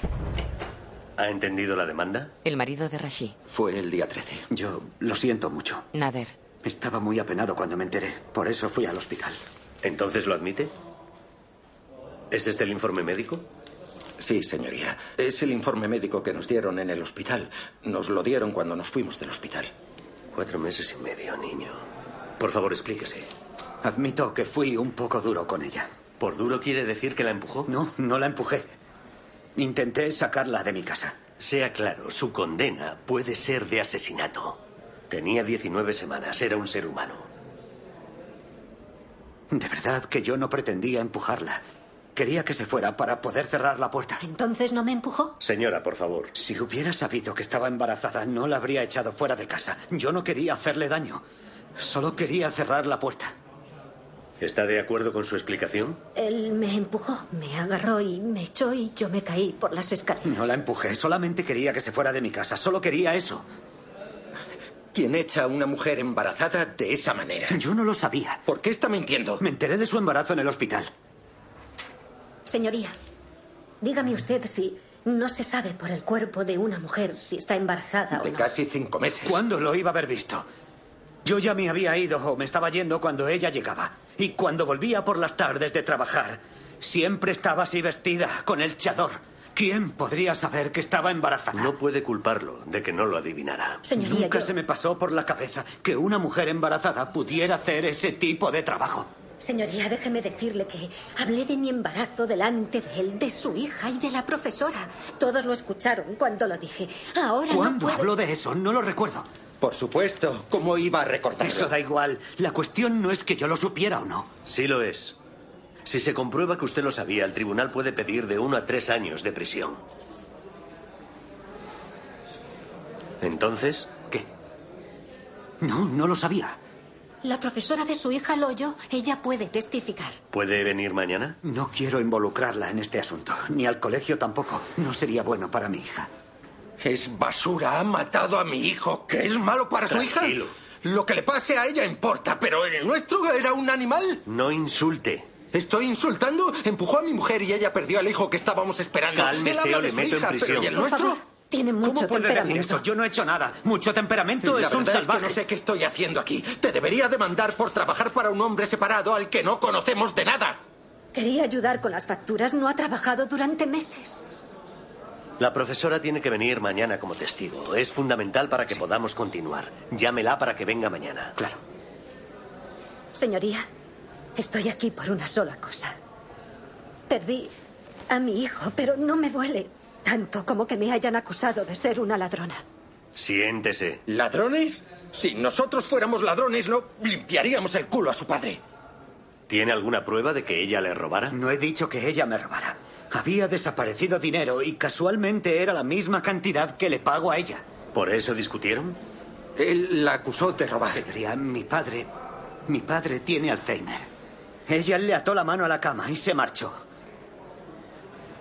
[SPEAKER 18] ¿Ha entendido la demanda?
[SPEAKER 2] El marido de Rashi,
[SPEAKER 5] Fue el día 13. Yo lo siento mucho.
[SPEAKER 2] Nader,
[SPEAKER 5] Estaba muy apenado cuando me enteré. Por eso fui al hospital.
[SPEAKER 18] ¿Entonces lo admite?
[SPEAKER 9] ¿Es este el informe médico? Sí, señoría. Es el informe médico que nos dieron en el hospital. Nos lo dieron cuando nos fuimos del hospital.
[SPEAKER 18] Cuatro meses y medio, niño. Por favor, explíquese.
[SPEAKER 5] Admito que fui un poco duro con ella.
[SPEAKER 18] ¿Por duro quiere decir que la empujó?
[SPEAKER 5] No, no la empujé. Intenté sacarla de mi casa.
[SPEAKER 18] Sea claro, su condena puede ser de asesinato. Tenía 19 semanas, era un ser humano.
[SPEAKER 5] De verdad que yo no pretendía empujarla. Quería que se fuera para poder cerrar la puerta.
[SPEAKER 10] Entonces no me empujó.
[SPEAKER 18] Señora, por favor.
[SPEAKER 5] Si hubiera sabido que estaba embarazada, no la habría echado fuera de casa. Yo no quería hacerle daño. Solo quería cerrar la puerta.
[SPEAKER 18] ¿Está de acuerdo con su explicación?
[SPEAKER 7] Él me empujó, me agarró y me echó y yo me caí por las escaleras.
[SPEAKER 5] No la empujé, solamente quería que se fuera de mi casa. Solo quería eso.
[SPEAKER 9] ¿Quién echa a una mujer embarazada de esa manera?
[SPEAKER 5] Yo no lo sabía.
[SPEAKER 9] ¿Por qué está mintiendo?
[SPEAKER 5] Me enteré de su embarazo en el hospital.
[SPEAKER 7] Señoría, dígame usted si no se sabe por el cuerpo de una mujer si está embarazada o
[SPEAKER 9] De
[SPEAKER 7] no.
[SPEAKER 9] casi cinco meses.
[SPEAKER 5] ¿Cuándo lo iba a haber visto? Yo ya me había ido o me estaba yendo cuando ella llegaba. Y cuando volvía por las tardes de trabajar, siempre estaba así vestida, con el chador. ¿Quién podría saber que estaba embarazada?
[SPEAKER 18] No puede culparlo de que no lo adivinara.
[SPEAKER 13] Señoría,
[SPEAKER 5] Nunca
[SPEAKER 13] yo-
[SPEAKER 5] se me pasó por la cabeza que una mujer embarazada pudiera hacer ese tipo de trabajo.
[SPEAKER 7] Señoría, déjeme decirle que hablé de mi embarazo delante de él, de su hija y de la profesora. Todos lo escucharon cuando lo dije. Ahora no
[SPEAKER 5] ¿Cuándo
[SPEAKER 7] puedo...
[SPEAKER 5] habló de eso? No lo recuerdo.
[SPEAKER 12] Por supuesto, ¿cómo iba a recordarlo?
[SPEAKER 5] Eso da igual. La cuestión no es que yo lo supiera o no.
[SPEAKER 18] Sí lo es. Si se comprueba que usted lo sabía, el tribunal puede pedir de uno a tres años de prisión. Entonces, ¿qué?
[SPEAKER 5] No, no lo sabía.
[SPEAKER 7] La profesora de su hija lo oyó. Ella puede testificar.
[SPEAKER 18] ¿Puede venir mañana?
[SPEAKER 5] No quiero involucrarla en este asunto, ni al colegio tampoco. No sería bueno para mi hija.
[SPEAKER 9] Es basura, ha matado a mi hijo, que es malo para
[SPEAKER 18] Tranquilo.
[SPEAKER 9] su hija. Lo que le pase a ella importa, pero el nuestro era un animal.
[SPEAKER 18] No insulte.
[SPEAKER 9] Estoy insultando, empujó a mi mujer y ella perdió al hijo que estábamos esperando.
[SPEAKER 18] Cálmese
[SPEAKER 9] Él habla
[SPEAKER 18] o
[SPEAKER 9] de
[SPEAKER 18] le
[SPEAKER 9] su
[SPEAKER 18] meto en
[SPEAKER 9] hija, pero
[SPEAKER 18] prisión.
[SPEAKER 9] ¿Y el
[SPEAKER 18] Por
[SPEAKER 9] nuestro?
[SPEAKER 7] Tiene mucho
[SPEAKER 5] ¿Cómo puede decir
[SPEAKER 7] temperamento.
[SPEAKER 5] eso? Yo no he hecho nada. Mucho temperamento
[SPEAKER 9] La
[SPEAKER 5] es un
[SPEAKER 9] verdad
[SPEAKER 5] salvaje.
[SPEAKER 9] que no sé qué estoy haciendo aquí. Te debería demandar por trabajar para un hombre separado al que no conocemos de nada.
[SPEAKER 7] Quería ayudar con las facturas. No ha trabajado durante meses.
[SPEAKER 18] La profesora tiene que venir mañana como testigo. Es fundamental para que podamos continuar. Llámela para que venga mañana.
[SPEAKER 5] Claro.
[SPEAKER 7] Señoría, estoy aquí por una sola cosa. Perdí a mi hijo, pero no me duele tanto como que me hayan acusado de ser una ladrona.
[SPEAKER 18] Siéntese.
[SPEAKER 9] ¿Ladrones? Si nosotros fuéramos ladrones, no limpiaríamos el culo a su padre.
[SPEAKER 18] ¿Tiene alguna prueba de que ella le robara?
[SPEAKER 5] No he dicho que ella me robara. Había desaparecido dinero y casualmente era la misma cantidad que le pago a ella.
[SPEAKER 18] ¿Por eso discutieron?
[SPEAKER 9] Él la acusó de robar.
[SPEAKER 5] Señoría, mi padre. Mi padre tiene Alzheimer. Ella le ató la mano a la cama y se marchó.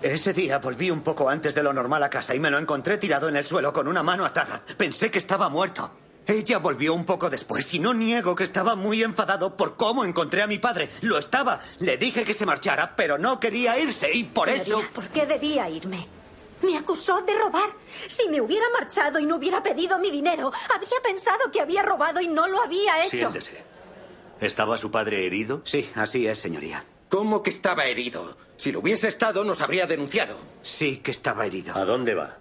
[SPEAKER 5] Ese día volví un poco antes de lo normal a casa y me lo encontré tirado en el suelo con una mano atada. Pensé que estaba muerto. Ella volvió un poco después y no niego que estaba muy enfadado por cómo encontré a mi padre. Lo estaba. Le dije que se marchara, pero no quería irse y por eso...
[SPEAKER 7] Señoría, ¿Por qué debía irme? Me acusó de robar. Si me hubiera marchado y no hubiera pedido mi dinero, habría pensado que había robado y no lo había hecho.
[SPEAKER 18] Siéntese. ¿Estaba su padre herido?
[SPEAKER 5] Sí, así es, señoría.
[SPEAKER 9] ¿Cómo que estaba herido? Si lo hubiese estado, nos habría denunciado.
[SPEAKER 5] Sí que estaba herido.
[SPEAKER 18] ¿A dónde va?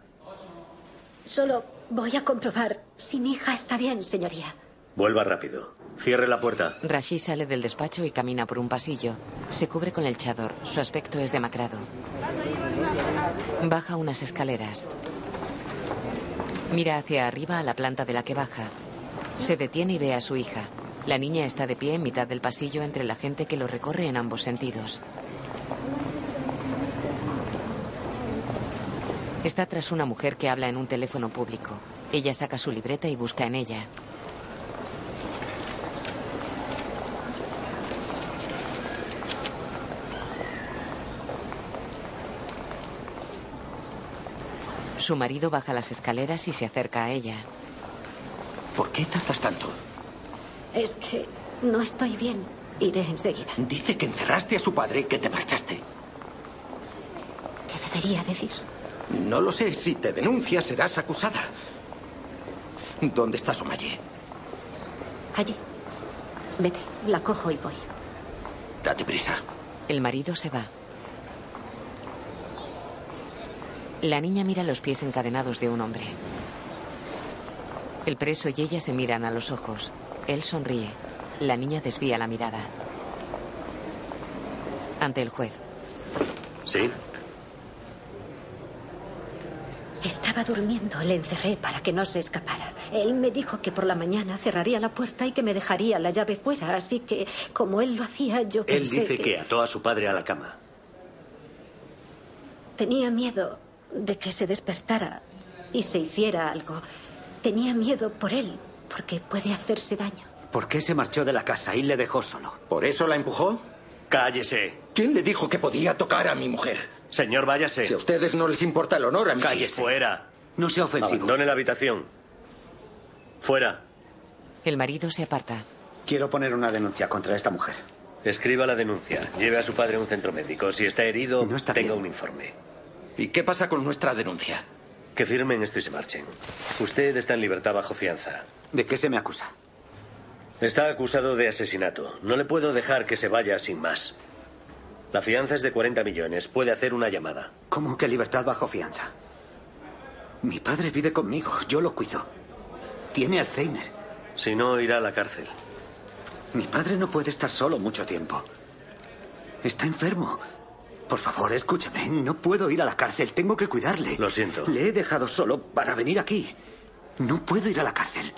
[SPEAKER 7] Solo voy a comprobar si mi hija está bien, señoría.
[SPEAKER 18] Vuelva rápido. Cierre la puerta.
[SPEAKER 2] Rashid sale del despacho y camina por un pasillo. Se cubre con el chador. Su aspecto es demacrado. Baja unas escaleras. Mira hacia arriba a la planta de la que baja. Se detiene y ve a su hija. La niña está de pie en mitad del pasillo entre la gente que lo recorre en ambos sentidos. Está tras una mujer que habla en un teléfono público. Ella saca su libreta y busca en ella. Su marido baja las escaleras y se acerca a ella.
[SPEAKER 9] ¿Por qué tardas tanto?
[SPEAKER 7] Es que no estoy bien. Iré enseguida.
[SPEAKER 9] Dice que encerraste a su padre y que te marchaste.
[SPEAKER 7] ¿Qué debería decir?
[SPEAKER 9] No lo sé. Si te denuncias, serás acusada. ¿Dónde está Somaye?
[SPEAKER 7] Allí. Vete, la cojo y voy.
[SPEAKER 9] Date prisa.
[SPEAKER 2] El marido se va. La niña mira los pies encadenados de un hombre. El preso y ella se miran a los ojos. Él sonríe. La niña desvía la mirada. Ante el juez.
[SPEAKER 18] ¿Sí?
[SPEAKER 7] Estaba durmiendo, le encerré para que no se escapara. Él me dijo que por la mañana cerraría la puerta y que me dejaría la llave fuera, así que como él lo hacía, yo
[SPEAKER 18] Él
[SPEAKER 7] pensé
[SPEAKER 18] dice que ató a su padre a la cama.
[SPEAKER 7] tenía miedo de que se despertara y se hiciera algo. Tenía miedo por él, porque puede hacerse daño.
[SPEAKER 5] ¿Por qué se marchó de la casa y le dejó solo?
[SPEAKER 9] ¿Por eso la empujó?
[SPEAKER 18] ¡Cállese!
[SPEAKER 9] ¿Quién le dijo que podía tocar a mi mujer?
[SPEAKER 18] Señor, váyase.
[SPEAKER 9] Si a ustedes no les importa el honor, a mí sí.
[SPEAKER 18] Calle fuera.
[SPEAKER 5] No sea ofensivo.
[SPEAKER 18] Abandone la habitación. Fuera.
[SPEAKER 2] El marido se aparta.
[SPEAKER 5] Quiero poner una denuncia contra esta mujer.
[SPEAKER 18] Escriba la denuncia. Lleve a su padre a un centro médico. Si está herido, tenga un informe.
[SPEAKER 9] ¿Y qué pasa con nuestra denuncia?
[SPEAKER 18] Que firmen esto y se marchen. Usted está en libertad bajo fianza.
[SPEAKER 5] ¿De qué se me acusa?
[SPEAKER 18] Está acusado de asesinato. No le puedo dejar que se vaya sin más. La fianza es de 40 millones. Puede hacer una llamada.
[SPEAKER 5] ¿Cómo que libertad bajo fianza? Mi padre vive conmigo, yo lo cuido. Tiene Alzheimer.
[SPEAKER 18] Si no, irá a la cárcel.
[SPEAKER 5] Mi padre no puede estar solo mucho tiempo. Está enfermo. Por favor, escúchame. No puedo ir a la cárcel. Tengo que cuidarle.
[SPEAKER 18] Lo siento.
[SPEAKER 5] Le he dejado solo para venir aquí. No puedo ir a la cárcel.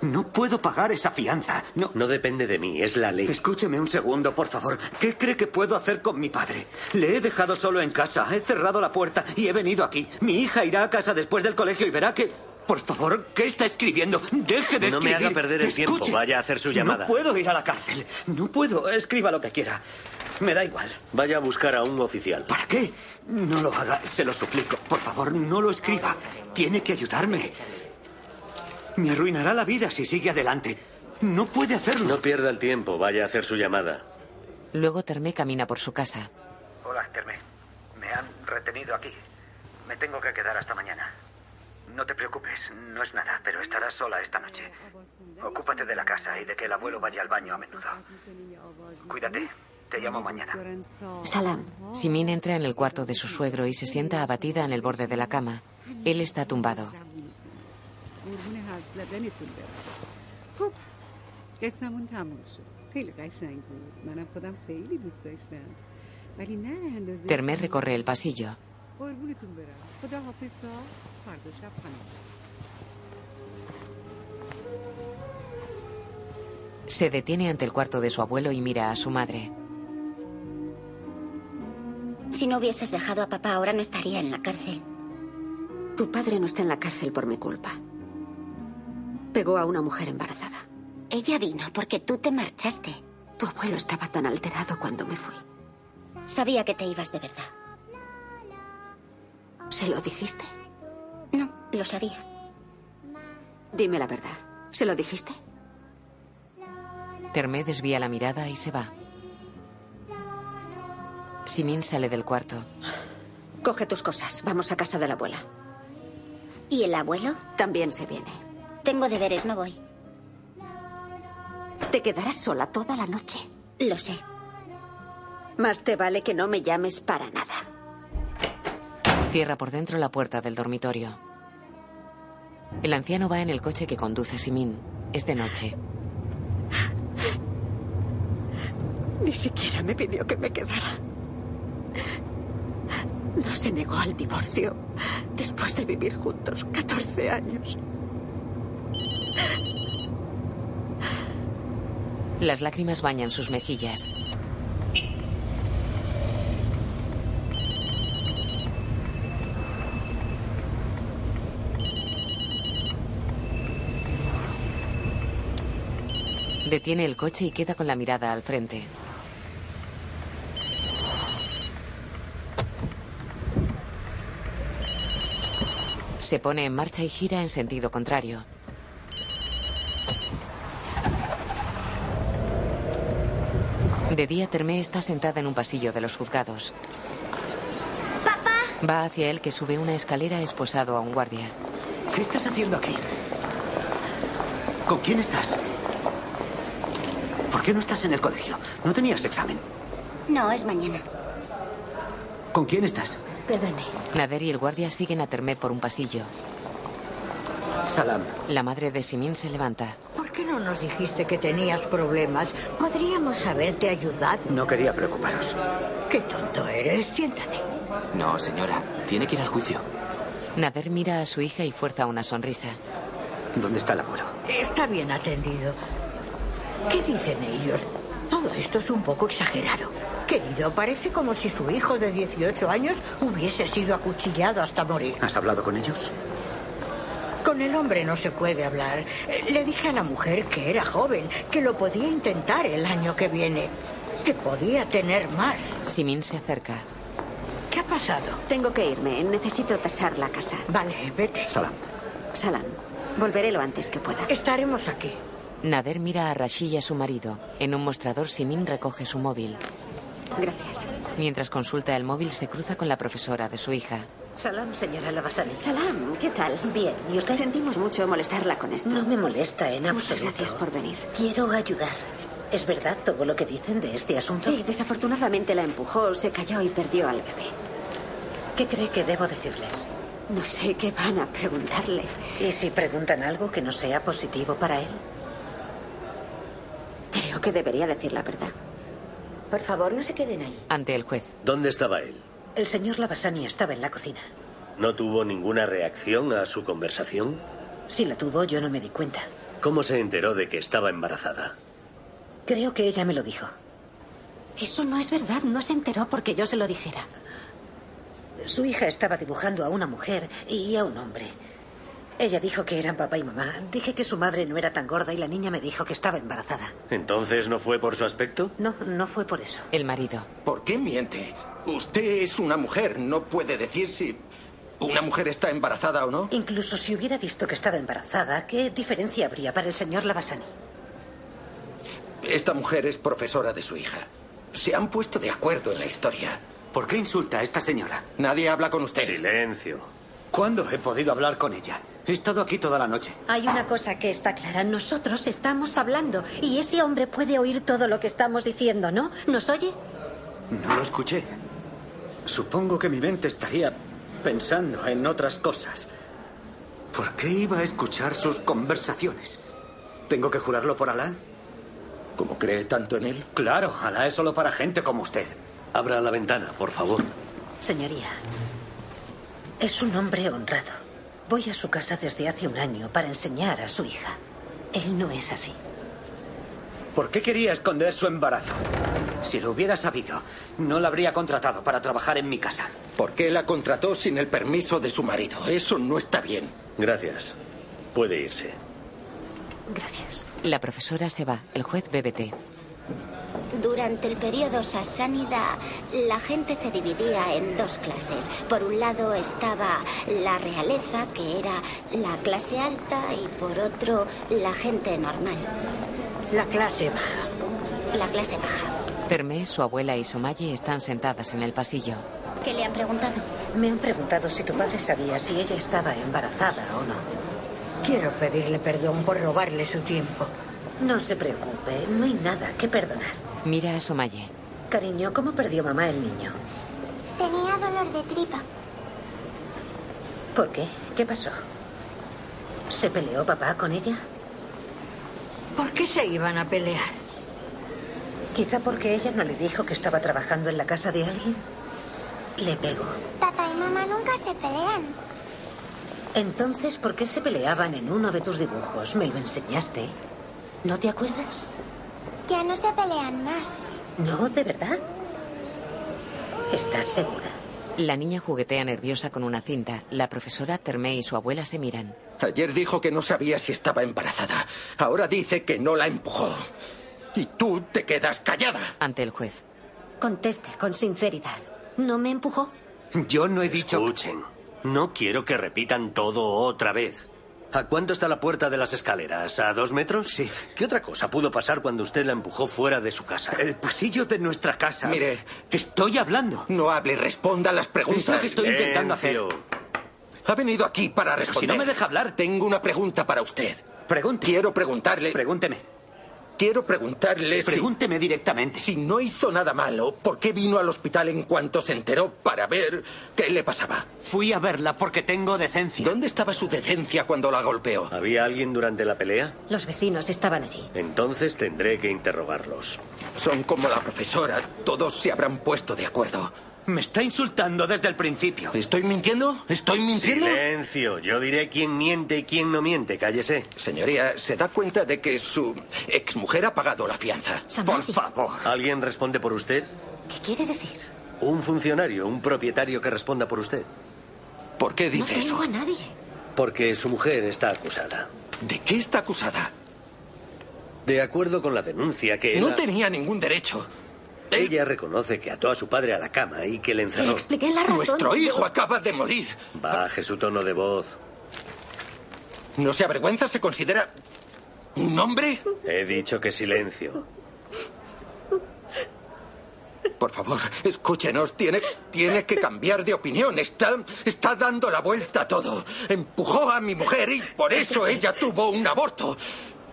[SPEAKER 5] No puedo pagar esa fianza. No.
[SPEAKER 18] No depende de mí, es la ley.
[SPEAKER 5] Escúcheme un segundo, por favor. ¿Qué cree que puedo hacer con mi padre? Le he dejado solo en casa. He cerrado la puerta y he venido aquí. Mi hija irá a casa después del colegio y verá que. Por favor, ¿qué está escribiendo? Deje de escribir.
[SPEAKER 18] No me haga perder el tiempo,
[SPEAKER 5] Escuche.
[SPEAKER 18] vaya a hacer su llamada.
[SPEAKER 5] No puedo ir a la cárcel. No puedo. Escriba lo que quiera. Me da igual.
[SPEAKER 18] Vaya a buscar a un oficial.
[SPEAKER 5] ¿Para qué? No lo haga, se lo suplico. Por favor, no lo escriba. Tiene que ayudarme. Me arruinará la vida si sigue adelante. No puede hacerlo.
[SPEAKER 18] No pierda el tiempo, vaya a hacer su llamada.
[SPEAKER 2] Luego Termé camina por su casa.
[SPEAKER 5] Hola, Terme. Me han retenido aquí. Me tengo que quedar hasta mañana. No te preocupes, no es nada, pero estarás sola esta noche. Ocúpate de la casa y de que el abuelo vaya al baño a menudo. Cuídate, te llamo mañana.
[SPEAKER 2] Salam. Simin entra en el cuarto de su suegro y se sienta abatida en el borde de la cama. Él está tumbado.
[SPEAKER 19] قصمون تموم شد خیلی قشنگ بود منم خودم خیلی دوست داشتم ولی نه اندازه
[SPEAKER 2] Termé recorre el pasillo.
[SPEAKER 19] قربونتون برم خدا حافظ تا فردا شب خانم
[SPEAKER 2] Se detiene ante el cuarto de su abuelo y mira a su madre.
[SPEAKER 8] Si no hubieses dejado a papá, ahora no estaría en la cárcel.
[SPEAKER 4] Tu padre no está en la cárcel por mi culpa. Pegó a una mujer embarazada.
[SPEAKER 8] Ella vino porque tú te marchaste.
[SPEAKER 4] Tu abuelo estaba tan alterado cuando me fui.
[SPEAKER 8] Sabía que te ibas de verdad.
[SPEAKER 4] ¿Se lo dijiste?
[SPEAKER 8] No, lo sabía.
[SPEAKER 4] Dime la verdad. ¿Se lo dijiste?
[SPEAKER 2] Termé desvía la mirada y se va. Simin sale del cuarto.
[SPEAKER 4] Coge tus cosas. Vamos a casa de la abuela.
[SPEAKER 8] ¿Y el abuelo?
[SPEAKER 4] También se viene.
[SPEAKER 8] Tengo deberes, no voy.
[SPEAKER 4] Te quedarás sola toda la noche.
[SPEAKER 8] Lo sé.
[SPEAKER 4] Más te vale que no me llames para nada.
[SPEAKER 2] Cierra por dentro la puerta del dormitorio. El anciano va en el coche que conduce Simin. Es de noche.
[SPEAKER 4] Ni siquiera me pidió que me quedara. No se negó al divorcio después de vivir juntos 14 años.
[SPEAKER 2] Las lágrimas bañan sus mejillas. Detiene el coche y queda con la mirada al frente. Se pone en marcha y gira en sentido contrario. De día, Termé está sentada en un pasillo de los juzgados. ¡Papá! Va hacia él que sube una escalera esposado a un guardia.
[SPEAKER 5] ¿Qué estás haciendo aquí? ¿Con quién estás? ¿Por qué no estás en el colegio? No tenías examen.
[SPEAKER 8] No, es mañana.
[SPEAKER 5] ¿Con quién estás?
[SPEAKER 8] Perdone.
[SPEAKER 2] Nader y el guardia siguen a Termé por un pasillo.
[SPEAKER 5] Salam.
[SPEAKER 2] La madre de Simin se levanta.
[SPEAKER 16] ¿Por qué no nos dijiste que tenías problemas? Podríamos haberte ayudado.
[SPEAKER 5] No quería preocuparos.
[SPEAKER 16] Qué tonto eres. Siéntate.
[SPEAKER 20] No, señora. Tiene que ir al juicio.
[SPEAKER 2] Nader mira a su hija y fuerza una sonrisa.
[SPEAKER 5] ¿Dónde está el abuelo?
[SPEAKER 16] Está bien atendido. ¿Qué dicen ellos? Todo esto es un poco exagerado. Querido, parece como si su hijo de 18 años hubiese sido acuchillado hasta morir.
[SPEAKER 5] ¿Has hablado con ellos?
[SPEAKER 16] Con el hombre no se puede hablar. Eh, Le dije a la mujer que era joven, que lo podía intentar el año que viene, que podía tener más.
[SPEAKER 2] Simin se acerca.
[SPEAKER 16] ¿Qué ha pasado?
[SPEAKER 4] Tengo que irme. Necesito pasar la casa.
[SPEAKER 16] Vale, vete.
[SPEAKER 5] Salam.
[SPEAKER 4] Salam, volveré lo antes que pueda.
[SPEAKER 16] Estaremos aquí.
[SPEAKER 2] Nader mira a Rashid y a su marido. En un mostrador, Simin recoge su móvil.
[SPEAKER 4] Gracias.
[SPEAKER 2] Mientras consulta el móvil, se cruza con la profesora de su hija.
[SPEAKER 11] Salam, señora Lavasani.
[SPEAKER 4] Salam, ¿qué tal?
[SPEAKER 11] Bien, ¿y usted?
[SPEAKER 4] Sentimos mucho molestarla con esto.
[SPEAKER 11] No me molesta en
[SPEAKER 4] Muchas
[SPEAKER 11] absoluto.
[SPEAKER 4] gracias por venir.
[SPEAKER 11] Quiero ayudar. ¿Es verdad todo lo que dicen de este asunto?
[SPEAKER 4] Sí, desafortunadamente la empujó, se cayó y perdió al bebé.
[SPEAKER 11] ¿Qué cree que debo decirles?
[SPEAKER 4] No sé qué van a preguntarle.
[SPEAKER 11] ¿Y si preguntan algo que no sea positivo para él?
[SPEAKER 4] Creo que debería decir la verdad.
[SPEAKER 11] Por favor, no se queden ahí.
[SPEAKER 2] Ante el juez.
[SPEAKER 18] ¿Dónde estaba él?
[SPEAKER 11] El señor Lavasani estaba en la cocina.
[SPEAKER 18] ¿No tuvo ninguna reacción a su conversación?
[SPEAKER 11] Si la tuvo, yo no me di cuenta.
[SPEAKER 18] ¿Cómo se enteró de que estaba embarazada?
[SPEAKER 11] Creo que ella me lo dijo.
[SPEAKER 7] Eso no es verdad. No se enteró porque yo se lo dijera.
[SPEAKER 11] Su hija estaba dibujando a una mujer y a un hombre. Ella dijo que eran papá y mamá. Dije que su madre no era tan gorda y la niña me dijo que estaba embarazada.
[SPEAKER 18] ¿Entonces no fue por su aspecto?
[SPEAKER 11] No, no fue por eso.
[SPEAKER 2] El marido.
[SPEAKER 9] ¿Por qué miente? Usted es una mujer, no puede decir si una mujer está embarazada o no.
[SPEAKER 11] Incluso si hubiera visto que estaba embarazada, ¿qué diferencia habría para el señor Lavasani?
[SPEAKER 9] Esta mujer es profesora de su hija. Se han puesto de acuerdo en la historia.
[SPEAKER 21] ¿Por qué insulta a esta señora?
[SPEAKER 9] Nadie habla con usted.
[SPEAKER 18] Silencio.
[SPEAKER 21] ¿Cuándo he podido hablar con ella? He estado aquí toda la noche.
[SPEAKER 7] Hay una cosa que está clara. Nosotros estamos hablando y ese hombre puede oír todo lo que estamos diciendo, ¿no? ¿Nos oye?
[SPEAKER 21] No lo escuché. Supongo que mi mente estaría pensando en otras cosas. ¿Por qué iba a escuchar sus conversaciones? ¿Tengo que jurarlo por Alá?
[SPEAKER 9] ¿Cómo cree tanto en él?
[SPEAKER 21] Claro, Alá es solo para gente como usted.
[SPEAKER 18] Abra la ventana, por favor.
[SPEAKER 11] Señoría, es un hombre honrado. Voy a su casa desde hace un año para enseñar a su hija. Él no es así.
[SPEAKER 21] ¿Por qué quería esconder su embarazo? Si lo hubiera sabido, no la habría contratado para trabajar en mi casa.
[SPEAKER 9] ¿Por qué la contrató sin el permiso de su marido? Eso no está bien.
[SPEAKER 18] Gracias. Puede irse.
[SPEAKER 11] Gracias.
[SPEAKER 2] La profesora se va. El juez bebe té.
[SPEAKER 8] Durante el periodo sasánida, la gente se dividía en dos clases. Por un lado estaba la realeza, que era la clase alta, y por otro la gente normal,
[SPEAKER 11] La clase baja.
[SPEAKER 8] la clase baja.
[SPEAKER 2] Termé, su abuela y Somaye están sentadas en el pasillo.
[SPEAKER 8] ¿Qué le han preguntado?
[SPEAKER 11] Me han preguntado si tu padre sabía si ella estaba embarazada o no.
[SPEAKER 16] Quiero pedirle perdón por robarle su tiempo.
[SPEAKER 11] No se preocupe, no hay nada que perdonar.
[SPEAKER 2] Mira a Somaye.
[SPEAKER 11] Cariño, ¿cómo perdió mamá el niño?
[SPEAKER 10] Tenía dolor de tripa.
[SPEAKER 11] ¿Por qué? ¿Qué pasó? ¿Se peleó papá con ella?
[SPEAKER 16] ¿Por qué se iban a pelear?
[SPEAKER 11] Quizá porque ella no le dijo que estaba trabajando en la casa de alguien. Le pegó.
[SPEAKER 10] Papá y mamá nunca se pelean.
[SPEAKER 11] Entonces, ¿por qué se peleaban en uno de tus dibujos? Me lo enseñaste. ¿No te acuerdas?
[SPEAKER 10] Ya no se pelean más.
[SPEAKER 11] No, de verdad. ¿Estás segura?
[SPEAKER 2] La niña juguetea nerviosa con una cinta. La profesora, Termé y su abuela se miran.
[SPEAKER 9] Ayer dijo que no sabía si estaba embarazada. Ahora dice que no la empujó. Y tú te quedas callada.
[SPEAKER 2] Ante el juez.
[SPEAKER 7] Conteste con sinceridad. ¿No me empujó?
[SPEAKER 21] Yo no he dicho...
[SPEAKER 18] Escuchen. No quiero que repitan todo otra vez. ¿A cuánto está la puerta de las escaleras? ¿A dos metros?
[SPEAKER 21] Sí.
[SPEAKER 18] ¿Qué otra cosa pudo pasar cuando usted la empujó fuera de su casa?
[SPEAKER 21] El pasillo de nuestra casa.
[SPEAKER 9] Mire.
[SPEAKER 21] estoy hablando.
[SPEAKER 9] No hable, responda a las preguntas.
[SPEAKER 21] Es lo que estoy intentando hacer.
[SPEAKER 18] Silencio.
[SPEAKER 9] Ha venido aquí para
[SPEAKER 21] Pero
[SPEAKER 9] responder.
[SPEAKER 21] si no me deja hablar, te...
[SPEAKER 9] Tengo una pregunta para usted.
[SPEAKER 21] pregunte.
[SPEAKER 9] Quiero preguntarle.
[SPEAKER 21] Pregúnteme.
[SPEAKER 9] quiero preguntarle si-
[SPEAKER 21] Pregúnteme directamente.
[SPEAKER 9] si no hizo nada malo, ¿por qué vino al hospital en cuanto se enteró para ver qué le pasaba?
[SPEAKER 21] Fui a verla porque tengo decencia.
[SPEAKER 9] ¿Dónde estaba su decencia cuando la golpeó?
[SPEAKER 18] ¿Había alguien durante la pelea?
[SPEAKER 7] Los vecinos estaban allí.
[SPEAKER 18] Entonces tendré que interrogarlos.
[SPEAKER 9] Son como la profesora. Todos se habrán puesto de acuerdo.
[SPEAKER 21] Me está insultando desde el principio.
[SPEAKER 9] ¿Estoy mintiendo? ¿Estoy mintiendo?
[SPEAKER 18] Silencio. Yo diré quién miente y quién no miente. Cállese.
[SPEAKER 9] Señoría, ¿se da cuenta de que su exmujer ha pagado la fianza?
[SPEAKER 7] Samadhi,
[SPEAKER 21] Por favor.
[SPEAKER 18] ¿Alguien responde por usted?
[SPEAKER 7] ¿Qué quiere decir?
[SPEAKER 18] Un funcionario, un propietario que responda por usted.
[SPEAKER 9] ¿Por qué
[SPEAKER 7] No
[SPEAKER 9] dice
[SPEAKER 7] tengo
[SPEAKER 9] eso?
[SPEAKER 7] a nadie.
[SPEAKER 18] Porque su mujer está acusada.
[SPEAKER 9] ¿De qué está acusada?
[SPEAKER 18] De acuerdo con la denuncia que
[SPEAKER 9] No
[SPEAKER 18] era-
[SPEAKER 9] tenía ningún derecho. Eh. Él-
[SPEAKER 18] ella reconoce que ató a su padre a la cama y que le
[SPEAKER 7] Le
[SPEAKER 18] encerró.
[SPEAKER 7] expliqué la razón.
[SPEAKER 9] Nuestro hijo acaba de morir.
[SPEAKER 18] Baje su tono de voz.
[SPEAKER 9] ¿No se avergüenza? ¿Se considera un hombre?
[SPEAKER 18] He dicho que silencio.
[SPEAKER 9] Por favor, escúchenos. Tiene, tiene que cambiar de opinión. Está, está dando la vuelta a todo. Empujó a mi mujer y por eso ella tuvo un aborto.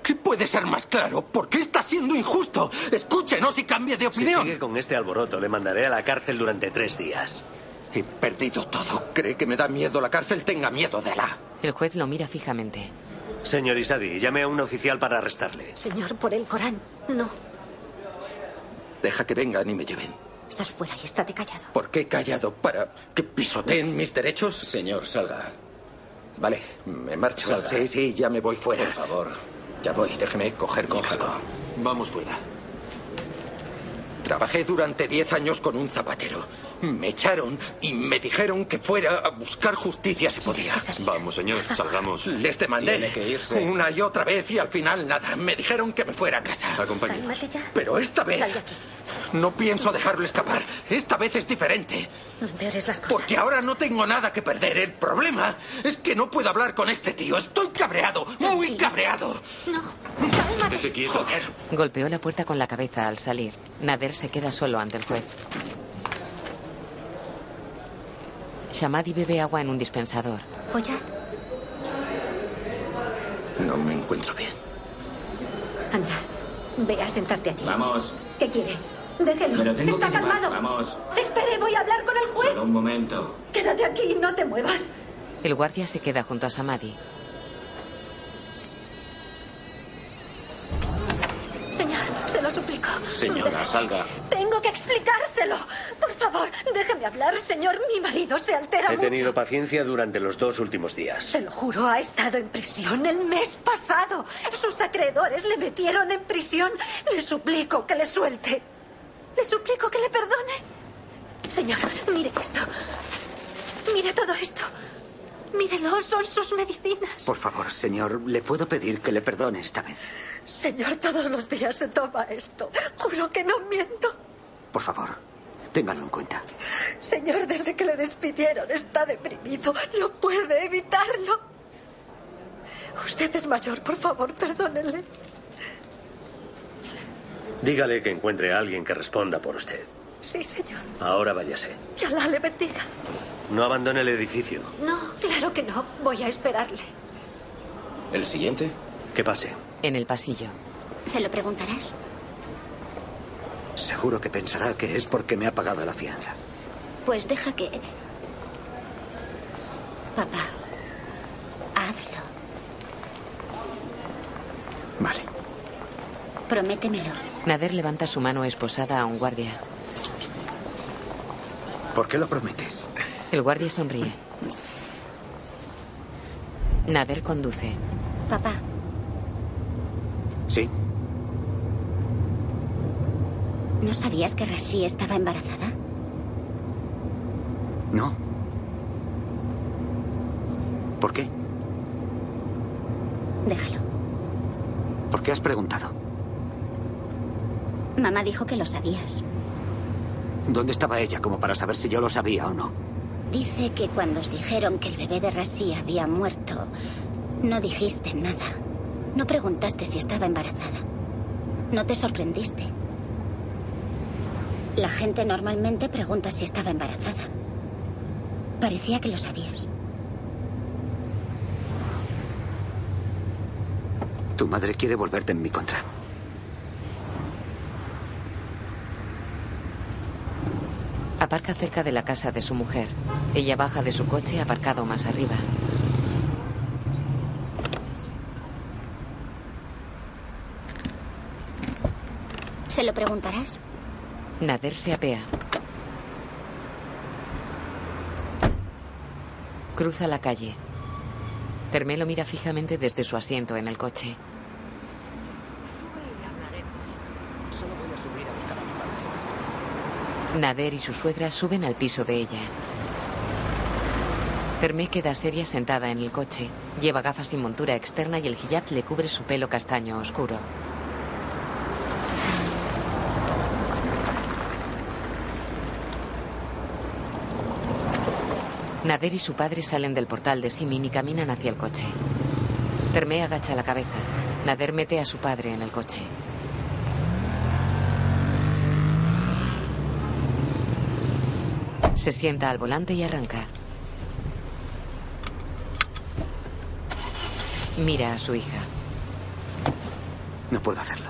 [SPEAKER 9] ¿Qué puede ser más claro? ¿Por qué está siendo injusto? Escúchenos y cambie de
[SPEAKER 18] Si
[SPEAKER 9] opinión.
[SPEAKER 18] sigue con este alboroto, le mandaré a la cárcel durante tres días.
[SPEAKER 9] He perdido todo. ¿Cree que me da miedo la cárcel? Tenga miedo de la.
[SPEAKER 2] El juez lo mira fijamente.
[SPEAKER 18] Señor Isadi, llame a un oficial para arrestarle.
[SPEAKER 7] Señor, por el Corán. No.
[SPEAKER 9] Deja que vengan y me lleven.
[SPEAKER 7] Sal fuera y estate callado.
[SPEAKER 9] ¿Por qué he callado? ¿Para que pisoteen mis derechos? Señor, salga. Vale, me marcho.
[SPEAKER 12] Salga.
[SPEAKER 9] Sí, sí, ya me voy fuera.
[SPEAKER 12] Por
[SPEAKER 9] favor. Ya voy, déjeme coger mi casco. Vamos fuera. Trabajé durante 10 años con un zapatero. Me echaron y me dijeron que fuera a buscar justicia si podía.
[SPEAKER 12] Vamos, señor, salgamos.
[SPEAKER 9] Les demandé
[SPEAKER 12] Tiene que irse.
[SPEAKER 9] una y otra vez y al final nada. Me dijeron que me fuera a casa.
[SPEAKER 12] Acompáñenos.
[SPEAKER 7] Cálmate ya.
[SPEAKER 9] Pero esta vez
[SPEAKER 7] Sal de aquí.
[SPEAKER 9] no pienso dejarlo escapar. Esta vez es diferente.
[SPEAKER 7] No empeores las cosas.
[SPEAKER 9] Porque ahora no tengo nada que perder. El problema es que no puedo hablar con este tío. Estoy cabreado, muy cabreado.
[SPEAKER 12] Estése quieto. Joder.
[SPEAKER 2] Golpeó la puerta con la cabeza al salir. Nader se queda solo ante el juez. Shamadi bebe agua en un dispensador.
[SPEAKER 8] Pues
[SPEAKER 7] Oyad,
[SPEAKER 9] No me encuentro bien.
[SPEAKER 7] anda. Ve a sentarte allí.
[SPEAKER 20] Vamos.
[SPEAKER 7] ¿Qué quiere? Déjelo.
[SPEAKER 20] Pero tengo
[SPEAKER 7] Está
[SPEAKER 20] que llevar.
[SPEAKER 7] calmado.
[SPEAKER 20] Vamos.
[SPEAKER 7] Espere, voy a hablar con el juez.
[SPEAKER 20] Solo un momento.
[SPEAKER 7] Quédate aquí, no te muevas.
[SPEAKER 2] El guardia se queda junto a Shamadi.
[SPEAKER 7] Señor, se lo suplico.
[SPEAKER 12] Señora, salga.
[SPEAKER 7] Tengo que explicárselo. Por favor, déjame hablar, señor. Mi marido se altera
[SPEAKER 18] He
[SPEAKER 7] mucho.
[SPEAKER 18] tenido paciencia durante los dos últimos días.
[SPEAKER 7] Se lo juro, ha estado en prisión el mes pasado. Sus acreedores le metieron en prisión. Le suplico que le suelte. Le suplico que le perdone. Señor, mire esto. Mire todo esto. Mírelo, son sus medicinas.
[SPEAKER 5] Por favor, señor, le puedo pedir que le perdone esta vez.
[SPEAKER 7] Señor, todos los días se toma esto. Juro que no miento.
[SPEAKER 5] Por favor, téngalo en cuenta.
[SPEAKER 7] Señor, desde que le despidieron está deprimido. No puede evitarlo. Usted es mayor, por favor, perdónele.
[SPEAKER 18] Dígale que encuentre a alguien que responda por usted.
[SPEAKER 7] Sí, señor.
[SPEAKER 18] Ahora váyase.
[SPEAKER 7] Que Alá le bendiga.
[SPEAKER 18] No abandone el edificio.
[SPEAKER 7] No, claro que no. Voy a esperarle.
[SPEAKER 18] ¿El siguiente? Que pase.
[SPEAKER 2] En el pasillo.
[SPEAKER 8] ¿Se lo preguntarás?
[SPEAKER 5] Seguro que pensará que es porque me ha pagado la fianza.
[SPEAKER 8] Pues deja que... Papá, hazlo.
[SPEAKER 5] Vale.
[SPEAKER 8] Prométemelo.
[SPEAKER 2] Nader levanta su mano esposada a un guardia.
[SPEAKER 5] ¿Por qué lo prometes?
[SPEAKER 2] El guardia sonríe. Nader conduce.
[SPEAKER 8] Papá,
[SPEAKER 5] Sí.
[SPEAKER 8] ¿no sabías que Rashi estaba embarazada?
[SPEAKER 5] No. ¿Por qué?
[SPEAKER 8] Déjalo.
[SPEAKER 5] ¿Por qué has preguntado?
[SPEAKER 8] Mamá dijo que lo sabías.
[SPEAKER 5] ¿Dónde estaba ella como para saber si yo lo sabía o no?
[SPEAKER 8] Dice que cuando os dijeron que el bebé de Rashi había muerto, no dijiste nada. No preguntaste si estaba embarazada. No te sorprendiste. La gente normalmente pregunta si estaba embarazada. Parecía que lo sabías.
[SPEAKER 5] Tu madre quiere volverte en mi contra.
[SPEAKER 2] Aparca cerca de la casa de su mujer. Ella baja de su coche aparcado más arriba.
[SPEAKER 8] ¿Se lo preguntarás?
[SPEAKER 2] Nader se apea. Cruza la calle. Termé lo mira fijamente desde su asiento en el coche.
[SPEAKER 11] Solo voy a subir a buscar a mi
[SPEAKER 2] Nader y su suegra suben al piso de ella. Termé queda seria sentada en el coche. Lleva gafas y montura externa y el hijab le cubre su pelo castaño oscuro. Nader y su padre salen del portal de Simin y caminan hacia el coche. Termé agacha la cabeza. Nader mete a su padre en el coche. Se sienta al volante y arranca. Mira a su hija.
[SPEAKER 5] No puedo hacerlo.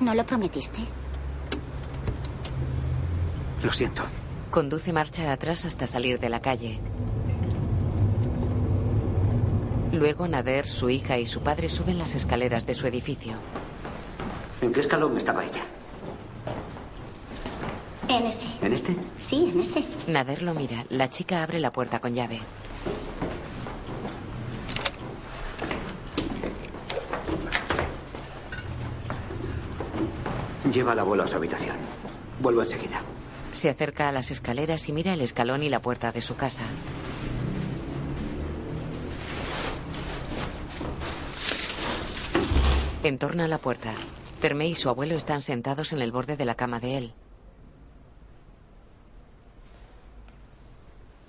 [SPEAKER 8] ¿No lo prometiste?
[SPEAKER 5] Lo siento.
[SPEAKER 2] Conduce marcha atrás hasta salir de la calle. Luego Nader, su hija y su padre suben las escaleras de su edificio.
[SPEAKER 5] ¿En qué escalón estaba ella?
[SPEAKER 8] En ese.
[SPEAKER 5] ¿En este?
[SPEAKER 8] Sí, en ese.
[SPEAKER 2] Nader lo mira. La chica abre la puerta con llave.
[SPEAKER 5] Lleva al abuelo a su habitación. Vuelvo enseguida.
[SPEAKER 2] Se acerca a las escaleras y mira el escalón y la puerta de su casa. Entorna la puerta. Terme y su abuelo están sentados en el borde de la cama de él.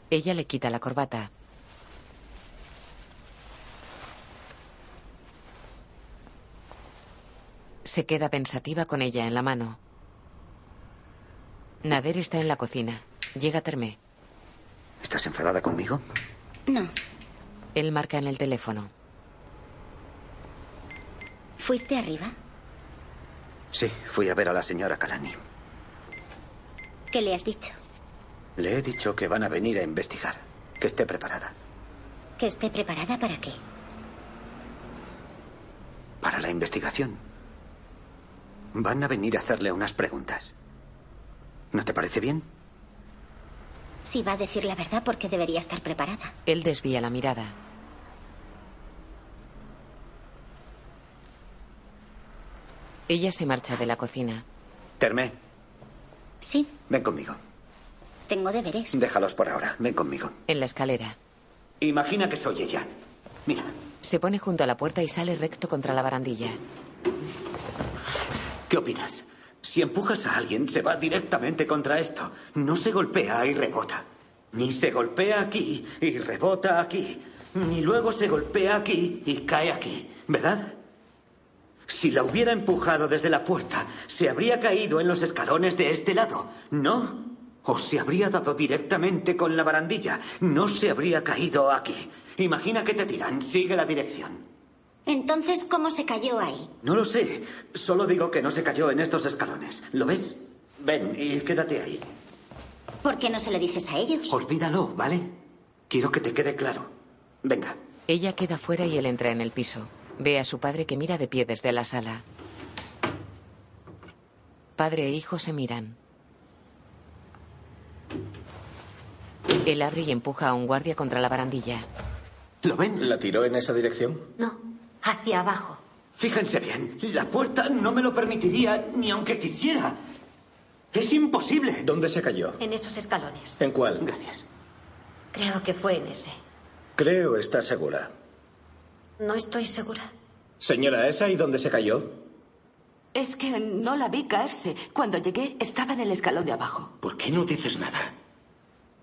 [SPEAKER 2] Ella le quita la corbata. Se queda pensativa con ella en la mano. Nader está en la cocina. Llega Termé.
[SPEAKER 5] ¿Estás enfadada conmigo?
[SPEAKER 8] No.
[SPEAKER 2] Él marca en el teléfono.
[SPEAKER 8] ¿Fuiste arriba?
[SPEAKER 5] Sí, fui a ver a la señora Kalani.
[SPEAKER 8] ¿Qué le has dicho?
[SPEAKER 5] Le he dicho que van a venir a investigar. Que esté preparada.
[SPEAKER 8] ¿Que esté preparada para qué?
[SPEAKER 5] Para la investigación. Van a venir a hacerle unas preguntas. ¿No te parece bien?
[SPEAKER 8] Si va a decir la verdad, porque debería estar preparada.
[SPEAKER 2] Él desvía la mirada. Ella se marcha de la cocina.
[SPEAKER 5] Termé,
[SPEAKER 8] Sí,
[SPEAKER 5] ven conmigo.
[SPEAKER 8] tengo deberes.
[SPEAKER 5] Déjalos por ahora. Ven conmigo.
[SPEAKER 2] En la escalera.
[SPEAKER 5] Imagina que soy ella. Mira.
[SPEAKER 2] Se pone junto a la puerta y sale recto contra la barandilla.
[SPEAKER 5] ¿Qué opinas? Si empujas a alguien, se va directamente contra esto. No se golpea y rebota. Ni se golpea aquí y rebota aquí. Ni luego se golpea aquí y cae aquí. ¿Verdad? Si la hubiera empujado desde la puerta, se habría caído en los escalones de este lado. ¿No? O se habría dado directamente con la barandilla. No se habría caído aquí. Imagina que te tiran. Sigue la dirección.
[SPEAKER 8] Entonces, ¿cómo se cayó ahí?
[SPEAKER 5] No lo sé. Solo digo que no se cayó en estos escalones. ¿Lo ves? Ven y quédate ahí.
[SPEAKER 8] ¿Por qué no se lo dices a ellos?
[SPEAKER 5] Olvídalo, ¿vale? Quiero que te quede claro. Venga.
[SPEAKER 2] Ella queda fuera y él entra en el piso. Ve a su padre que mira de pie desde la sala. Padre e hijo se miran. Él abre y empuja a un guardia contra la barandilla.
[SPEAKER 5] ¿Lo ven?
[SPEAKER 12] ¿La tiró en esa dirección?
[SPEAKER 7] No, hacia abajo.
[SPEAKER 5] Fíjense bien. La puerta no me lo permitiría ni aunque quisiera. Es imposible.
[SPEAKER 12] ¿Dónde se cayó?
[SPEAKER 7] En esos escalones.
[SPEAKER 12] ¿En cuál?
[SPEAKER 5] Gracias.
[SPEAKER 7] Creo que fue en ese.
[SPEAKER 12] Creo está segura.
[SPEAKER 7] No estoy segura.
[SPEAKER 12] Señora, ¿es ahí donde se cayó?
[SPEAKER 15] Es que no la vi caerse. Cuando llegué estaba en el escalón de abajo.
[SPEAKER 12] ¿Por qué no dices nada?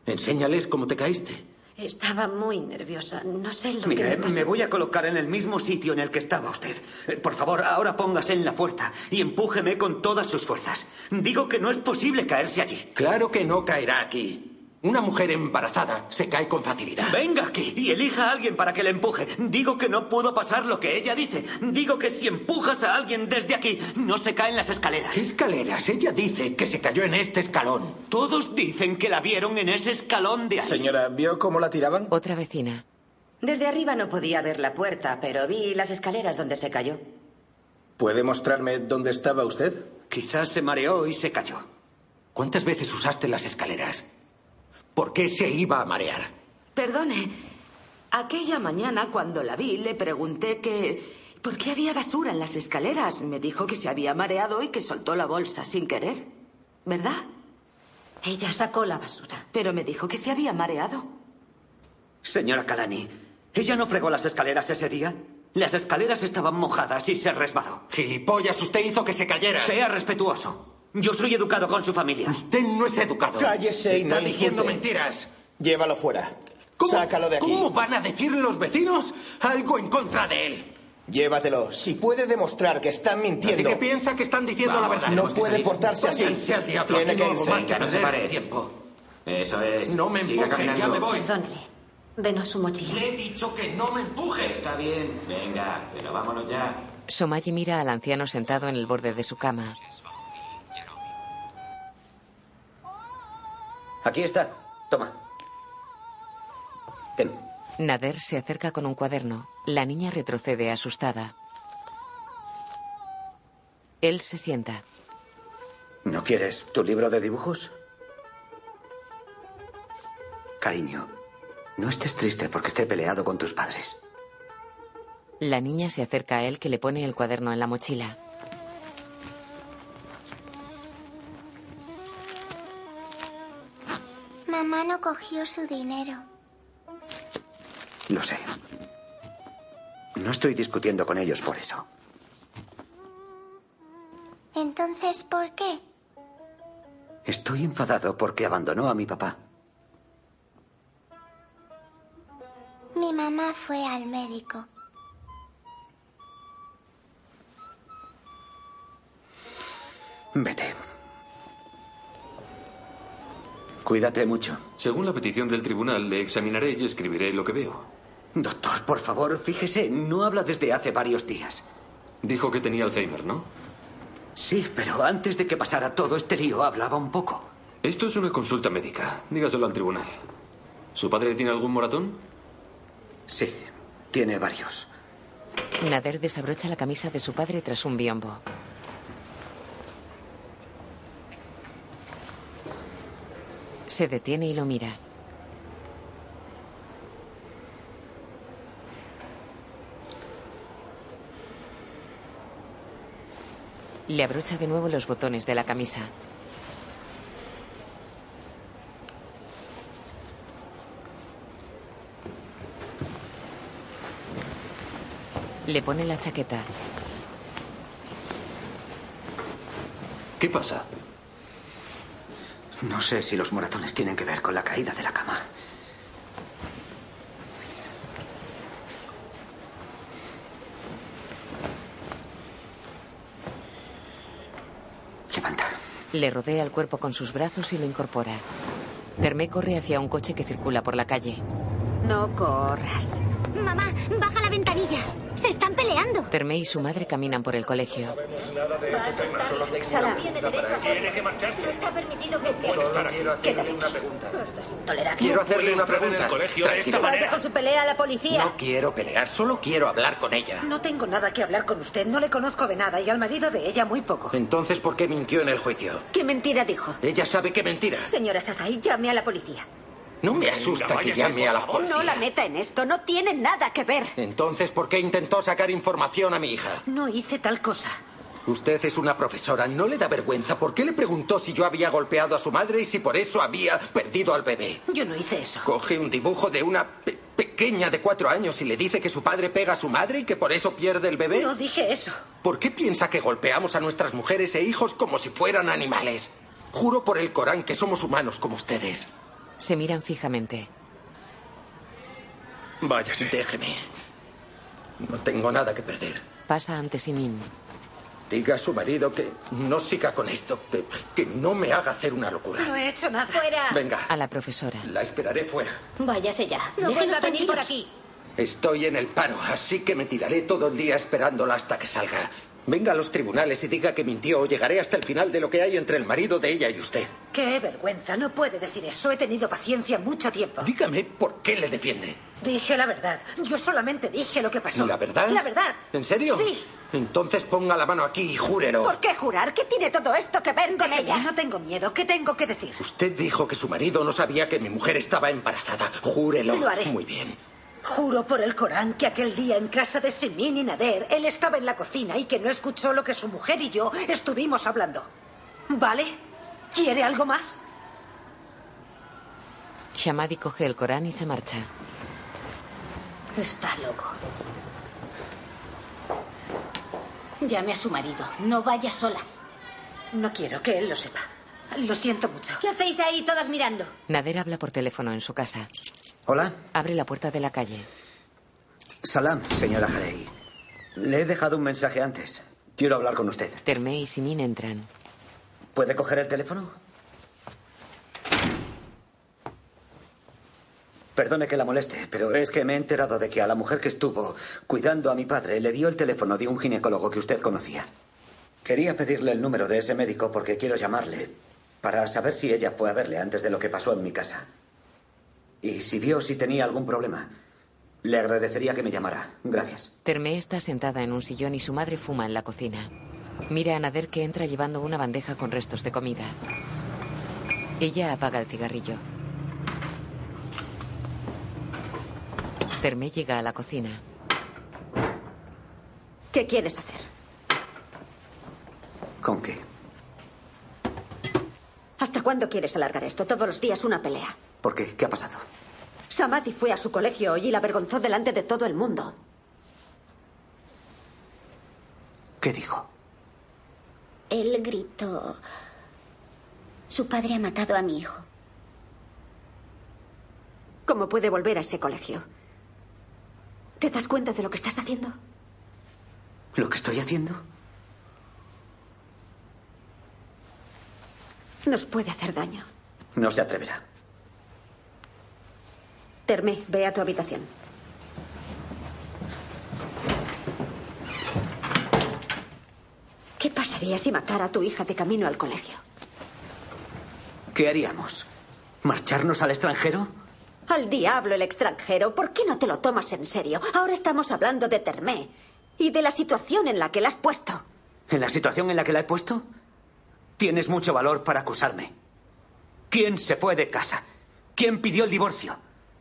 [SPEAKER 12] Enséñales cómo te caíste.
[SPEAKER 7] Estaba muy nerviosa. No sé lo que
[SPEAKER 5] Mire,
[SPEAKER 7] me pasó.
[SPEAKER 5] me voy a colocar en el mismo sitio en el que estaba usted. Eh, Por favor, ahora póngase en la puerta y empújeme con todas sus fuerzas. Digo que no es posible caerse allí.
[SPEAKER 12] Claro que no caerá aquí. Una mujer embarazada se cae con facilidad.
[SPEAKER 5] Venga aquí y elija a alguien para que le empuje. Digo que no pudo pasar lo que ella dice. Digo que si empujas a alguien desde aquí, no se caen las escaleras.
[SPEAKER 12] ¿Qué escaleras? Ella dice que se cayó en este escalón.
[SPEAKER 5] Todos dicen que la vieron en ese escalón de ahí.
[SPEAKER 12] Señora, ¿vio cómo la tiraban?
[SPEAKER 2] Otra vecina.
[SPEAKER 22] Desde arriba no podía ver la puerta, pero vi las escaleras donde se cayó.
[SPEAKER 12] ¿Puede mostrarme dónde estaba usted?
[SPEAKER 5] Quizás se mareó y se cayó.
[SPEAKER 12] ¿Cuántas veces usaste las escaleras? ¿Por qué se iba a marear?
[SPEAKER 15] Perdone, aquella mañana cuando la vi le pregunté que... ¿Por qué había basura en las escaleras? Me dijo que se había mareado y que soltó la bolsa sin querer. ¿Verdad?
[SPEAKER 7] Ella sacó la basura.
[SPEAKER 15] Pero me dijo que se había mareado.
[SPEAKER 5] Señora Kalani, ¿ella no fregó las escaleras ese día? Las escaleras estaban mojadas y se resbaló.
[SPEAKER 12] Gilipollas, usted hizo que se cayera.
[SPEAKER 5] Sea respetuoso. Yo soy educado con su familia.
[SPEAKER 12] Usted no es educado.
[SPEAKER 23] Cállese y
[SPEAKER 12] Está
[SPEAKER 23] no
[SPEAKER 12] diciendo
[SPEAKER 23] insulte.
[SPEAKER 12] mentiras.
[SPEAKER 23] Llévalo fuera. Sácalo de aquí.
[SPEAKER 12] ¿Cómo van a decir los vecinos algo en contra de él?
[SPEAKER 1] Llévatelo. Si puede demostrar que están mintiendo.
[SPEAKER 9] Así que piensa que están diciendo
[SPEAKER 1] Vamos,
[SPEAKER 9] la verdad.
[SPEAKER 1] No puede portarse así.
[SPEAKER 9] Váyanse al diablo.
[SPEAKER 1] Tiene
[SPEAKER 9] Tengo
[SPEAKER 1] que
[SPEAKER 9] algo
[SPEAKER 1] irse.
[SPEAKER 9] más que
[SPEAKER 20] no se
[SPEAKER 9] perder
[SPEAKER 20] pare.
[SPEAKER 9] el tiempo.
[SPEAKER 20] Eso es.
[SPEAKER 9] No me
[SPEAKER 20] Siga
[SPEAKER 9] empuje, ya
[SPEAKER 20] caminando.
[SPEAKER 9] me voy.
[SPEAKER 7] Perdónale. Denos su mochila.
[SPEAKER 9] Le he dicho que no me empuje.
[SPEAKER 20] Está bien. Venga, pero vámonos ya.
[SPEAKER 2] Somayi mira al anciano sentado en el borde de su cama.
[SPEAKER 21] Aquí está. Toma. Ten.
[SPEAKER 2] Nader se acerca con un cuaderno. La niña retrocede asustada. Él se sienta.
[SPEAKER 5] ¿No quieres tu libro de dibujos? Cariño, no estés triste porque esté peleado con tus padres.
[SPEAKER 2] La niña se acerca a él que le pone el cuaderno en la mochila.
[SPEAKER 10] Mamá no cogió su dinero.
[SPEAKER 5] Lo sé. No estoy discutiendo con ellos por eso.
[SPEAKER 10] Entonces, ¿por qué?
[SPEAKER 5] Estoy enfadado porque abandonó a mi papá.
[SPEAKER 10] Mi mamá fue al médico.
[SPEAKER 5] Vete. Cuídate mucho.
[SPEAKER 3] Según la petición del tribunal, le examinaré y escribiré lo que veo.
[SPEAKER 5] Doctor, por favor, fíjese, no habla desde hace varios días.
[SPEAKER 3] Dijo que tenía Alzheimer, ¿no?
[SPEAKER 5] Sí, pero antes de que pasara todo este lío hablaba un poco.
[SPEAKER 3] Esto es una consulta médica. Dígaselo al tribunal. ¿Su padre tiene algún moratón?
[SPEAKER 5] Sí, tiene varios.
[SPEAKER 2] Nader desabrocha la camisa de su padre tras un biombo. Se detiene y lo mira. Le abrocha de nuevo los botones de la camisa. Le pone la chaqueta.
[SPEAKER 3] ¿Qué pasa?
[SPEAKER 5] No sé si los moratones tienen que ver con la caída de la cama.
[SPEAKER 2] Le rodea el cuerpo con sus brazos y lo incorpora. Termé corre hacia un coche que circula por la calle.
[SPEAKER 4] No corras.
[SPEAKER 8] Mamá, baja la ventanilla. Se están peleando.
[SPEAKER 2] Termé y su madre caminan por el colegio.
[SPEAKER 24] Nada de ese tema. Solo tengo
[SPEAKER 7] Sala.
[SPEAKER 24] una pregunta para ella. Tiene que marcharse. No está permitido que esté
[SPEAKER 9] Quiero hacerle una pregunta.
[SPEAKER 7] Esto es intolerable.
[SPEAKER 9] Quiero hacerle una pregunta.
[SPEAKER 3] en el colegio de
[SPEAKER 9] Tranquilo.
[SPEAKER 3] esta
[SPEAKER 7] Vaya con su pelea a la policía.
[SPEAKER 9] No quiero pelear, solo quiero hablar con ella.
[SPEAKER 11] No tengo nada que hablar con usted. No le conozco de nada y al marido de ella muy poco.
[SPEAKER 9] Entonces, ¿por qué mintió en el juicio?
[SPEAKER 11] ¿Qué mentira dijo?
[SPEAKER 9] Ella sabe que mentira.
[SPEAKER 11] Señora Sazai, llame a la policía.
[SPEAKER 9] No me asusta que
[SPEAKER 11] váyase,
[SPEAKER 9] llame a la
[SPEAKER 11] por favor.
[SPEAKER 9] policía.
[SPEAKER 11] No la
[SPEAKER 4] Meta en esto, no tiene nada que ver.
[SPEAKER 9] Entonces, ¿por qué intentó sacar información a mi hija?
[SPEAKER 11] No hice tal cosa.
[SPEAKER 9] Usted es una profesora, ¿no le da vergüenza? ¿Por qué le preguntó si yo había golpeado a su madre y si por eso había perdido al bebé?
[SPEAKER 11] Yo no hice eso.
[SPEAKER 9] Coge un dibujo de una pe- pequeña de cuatro años y le dice que su padre pega a su madre y que por eso pierde el bebé.
[SPEAKER 11] No dije eso.
[SPEAKER 9] ¿Por qué piensa que golpeamos a nuestras mujeres e hijos como si fueran animales? Juro por el Corán que somos humanos como ustedes.
[SPEAKER 2] Se miran fijamente.
[SPEAKER 9] Váyase. Déjeme. No tengo nada que perder.
[SPEAKER 2] Pasa ante Simin.
[SPEAKER 9] Diga a su marido que no siga con esto, que, que no me haga hacer una locura.
[SPEAKER 11] No he hecho nada. Fuera.
[SPEAKER 9] Venga.
[SPEAKER 2] A la profesora.
[SPEAKER 9] La esperaré fuera.
[SPEAKER 7] Váyase ya.
[SPEAKER 11] No
[SPEAKER 7] Déjenos
[SPEAKER 11] vuelva a venir
[SPEAKER 7] tranquilos.
[SPEAKER 11] por aquí.
[SPEAKER 9] Estoy en el paro, así que me tiraré todo el día esperándola hasta que salga. Venga a los tribunales y diga que mintió o llegaré hasta el final de lo que hay entre el marido de ella y usted.
[SPEAKER 11] Qué vergüenza. No puede decir eso. He tenido paciencia mucho tiempo.
[SPEAKER 9] Dígame por qué le defiende.
[SPEAKER 11] Dije la verdad. Yo solamente dije lo que pasó.
[SPEAKER 9] ¿La verdad?
[SPEAKER 11] La verdad.
[SPEAKER 9] ¿En serio?
[SPEAKER 11] Sí.
[SPEAKER 9] Entonces ponga la mano aquí y júrelo.
[SPEAKER 11] ¿Por qué jurar? ¿Qué tiene todo esto que ver con ella? No tengo miedo. ¿Qué tengo que decir?
[SPEAKER 9] Usted dijo que su marido no sabía que mi mujer estaba embarazada. Júrelo.
[SPEAKER 11] Lo haré.
[SPEAKER 9] Muy bien.
[SPEAKER 11] Juro por el Corán que aquel día en casa de Simin y Nader, él estaba en la cocina y que no escuchó lo que su mujer y yo estuvimos hablando. ¿Vale? ¿Quiere algo más?
[SPEAKER 2] Shamadi coge el Corán y se marcha.
[SPEAKER 7] Está loco. Llame a su marido. No vaya sola.
[SPEAKER 11] No quiero que él lo sepa. Lo siento mucho.
[SPEAKER 7] ¿Qué hacéis ahí todas mirando?
[SPEAKER 2] Nader habla por teléfono en su casa.
[SPEAKER 5] Hola.
[SPEAKER 2] Abre la puerta de la calle.
[SPEAKER 5] Salam, señora Harey. Le he dejado un mensaje antes. Quiero hablar con usted.
[SPEAKER 2] Terme y Simin entran.
[SPEAKER 5] ¿Puede coger el teléfono? Perdone que la moleste, pero es que me he enterado de que a la mujer que estuvo cuidando a mi padre le dio el teléfono de un ginecólogo que usted conocía. Quería pedirle el número de ese médico porque quiero llamarle para saber si ella fue a verle antes de lo que pasó en mi casa. Y si vio si tenía algún problema. Le agradecería que me llamara. Gracias.
[SPEAKER 2] Terme está sentada en un sillón y su madre fuma en la cocina. Mira a Nader que entra llevando una bandeja con restos de comida. Ella apaga el cigarrillo. Terme llega a la cocina.
[SPEAKER 4] ¿Qué quieres hacer?
[SPEAKER 5] ¿Con qué?
[SPEAKER 4] ¿Hasta cuándo quieres alargar esto? Todos los días una pelea.
[SPEAKER 5] ¿Por qué? ¿Qué ha pasado?
[SPEAKER 4] Samadi fue a su colegio hoy y la avergonzó delante de todo el mundo.
[SPEAKER 5] ¿Qué dijo?
[SPEAKER 8] Él gritó, su padre ha matado a mi hijo.
[SPEAKER 4] ¿Cómo puede volver a ese colegio? ¿Te das cuenta de lo que estás haciendo?
[SPEAKER 5] ¿Lo que estoy haciendo?
[SPEAKER 4] Nos puede hacer daño.
[SPEAKER 5] No se atreverá.
[SPEAKER 4] Terme, ve a tu habitación. ¿Qué pasaría si matara a tu hija de camino al colegio?
[SPEAKER 5] ¿Qué haríamos? ¿Marcharnos al extranjero?
[SPEAKER 4] Al diablo el extranjero, ¿por qué no te lo tomas en serio? Ahora estamos hablando de Termé y de la situación en la que la has puesto.
[SPEAKER 5] ¿En la situación en la que la he puesto? Tienes mucho valor para acusarme. ¿Quién se fue de casa? ¿Quién pidió el divorcio?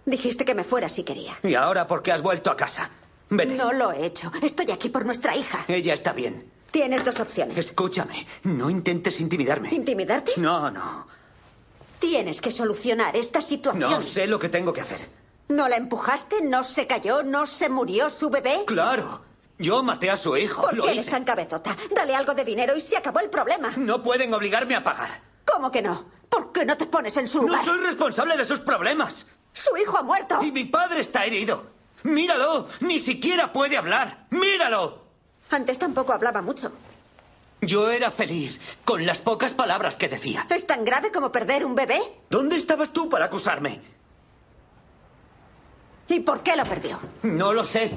[SPEAKER 4] Dijiste que me fuera si quería.
[SPEAKER 5] ¿Y ahora por qué has vuelto a casa? Vete.
[SPEAKER 4] No lo he hecho. Estoy aquí por nuestra hija.
[SPEAKER 5] Ella está bien.
[SPEAKER 4] Tienes dos opciones.
[SPEAKER 5] Escúchame, no intentes intimidarme.
[SPEAKER 4] ¿Intimidarte?
[SPEAKER 5] No, no.
[SPEAKER 4] Tienes que solucionar esta situación.
[SPEAKER 5] No sé lo que tengo que hacer.
[SPEAKER 4] ¿No la empujaste? ¿No se cayó? ¿No se murió su bebé?
[SPEAKER 5] Claro. Yo maté a su hijo.
[SPEAKER 4] ¿Por
[SPEAKER 5] lo
[SPEAKER 4] qué
[SPEAKER 5] hice.
[SPEAKER 4] eres tan cabezota? Dale algo de dinero y se acabó el problema.
[SPEAKER 5] No pueden obligarme a pagar.
[SPEAKER 4] ¿Cómo que no? ¿Por qué no te pones en su lugar?
[SPEAKER 5] No soy responsable de sus problemas.
[SPEAKER 4] Su hijo ha muerto.
[SPEAKER 5] Y mi padre está herido. Míralo. Ni siquiera puede hablar. Míralo.
[SPEAKER 4] Antes tampoco hablaba mucho.
[SPEAKER 5] Yo era feliz con las pocas palabras que decía.
[SPEAKER 4] ¿Es tan grave como perder un bebé?
[SPEAKER 5] ¿Dónde estabas tú para acusarme?
[SPEAKER 4] ¿Y por qué lo perdió?
[SPEAKER 5] No lo sé.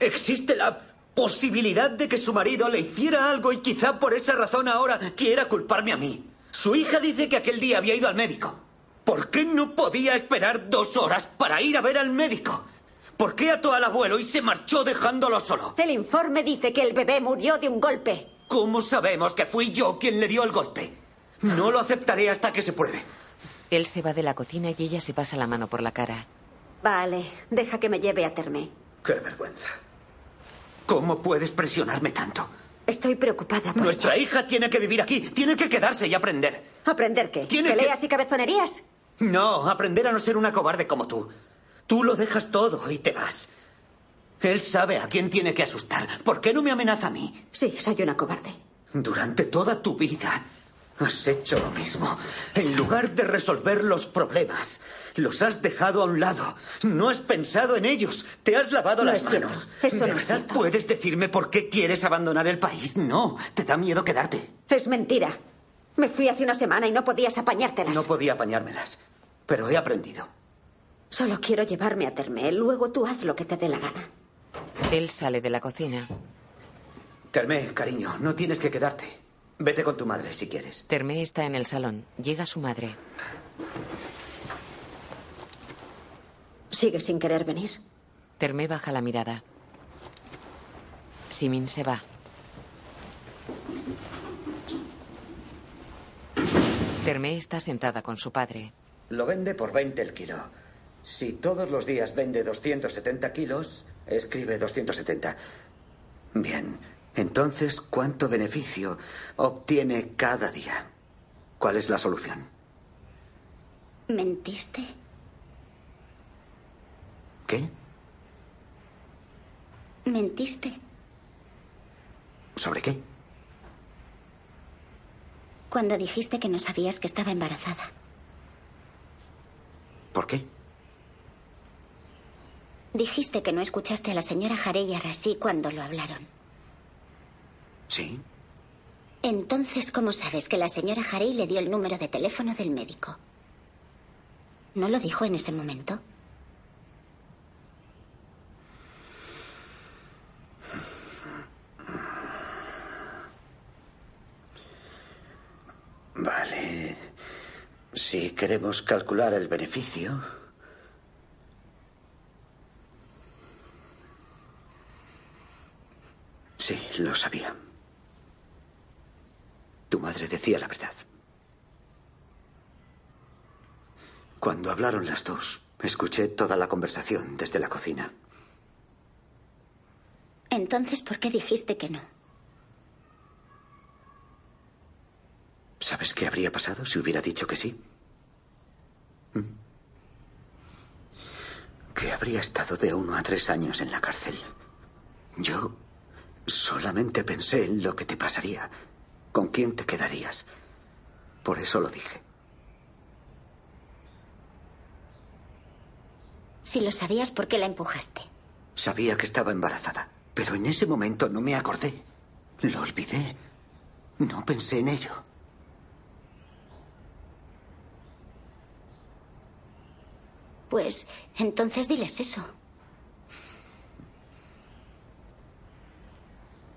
[SPEAKER 5] Existe la posibilidad de que su marido le hiciera algo y quizá por esa razón ahora quiera culparme a mí. Su hija dice que aquel día había ido al médico. ¿Por qué no podía esperar dos horas para ir a ver al médico? ¿Por qué ató al abuelo y se marchó dejándolo solo?
[SPEAKER 4] El informe dice que el bebé murió de un golpe.
[SPEAKER 5] ¿Cómo sabemos que fui yo quien le dio el golpe? No lo aceptaré hasta que se pruebe.
[SPEAKER 2] Él se va de la cocina y ella se pasa la mano por la cara.
[SPEAKER 4] Vale, deja que me lleve a Termé.
[SPEAKER 5] Qué vergüenza. ¿Cómo puedes presionarme tanto?
[SPEAKER 4] Estoy preocupada por
[SPEAKER 5] Nuestra
[SPEAKER 4] ella.
[SPEAKER 5] hija tiene que vivir aquí, tiene que quedarse y aprender.
[SPEAKER 4] ¿Aprender qué?
[SPEAKER 5] Tiene que-
[SPEAKER 4] ¿Peleas y cabezonerías?
[SPEAKER 5] No, aprender a no ser una cobarde como tú. Tú lo dejas todo y te vas. Él sabe a quién tiene que asustar. ¿Por qué no me amenaza a mí?
[SPEAKER 4] Sí, soy una cobarde.
[SPEAKER 5] Durante toda tu vida has hecho lo mismo. En lugar de resolver los problemas, los has dejado a un lado. No has pensado en ellos. Te has lavado
[SPEAKER 4] No
[SPEAKER 5] las
[SPEAKER 4] es cierto.
[SPEAKER 5] manos.
[SPEAKER 4] Eso
[SPEAKER 5] ¿De
[SPEAKER 4] no es
[SPEAKER 5] verdad
[SPEAKER 4] cierto.
[SPEAKER 5] puedes decirme por qué quieres abandonar el país? No, te da miedo quedarte.
[SPEAKER 4] Es mentira. Me fui hace una semana y no podías apañártelas.
[SPEAKER 5] No podía apañármelas, pero he aprendido.
[SPEAKER 4] Solo quiero llevarme a Termé. Luego tú haz lo que te dé la gana.
[SPEAKER 2] Él sale de la cocina.
[SPEAKER 5] Termé, cariño, no tienes que quedarte. Vete con tu madre si quieres.
[SPEAKER 2] Terme está en el salón. Llega su madre.
[SPEAKER 4] Sigue sin querer venir.
[SPEAKER 2] Terme baja la mirada. Simin se va. Terme está sentada con su padre.
[SPEAKER 5] Lo vende por 20 el kilo. Si todos los días vende 270 kilos, escribe 270. Bien. Entonces, ¿cuánto beneficio obtiene cada día? ¿Cuál es la solución?
[SPEAKER 8] ¿Mentiste?
[SPEAKER 5] ¿Qué?
[SPEAKER 8] ¿Mentiste?
[SPEAKER 5] ¿Sobre qué?
[SPEAKER 8] Cuando dijiste que no sabías que estaba embarazada.
[SPEAKER 5] ¿Por qué?
[SPEAKER 8] Dijiste que no escuchaste a la señora Jarey y Arasí cuando lo hablaron.
[SPEAKER 5] Sí.
[SPEAKER 8] Entonces, ¿cómo sabes que la señora Jarey le dio el número de teléfono del médico? ¿No lo dijo en ese momento?
[SPEAKER 5] Vale. Si queremos calcular el beneficio. Sí, lo sabía. Tu madre decía la verdad. Cuando hablaron las dos, escuché toda la conversación desde la cocina.
[SPEAKER 8] Entonces, ¿por qué dijiste que no?
[SPEAKER 5] ¿Sabes qué habría pasado si hubiera dicho que sí? ¿Mm? Que habría estado de uno a tres años en la cárcel. Yo solamente pensé en lo que te pasaría, con quién te quedarías. Por eso lo dije.
[SPEAKER 8] Si lo sabías, ¿por qué la empujaste?
[SPEAKER 5] Sabía que estaba embarazada, pero en ese momento no me acordé. Lo olvidé. No pensé en ello.
[SPEAKER 8] Pues entonces diles eso.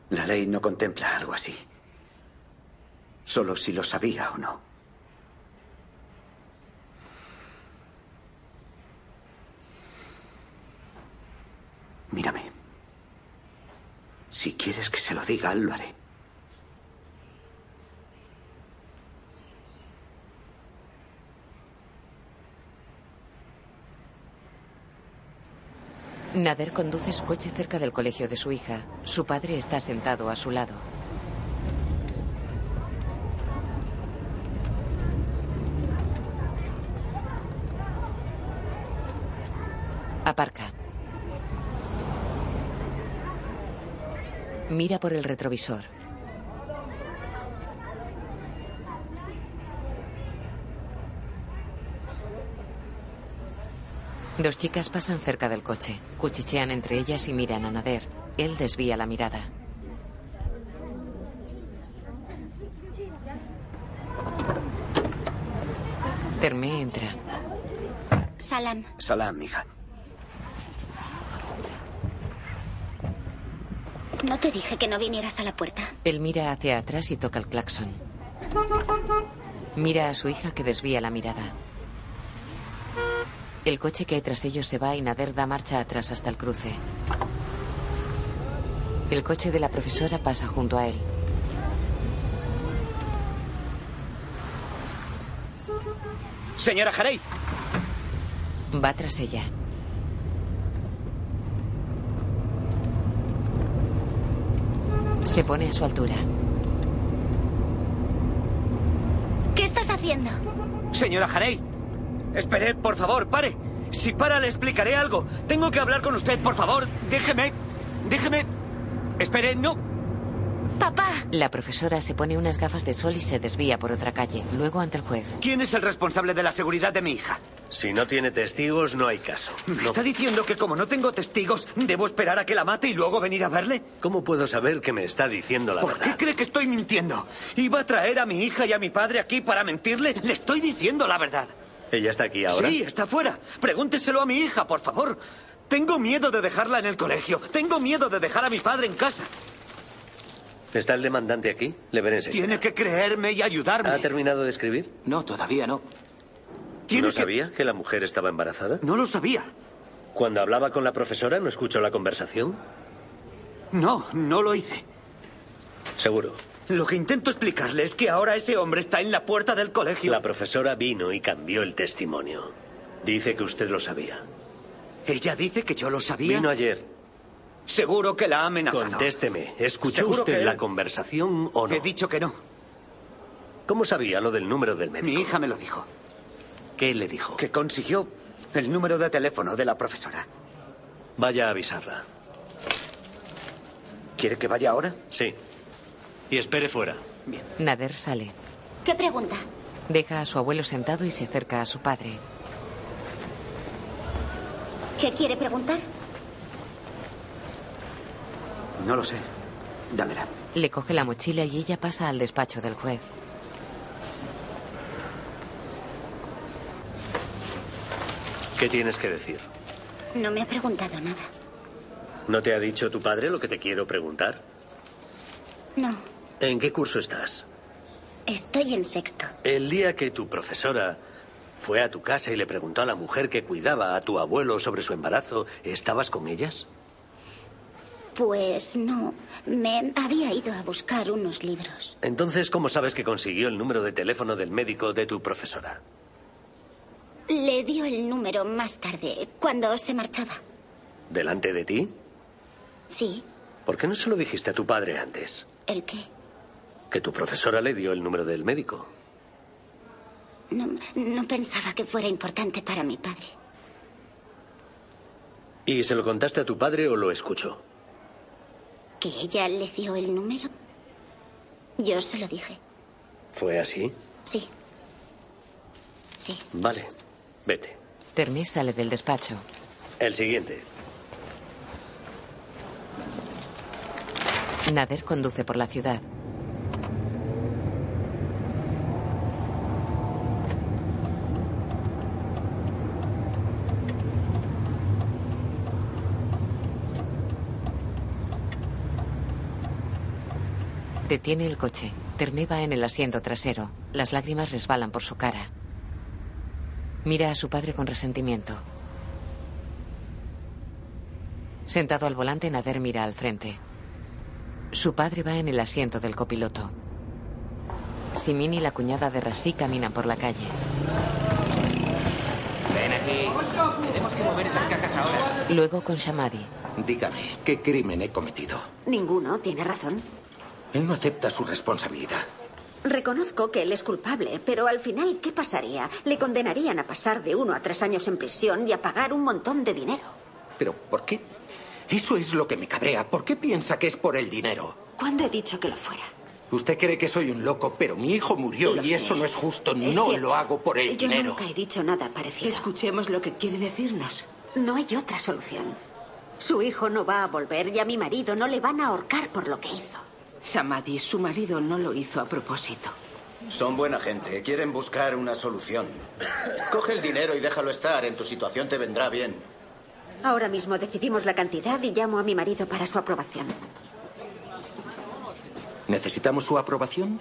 [SPEAKER 5] La ley no contempla algo así. Solo si lo sabía o no. Mírame. Si quieres que se lo diga, lo haré.
[SPEAKER 2] Nader conduce su coche cerca del colegio de su hija. Su padre está sentado a su lado. Aparca. Mira por el retrovisor. Dos chicas pasan cerca del coche, cuchichean entre ellas y miran a Nader. Él desvía la mirada. Terme entra.
[SPEAKER 8] Salam.
[SPEAKER 5] Salam, hija.
[SPEAKER 8] No te dije que no vinieras a la puerta.
[SPEAKER 2] Él mira hacia atrás y toca el claxon. Mira a su hija que desvía la mirada. El coche que hay tras ellos se va y Nader da marcha atrás hasta el cruce. El coche de la profesora pasa junto a él.
[SPEAKER 6] Señora Jarey.
[SPEAKER 2] Va tras ella. Se pone a su altura.
[SPEAKER 8] ¿Qué estás haciendo?
[SPEAKER 6] Señora Jarey. Espered, por favor, pare. Si para, le explicaré algo. Tengo que hablar con usted, por favor. Déjeme. Déjeme. Espere, no.
[SPEAKER 8] Papá.
[SPEAKER 2] La profesora se pone unas gafas de sol y se desvía por otra calle, luego ante el juez.
[SPEAKER 6] ¿Quién es el responsable de la seguridad de mi hija?
[SPEAKER 18] Si no tiene testigos, no hay caso.
[SPEAKER 6] ¿Me está diciendo que como no tengo testigos, debo esperar a que la mate y luego venir a verle?
[SPEAKER 18] ¿Cómo puedo saber que me está diciendo la
[SPEAKER 6] ¿Por
[SPEAKER 18] verdad?
[SPEAKER 6] qué cree que estoy mintiendo? ¿Iba a traer a mi hija y a mi padre aquí para mentirle? Le estoy diciendo la verdad.
[SPEAKER 18] ¿Ella está aquí ahora?
[SPEAKER 6] Sí, está fuera. Pregúnteselo a mi hija, por favor. Tengo miedo de dejarla en el colegio. Tengo miedo de dejar a mi padre en casa.
[SPEAKER 18] ¿Está el demandante aquí? Le veré enseguida.
[SPEAKER 6] Tiene que creerme y ayudarme.
[SPEAKER 18] ¿Ha terminado de escribir?
[SPEAKER 6] No, todavía no.
[SPEAKER 18] ¿No sabía que la mujer estaba embarazada?
[SPEAKER 6] No lo sabía.
[SPEAKER 18] Cuando hablaba con la profesora, ¿no escuchó la conversación?
[SPEAKER 6] No, no lo hice.
[SPEAKER 18] Seguro.
[SPEAKER 6] Lo que intento explicarle es que ahora ese hombre está en la puerta del colegio.
[SPEAKER 18] La profesora vino y cambió el testimonio. Dice que usted lo sabía.
[SPEAKER 6] Ella dice que yo lo sabía.
[SPEAKER 18] Vino ayer.
[SPEAKER 6] Seguro que la ha amenazado.
[SPEAKER 18] Contésteme, ¿escuchó
[SPEAKER 6] Seguro
[SPEAKER 18] usted
[SPEAKER 6] que-
[SPEAKER 18] la conversación o no?
[SPEAKER 6] He dicho que no.
[SPEAKER 18] ¿Cómo sabía lo del número del médico?
[SPEAKER 6] Mi hija me lo dijo.
[SPEAKER 18] ¿Qué le dijo?
[SPEAKER 6] Que consiguió el número de teléfono de la profesora.
[SPEAKER 18] Vaya a avisarla.
[SPEAKER 6] ¿Quiere que vaya ahora?
[SPEAKER 18] Sí. Y espere fuera.
[SPEAKER 2] Nader sale.
[SPEAKER 8] ¿Qué pregunta?
[SPEAKER 2] Deja a su abuelo sentado y se acerca a su padre.
[SPEAKER 8] ¿Qué quiere preguntar?
[SPEAKER 5] No lo sé. Dámela.
[SPEAKER 2] Le coge la mochila y ella pasa al despacho del juez.
[SPEAKER 18] ¿Qué tienes que decir?
[SPEAKER 8] No me ha preguntado nada.
[SPEAKER 18] ¿No te ha dicho tu padre lo que te quiero preguntar?
[SPEAKER 8] No,
[SPEAKER 18] ¿En qué curso estás?
[SPEAKER 8] estoy en sexto.
[SPEAKER 18] El día que tu profesora fue a tu casa y le preguntó a la mujer que cuidaba a tu abuelo sobre su embarazo, ¿estabas con ellas?
[SPEAKER 8] Pues no, me había ido a buscar unos libros.
[SPEAKER 18] Entonces, ¿cómo sabes que consiguió el número de teléfono del médico de tu profesora?
[SPEAKER 8] Le dio el número más tarde, cuando se marchaba.
[SPEAKER 18] ¿Delante de ti?
[SPEAKER 8] Sí,
[SPEAKER 18] ¿Por qué no se lo dijiste a tu padre antes?
[SPEAKER 8] ¿el qué?
[SPEAKER 18] Que tu profesora le dio el número del médico.
[SPEAKER 8] No, no pensaba que fuera importante para mi padre.
[SPEAKER 18] ¿Y se lo contaste a tu padre o lo escuchó?
[SPEAKER 8] ¿Que ella le dio el número? Yo se lo dije,
[SPEAKER 18] ¿Fue así?
[SPEAKER 8] sí. Sí.
[SPEAKER 18] Vale, vete.
[SPEAKER 2] Termés sale del despacho.
[SPEAKER 18] El siguiente.
[SPEAKER 2] Nader conduce por la ciudad. Detiene el coche. Terme va en el asiento trasero. Las lágrimas resbalan por su cara. Mira a su padre con resentimiento. Sentado al volante, Nader mira al frente. Su padre va en el asiento del copiloto. Simin y la cuñada de Rasí caminan por la calle.
[SPEAKER 20] Ven aquí. Tenemos que mover esas cajas ahora.
[SPEAKER 2] Luego con Shamadi.
[SPEAKER 12] Dígame, ¿qué crimen he cometido?
[SPEAKER 4] Ninguno, tiene razón.
[SPEAKER 12] Él no acepta su responsabilidad.
[SPEAKER 4] Reconozco que él es culpable, pero al final, ¿qué pasaría? Le condenarían a pasar de uno a tres años en prisión y a pagar un montón de dinero.
[SPEAKER 12] ¿Pero por qué? Eso es lo que me cabrea. ¿Por qué piensa que es por el dinero?
[SPEAKER 15] ¿Cuándo he dicho que lo fuera?
[SPEAKER 12] Usted cree que soy un loco, pero mi hijo murió
[SPEAKER 15] Lo
[SPEAKER 12] y
[SPEAKER 15] sé.
[SPEAKER 12] eso no es justo.
[SPEAKER 15] Es
[SPEAKER 12] no
[SPEAKER 15] cierto.
[SPEAKER 12] lo hago por el
[SPEAKER 15] Yo
[SPEAKER 12] dinero.
[SPEAKER 15] nunca
[SPEAKER 4] he dicho nada parecido.
[SPEAKER 15] Escuchemos lo que quiere decirnos.
[SPEAKER 4] No hay otra solución. Su hijo no va a volver y a mi marido no le van a ahorcar por lo que hizo.
[SPEAKER 15] Samadhi, su marido no lo hizo a propósito.
[SPEAKER 13] Son buena gente, quieren buscar una solución. Coge el dinero y déjalo estar, en tu situación te vendrá bien.
[SPEAKER 4] Ahora mismo decidimos la cantidad y llamo a mi marido para su aprobación.
[SPEAKER 12] ¿Necesitamos su aprobación?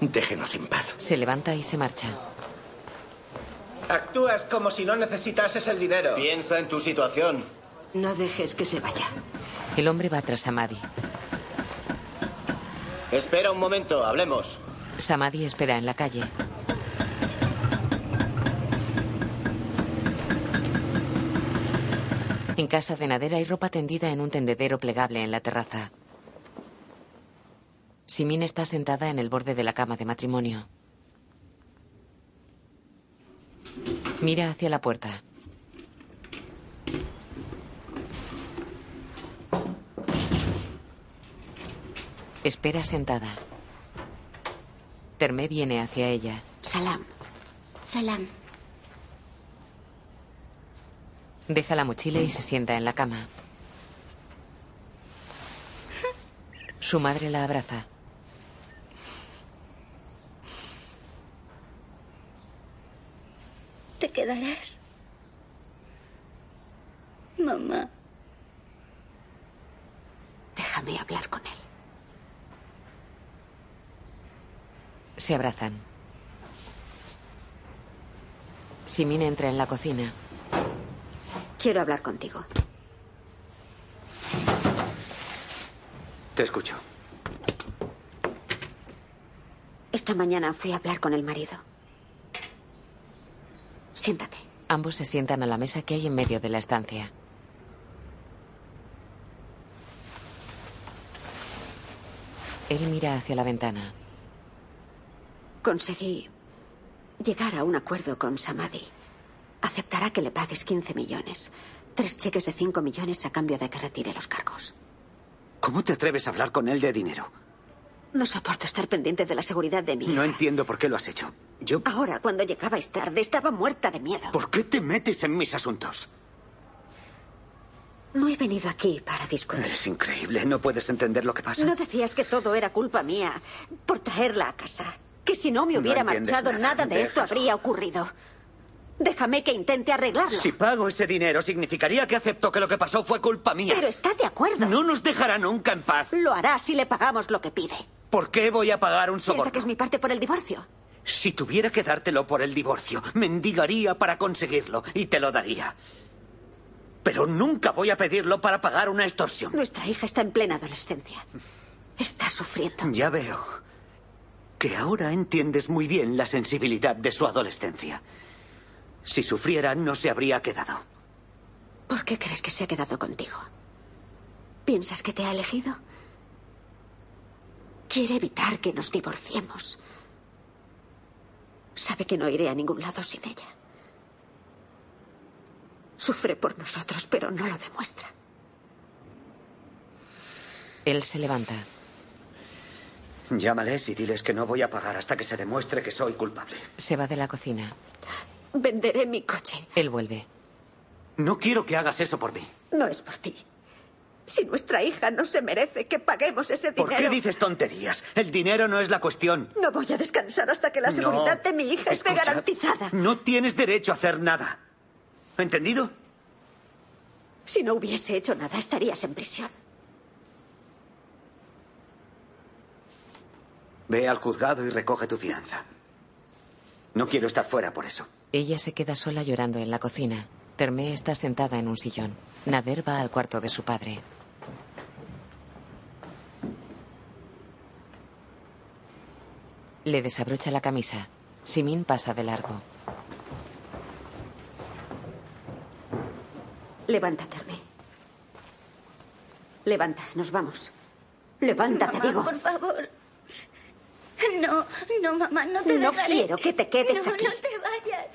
[SPEAKER 12] Déjenos en paz.
[SPEAKER 2] Se levanta y se marcha.
[SPEAKER 13] Actúas como si no necesitases el dinero. Piensa en tu situación.
[SPEAKER 15] No dejes que se vaya.
[SPEAKER 2] El hombre va tras Samadhi.
[SPEAKER 13] Espera un momento, hablemos.
[SPEAKER 2] Samadhi espera en la calle. En casa de Nader hay ropa tendida en un tendedero plegable en la terraza. Simin está sentada en el borde de la cama de matrimonio. Mira hacia la puerta. Espera sentada. Terme viene hacia ella.
[SPEAKER 8] Salam. Salam.
[SPEAKER 2] Deja la mochila y se sienta en la cama. Su madre la abraza.
[SPEAKER 10] ¿Te quedarás? Mamá.
[SPEAKER 15] Déjame hablar con él.
[SPEAKER 2] Se abrazan. Simin entra en la cocina.
[SPEAKER 4] Quiero hablar contigo.
[SPEAKER 5] Te escucho.
[SPEAKER 4] Esta mañana fui a hablar con el marido. Siéntate.
[SPEAKER 2] Ambos se sientan a la mesa que hay en medio de la estancia. Él mira hacia la ventana.
[SPEAKER 4] Conseguí llegar a un acuerdo con Samadhi. Aceptará que le pagues 15 millones. Tres cheques de 5 millones a cambio de que retire los cargos.
[SPEAKER 5] ¿Cómo te atreves a hablar con él de dinero?
[SPEAKER 4] No soporto estar pendiente de la seguridad de mi hija.
[SPEAKER 5] No entiendo por qué lo has hecho. Yo...
[SPEAKER 4] Ahora, cuando llegabais tarde, estaba muerta de miedo.
[SPEAKER 5] ¿Por qué te metes en mis asuntos?
[SPEAKER 4] No he venido aquí para discutir.
[SPEAKER 5] Eres increíble, no puedes entender lo que pasa.
[SPEAKER 4] No decías que todo era culpa mía por traerla a casa. Que si no me
[SPEAKER 5] No
[SPEAKER 4] hubiera
[SPEAKER 5] entiendes
[SPEAKER 4] marchado,
[SPEAKER 5] nada,
[SPEAKER 4] nada, de esto
[SPEAKER 5] déjalo.
[SPEAKER 4] habría ocurrido. Déjame que intente arreglarlo.
[SPEAKER 6] Si pago ese dinero, significaría que acepto que lo que pasó fue culpa mía.
[SPEAKER 4] Pero está de acuerdo.
[SPEAKER 6] No nos dejará nunca en paz.
[SPEAKER 4] Lo hará si le pagamos lo que pide.
[SPEAKER 6] ¿Por qué voy a pagar un
[SPEAKER 4] Piensa
[SPEAKER 6] soborno?
[SPEAKER 4] que es mi parte por el divorcio.
[SPEAKER 6] Si tuviera que dártelo por el divorcio, mendigaría para conseguirlo y te lo daría. Pero nunca voy a pedirlo para pagar una extorsión.
[SPEAKER 4] Nuestra hija está en plena adolescencia. Está sufriendo.
[SPEAKER 6] Ya veo que ahora entiendes muy bien la sensibilidad de su adolescencia. Si sufriera, no se habría quedado.
[SPEAKER 4] ¿Por qué crees que se ha quedado contigo? ¿Piensas que te ha elegido? Quiere evitar que nos divorciemos. Sabe que no iré a ningún lado sin ella. Sufre por nosotros, pero no lo demuestra.
[SPEAKER 2] Él se levanta.
[SPEAKER 5] Llámales y diles que no voy a pagar hasta que se demuestre que soy culpable.
[SPEAKER 2] Se va de la cocina.
[SPEAKER 4] Venderé mi coche.
[SPEAKER 2] Él vuelve.
[SPEAKER 6] No quiero que hagas eso por mí.
[SPEAKER 4] No es por ti. Si nuestra hija no se merece que paguemos ese dinero,
[SPEAKER 6] ¿Por qué dices tonterías? El dinero no es la cuestión.
[SPEAKER 4] no voy a descansar hasta que la
[SPEAKER 6] No.
[SPEAKER 4] seguridad de mi hija esté
[SPEAKER 6] Escucha.
[SPEAKER 4] garantizada.
[SPEAKER 6] No tienes derecho a hacer nada. ¿Entendido?
[SPEAKER 4] Si no hubiese hecho nada, estarías en prisión.
[SPEAKER 5] Ve al juzgado y recoge tu fianza. No quiero estar fuera por eso.
[SPEAKER 2] Ella se queda sola llorando en la cocina. Termé está sentada en un sillón. Nader va al cuarto de su padre. Le desabrocha la camisa. Simin pasa de largo.
[SPEAKER 4] Levántate, Hermé. Levanta, nos vamos. Levántate,
[SPEAKER 10] Mamá,
[SPEAKER 4] digo.
[SPEAKER 10] por favor. No, no, mamá, no te
[SPEAKER 4] No
[SPEAKER 10] dejaré.
[SPEAKER 4] quiero que te quedes
[SPEAKER 10] no,
[SPEAKER 4] aquí.
[SPEAKER 10] No te vayas.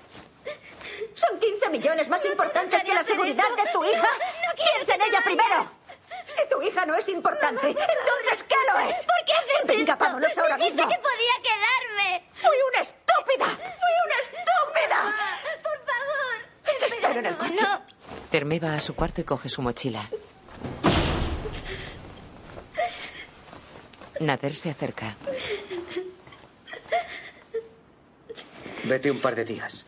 [SPEAKER 4] Son 15 millones más importantes que la
[SPEAKER 10] hacer
[SPEAKER 4] seguridad
[SPEAKER 10] eso.
[SPEAKER 4] de tu hija.
[SPEAKER 10] No, no quiero
[SPEAKER 4] Piensa en
[SPEAKER 10] que te
[SPEAKER 4] ella
[SPEAKER 10] vayas.
[SPEAKER 4] primero. Si tu hija no es importante, entonces ¿qué lo es?
[SPEAKER 10] ¿Por qué haces
[SPEAKER 4] Venga,
[SPEAKER 10] esto?
[SPEAKER 4] vámonos ahora
[SPEAKER 10] Dijiste
[SPEAKER 4] mismo.
[SPEAKER 10] que podía quedarme.
[SPEAKER 4] ¡Fui una estúpida! ¡Fui una estúpida!
[SPEAKER 10] Mamá, por favor.
[SPEAKER 4] Te espero en el coche.
[SPEAKER 10] No,
[SPEAKER 2] Termé va a su cuarto y coge su mochila. Nader se acerca.
[SPEAKER 5] Vete un par de días.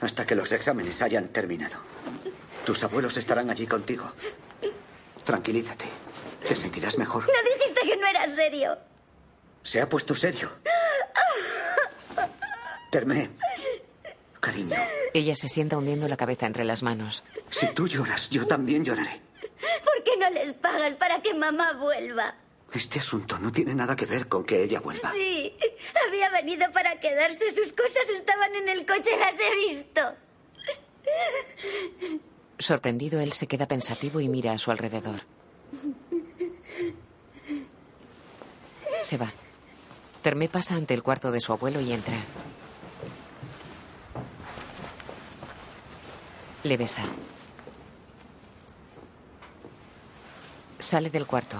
[SPEAKER 5] Hasta que los exámenes hayan terminado. Tus abuelos estarán allí contigo. Tranquilízate. Te sentirás mejor.
[SPEAKER 10] no dijiste que no era serio.
[SPEAKER 5] Se ha puesto serio. Termé. Cariño,
[SPEAKER 2] Ella se sienta hundiendo la cabeza entre las manos.
[SPEAKER 5] si tú lloras, yo también lloraré.
[SPEAKER 10] ¿Por qué no les pagas para que mamá vuelva?
[SPEAKER 5] Este asunto no tiene nada que ver con que ella vuelva.
[SPEAKER 10] Sí, había venido para quedarse. Sus cosas estaban en el coche, las he visto.
[SPEAKER 2] Sorprendido, él se queda pensativo y mira a su alrededor. Se va. Termé pasa ante el cuarto de su abuelo y entra. Le besa. Sale del cuarto.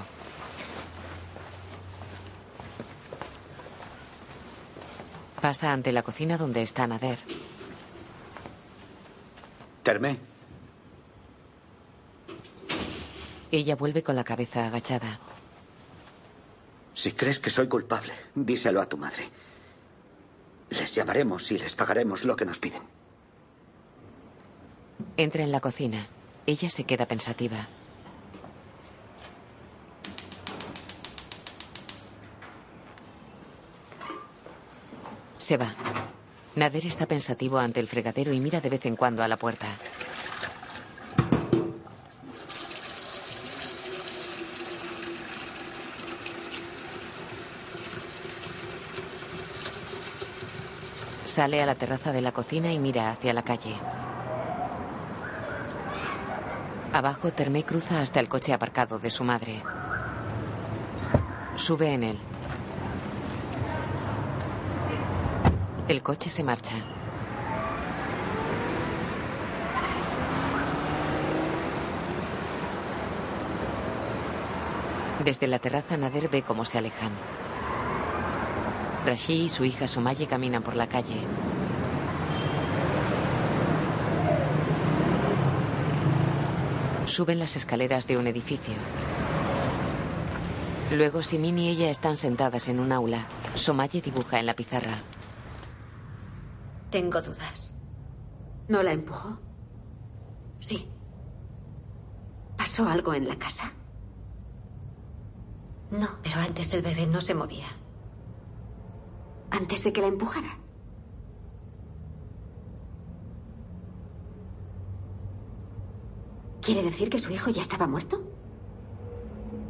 [SPEAKER 2] Pasa ante la cocina donde está Nader.
[SPEAKER 5] Termé,
[SPEAKER 2] Ella vuelve con la cabeza agachada.
[SPEAKER 5] si crees que soy culpable, díselo a tu madre. Les llamaremos y les pagaremos lo que nos piden.
[SPEAKER 2] Entra en la cocina. Ella se queda pensativa. Se va. Nader está pensativo ante el fregadero y mira de vez en cuando a la puerta. Sale a la terraza de la cocina y mira hacia la calle. Abajo, Termé cruza hasta el coche aparcado de su madre. Sube en él. El coche se marcha. Desde la terraza, Nader ve cómo se alejan. Rashid y su hija Somaye caminan por la calle. suben las escaleras de un edificio. Luego Simin y ella están sentadas en un aula. Somaye dibuja en la pizarra.
[SPEAKER 7] Tengo dudas. ¿No la empujó? Sí. ¿Pasó algo en la casa? No, pero antes el bebé no se movía. ¿Antes de que la empujara?
[SPEAKER 4] ¿Quiere decir que su hijo ya estaba muerto?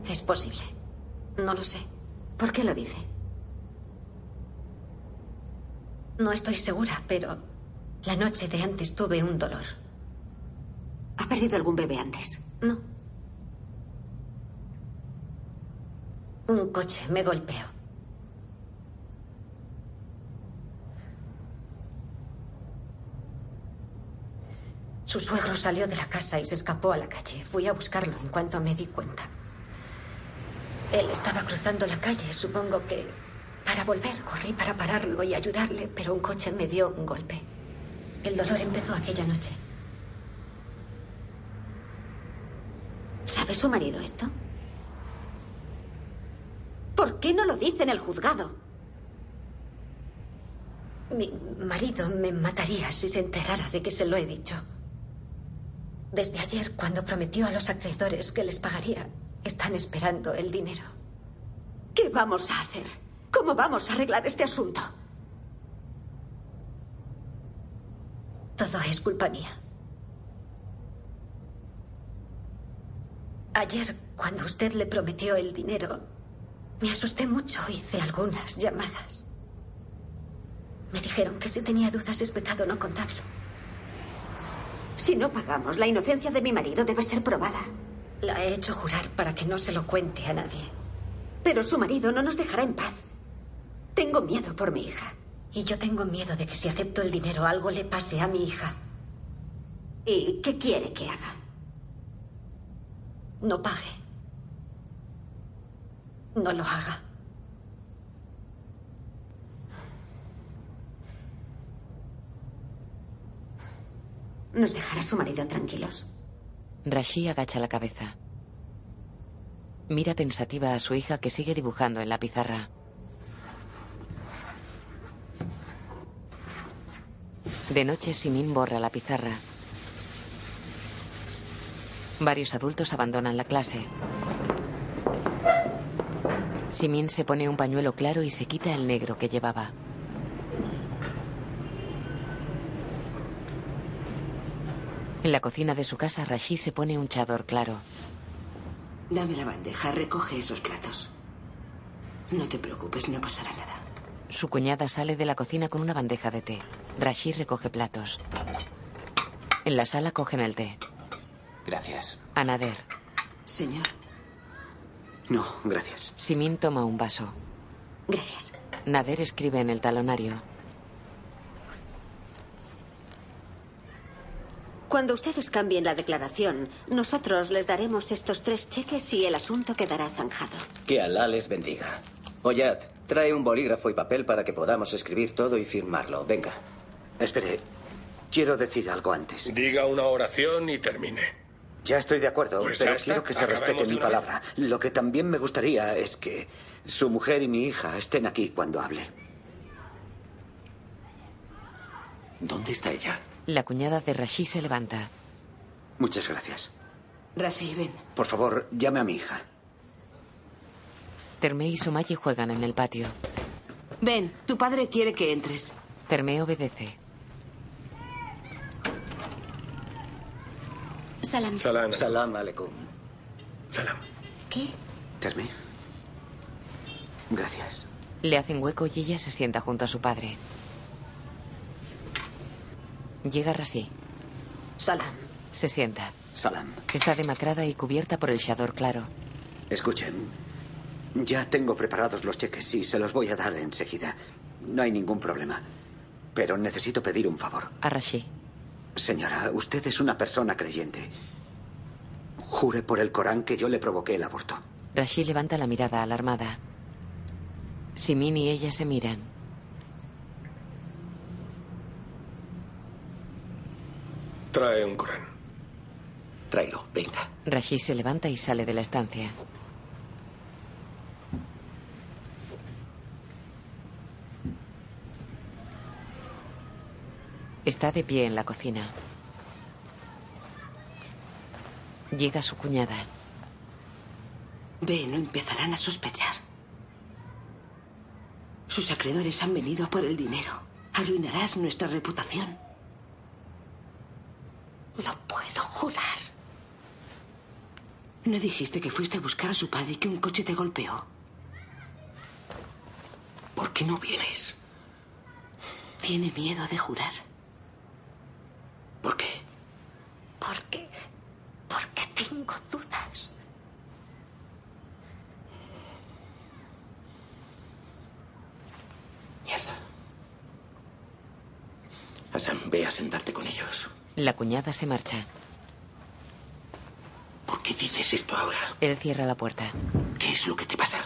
[SPEAKER 7] Es posible. No lo sé.
[SPEAKER 4] ¿Por qué lo dice?
[SPEAKER 7] No estoy segura, pero la noche de antes tuve un dolor.
[SPEAKER 4] ¿Ha perdido algún bebé antes?
[SPEAKER 7] No. Un coche me golpeó. Su suegro salió de la casa y se escapó a la calle. Fui a buscarlo en cuanto me di cuenta. Él estaba cruzando la calle, supongo que para volver. Corrí para pararlo y ayudarle, pero un coche me dio un golpe. El dolor empezó aquella noche.
[SPEAKER 4] ¿Sabe su marido esto? ¿Por qué no lo dice en el juzgado?
[SPEAKER 7] Mi marido me mataría si se enterara de que se lo he dicho. Desde ayer, cuando prometió a los acreedores que les pagaría, están esperando el dinero.
[SPEAKER 4] ¿Qué vamos a hacer? ¿Cómo vamos a arreglar este asunto?
[SPEAKER 7] Todo es culpa mía. Ayer, cuando usted le prometió el dinero, me asusté mucho, hice algunas llamadas. Me dijeron que si tenía dudas es pecado no contarlo.
[SPEAKER 4] Si no pagamos, la inocencia de mi marido debe ser probada.
[SPEAKER 7] La he hecho jurar para que no se lo cuente a nadie.
[SPEAKER 4] Pero su marido no nos dejará en paz. Tengo miedo por mi hija.
[SPEAKER 7] Y yo tengo miedo de que si acepto el dinero algo le pase a mi hija.
[SPEAKER 4] ¿Y qué quiere que haga?
[SPEAKER 7] No pague. No lo haga.
[SPEAKER 4] ¿Nos dejará su marido tranquilos?
[SPEAKER 2] Rashi agacha la cabeza. Mira pensativa a su hija que sigue dibujando en la pizarra. De noche, Simin borra la pizarra. Varios adultos abandonan la clase. Simin se pone un pañuelo claro y se quita el negro que llevaba. En la cocina de su casa, Rashid se pone un chador claro.
[SPEAKER 15] Dame la bandeja, recoge esos platos. No te preocupes, no pasará nada.
[SPEAKER 2] Su cuñada sale de la cocina con una bandeja de té. Rashid recoge platos. En la sala cogen el té.
[SPEAKER 3] Gracias.
[SPEAKER 2] Anader.
[SPEAKER 15] Señor.
[SPEAKER 3] No, gracias.
[SPEAKER 2] Simin toma un vaso.
[SPEAKER 4] Gracias.
[SPEAKER 2] Nader escribe en el talonario.
[SPEAKER 4] Cuando ustedes cambien la declaración, nosotros les daremos estos tres cheques y el asunto quedará zanjado.
[SPEAKER 13] Que Alá les bendiga. Oyad, trae un bolígrafo y papel para que podamos escribir todo y firmarlo. Venga.
[SPEAKER 5] Espere, quiero decir algo antes.
[SPEAKER 25] Diga una oración y termine.
[SPEAKER 5] Ya estoy de acuerdo,
[SPEAKER 25] Pues
[SPEAKER 5] pero
[SPEAKER 25] ya está.
[SPEAKER 5] quiero que se
[SPEAKER 25] Acabemos
[SPEAKER 5] respete
[SPEAKER 25] de
[SPEAKER 5] mi
[SPEAKER 25] una vez.
[SPEAKER 5] palabra. Lo que también me gustaría es que su mujer y mi hija estén aquí cuando hable.
[SPEAKER 2] ¿Dónde está ella? La cuñada de Rashid se levanta.
[SPEAKER 5] Muchas gracias.
[SPEAKER 15] Rashid, ven.
[SPEAKER 5] Por favor, llame a mi hija.
[SPEAKER 2] Terme y Somayi juegan en el patio.
[SPEAKER 15] Ven, tu padre quiere que entres.
[SPEAKER 2] Terme obedece.
[SPEAKER 15] Salam.
[SPEAKER 13] Salam. Salam aleikum.
[SPEAKER 25] Salam.
[SPEAKER 15] ¿Qué?
[SPEAKER 5] Termi. Gracias.
[SPEAKER 2] Le hacen hueco y ella se sienta junto a su padre. Llega Rashid.
[SPEAKER 7] Salam.
[SPEAKER 2] Se sienta.
[SPEAKER 5] Salam.
[SPEAKER 2] Está demacrada y cubierta por el chador claro.
[SPEAKER 5] Escuchen, ya tengo preparados los cheques y se los voy a dar enseguida. No hay ningún problema. Pero necesito pedir un favor.
[SPEAKER 2] A Rashid.
[SPEAKER 5] Señora, usted es una persona creyente. Jure por el Corán que yo le provoqué el aborto.
[SPEAKER 2] Rashid levanta la mirada alarmada. Simin y ella se miran.
[SPEAKER 25] Trae un Corán.
[SPEAKER 9] Tráelo, venga.
[SPEAKER 2] Rashi se levanta y sale de la estancia. Está de pie en la cocina. Llega su cuñada.
[SPEAKER 15] Ve, no empezarán a sospechar. Sus acreedores han venido a por el dinero. Arruinarás nuestra reputación. Lo puedo jurar. ¿No dijiste que fuiste a buscar a su padre y que un coche te golpeó? ¿Por qué no vienes? Tiene miedo de jurar.
[SPEAKER 9] ¿Por qué?
[SPEAKER 15] Porque. Porque tengo dudas.
[SPEAKER 9] Mierda. Hassan, ve a sentarte con ellos.
[SPEAKER 2] La cuñada se marcha.
[SPEAKER 9] ¿Por qué dices esto ahora?
[SPEAKER 2] Él cierra la puerta.
[SPEAKER 9] ¿Qué es lo que te pasa?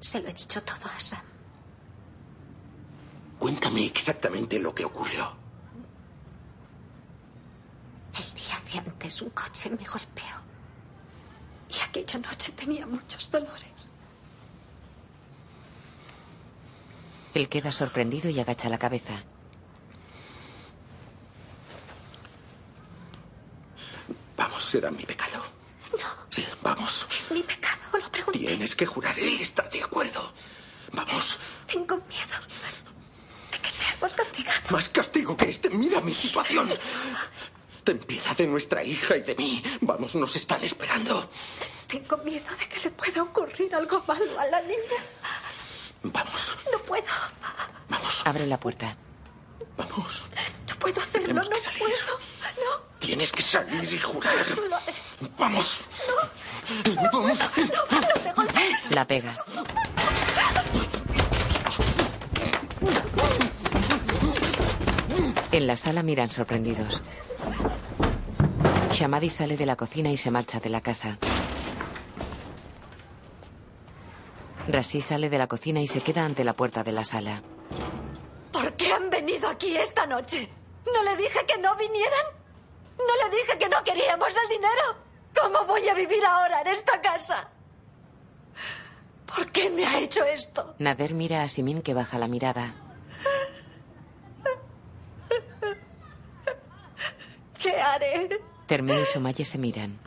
[SPEAKER 7] Se lo he dicho todo a Sam.
[SPEAKER 9] Cuéntame exactamente lo que ocurrió.
[SPEAKER 7] El día de antes un coche me golpeó. Y aquella noche tenía muchos dolores.
[SPEAKER 2] Él queda sorprendido y agacha la cabeza.
[SPEAKER 9] Vamos, será mi pecado.
[SPEAKER 7] No,
[SPEAKER 9] Sí, vamos.
[SPEAKER 7] es mi pecado, lo pregunté.
[SPEAKER 9] Tienes que jurar, él está de acuerdo. Vamos,
[SPEAKER 7] Tengo miedo de que seamos castigados.
[SPEAKER 9] más castigo que este. Mira mi situación. Ten piedad de nuestra hija y de mí. Vamos, nos están esperando.
[SPEAKER 7] Tengo miedo de que le pueda ocurrir algo malo a la niña.
[SPEAKER 9] Vamos.
[SPEAKER 7] No puedo,
[SPEAKER 2] Abre la puerta.
[SPEAKER 7] no puedo hacerlo,
[SPEAKER 9] Tenemos
[SPEAKER 7] no
[SPEAKER 9] que
[SPEAKER 7] puedo.
[SPEAKER 9] Tienes que salir y jurar.
[SPEAKER 7] No lo haré.
[SPEAKER 9] Vamos. Vamos.
[SPEAKER 2] La pega. En la sala miran sorprendidos. Shamadi sale de la cocina y se marcha de la casa. Rasi sale de la cocina y se queda ante la puerta de la sala.
[SPEAKER 10] ¿Por qué han venido aquí esta noche? ¿No le dije que no vinieran? ¿No le dije que no queríamos el dinero? ¿Cómo voy a vivir ahora en esta casa? ¿Por qué me ha hecho esto?
[SPEAKER 2] Nader mira a Simin que baja la mirada.
[SPEAKER 10] ¿Qué haré?
[SPEAKER 2] Terme y Somaye se miran.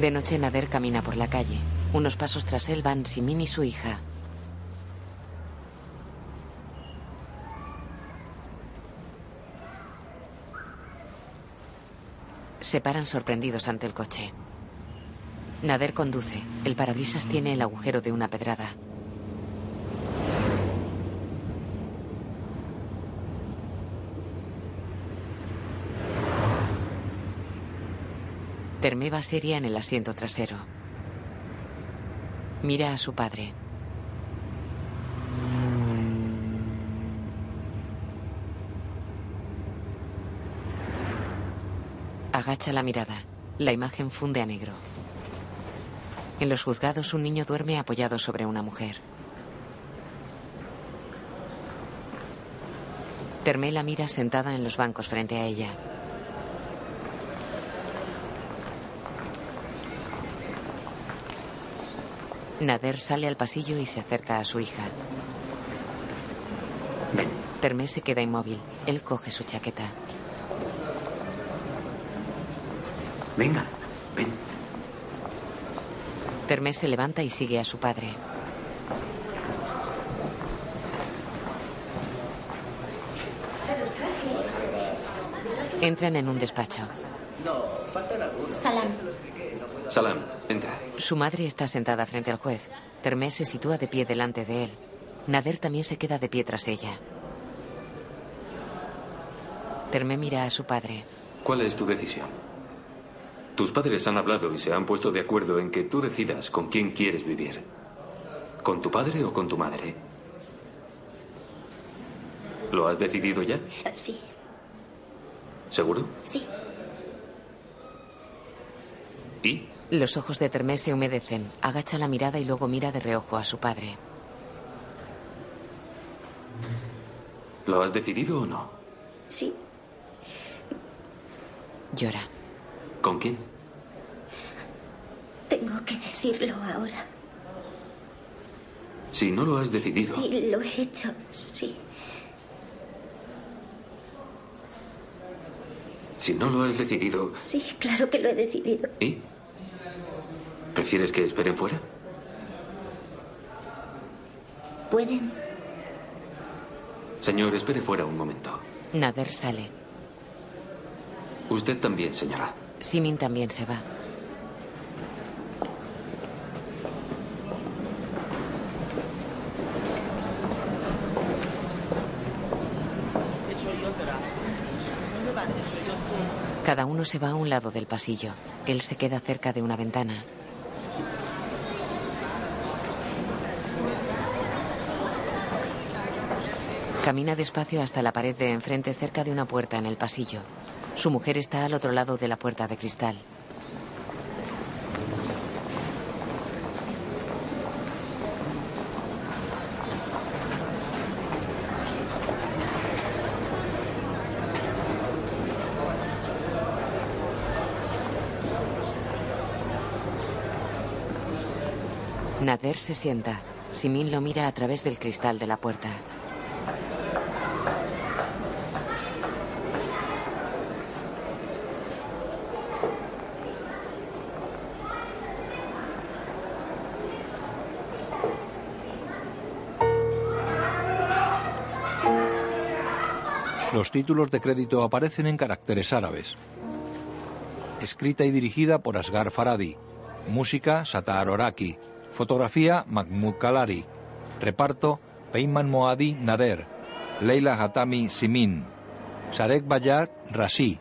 [SPEAKER 2] De noche Nader camina por la calle. Unos pasos tras él van Simin y su hija. Se paran sorprendidos ante el coche. Nader conduce. El parabrisas tiene el agujero de una pedrada. Terme va seria en el asiento trasero. Mira a su padre. Agacha la mirada. La imagen funde a negro. En los juzgados un niño duerme apoyado sobre una mujer. Terme la mira sentada en los bancos frente a ella. Nader sale al pasillo y se acerca a su hija. Termé se queda inmóvil. Él coge su chaqueta.
[SPEAKER 26] Venga.
[SPEAKER 2] Termé se levanta y sigue a su padre. Entran en un despacho.
[SPEAKER 27] No, faltan algunos.
[SPEAKER 8] Salam.
[SPEAKER 12] Salam, entra.
[SPEAKER 2] Su madre está sentada frente al juez. Termé se sitúa de pie delante de él. Nader también se queda de pie tras ella. Termé mira a su padre.
[SPEAKER 12] ¿Cuál es tu decisión? Tus padres han hablado y se han puesto de acuerdo en que tú decidas con quién quieres vivir. ¿Con tu padre o con tu madre? ¿Lo has decidido ya?
[SPEAKER 8] Sí,
[SPEAKER 12] ¿Seguro?
[SPEAKER 8] sí.
[SPEAKER 12] ¿Y?
[SPEAKER 2] Los ojos de Termé se humedecen, agacha la mirada y luego mira de reojo a su padre.
[SPEAKER 12] ¿Lo has decidido o no?
[SPEAKER 10] Sí,
[SPEAKER 2] Llora.
[SPEAKER 12] ¿Con quién?
[SPEAKER 10] tengo que decirlo ahora.
[SPEAKER 12] Si no lo has decidido,
[SPEAKER 10] Sí, lo he hecho, sí.
[SPEAKER 12] si no lo has decidido,
[SPEAKER 10] Sí, claro que lo he decidido.
[SPEAKER 12] ¿y? ¿Prefieres que esperen fuera?
[SPEAKER 10] Pueden.
[SPEAKER 12] Señor, espere fuera un momento.
[SPEAKER 2] Nader sale.
[SPEAKER 12] Usted también, señora.
[SPEAKER 2] Simin también se va. Cada uno se va a un lado del pasillo. Él se queda cerca de una ventana. Camina despacio hasta la pared de enfrente cerca de una puerta en el pasillo. Su mujer está al otro lado de la puerta de cristal. Nader se sienta. Simin lo mira a través del cristal de la puerta.
[SPEAKER 1] Los títulos de crédito aparecen en caracteres árabes. Escrita y dirigida por Asghar Faradi. Música Satar Oraki. Fotografía Mahmoud Kalari. Reparto Peyman Moadi Nader. Leila Hatami Simin. Sarek Bayat Rasi.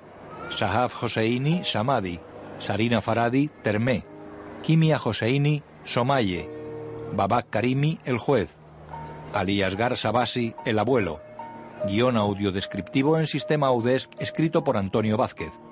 [SPEAKER 1] Sahaf Hosseini Samadi. Sarina Faradi Termé. Kimia Hosseini Somaye. Babak Karimi El Juez. Ali Asghar Sabasi El Abuelo. Guión audio descriptivo en sistema Audesc escrito por Antonio Vázquez.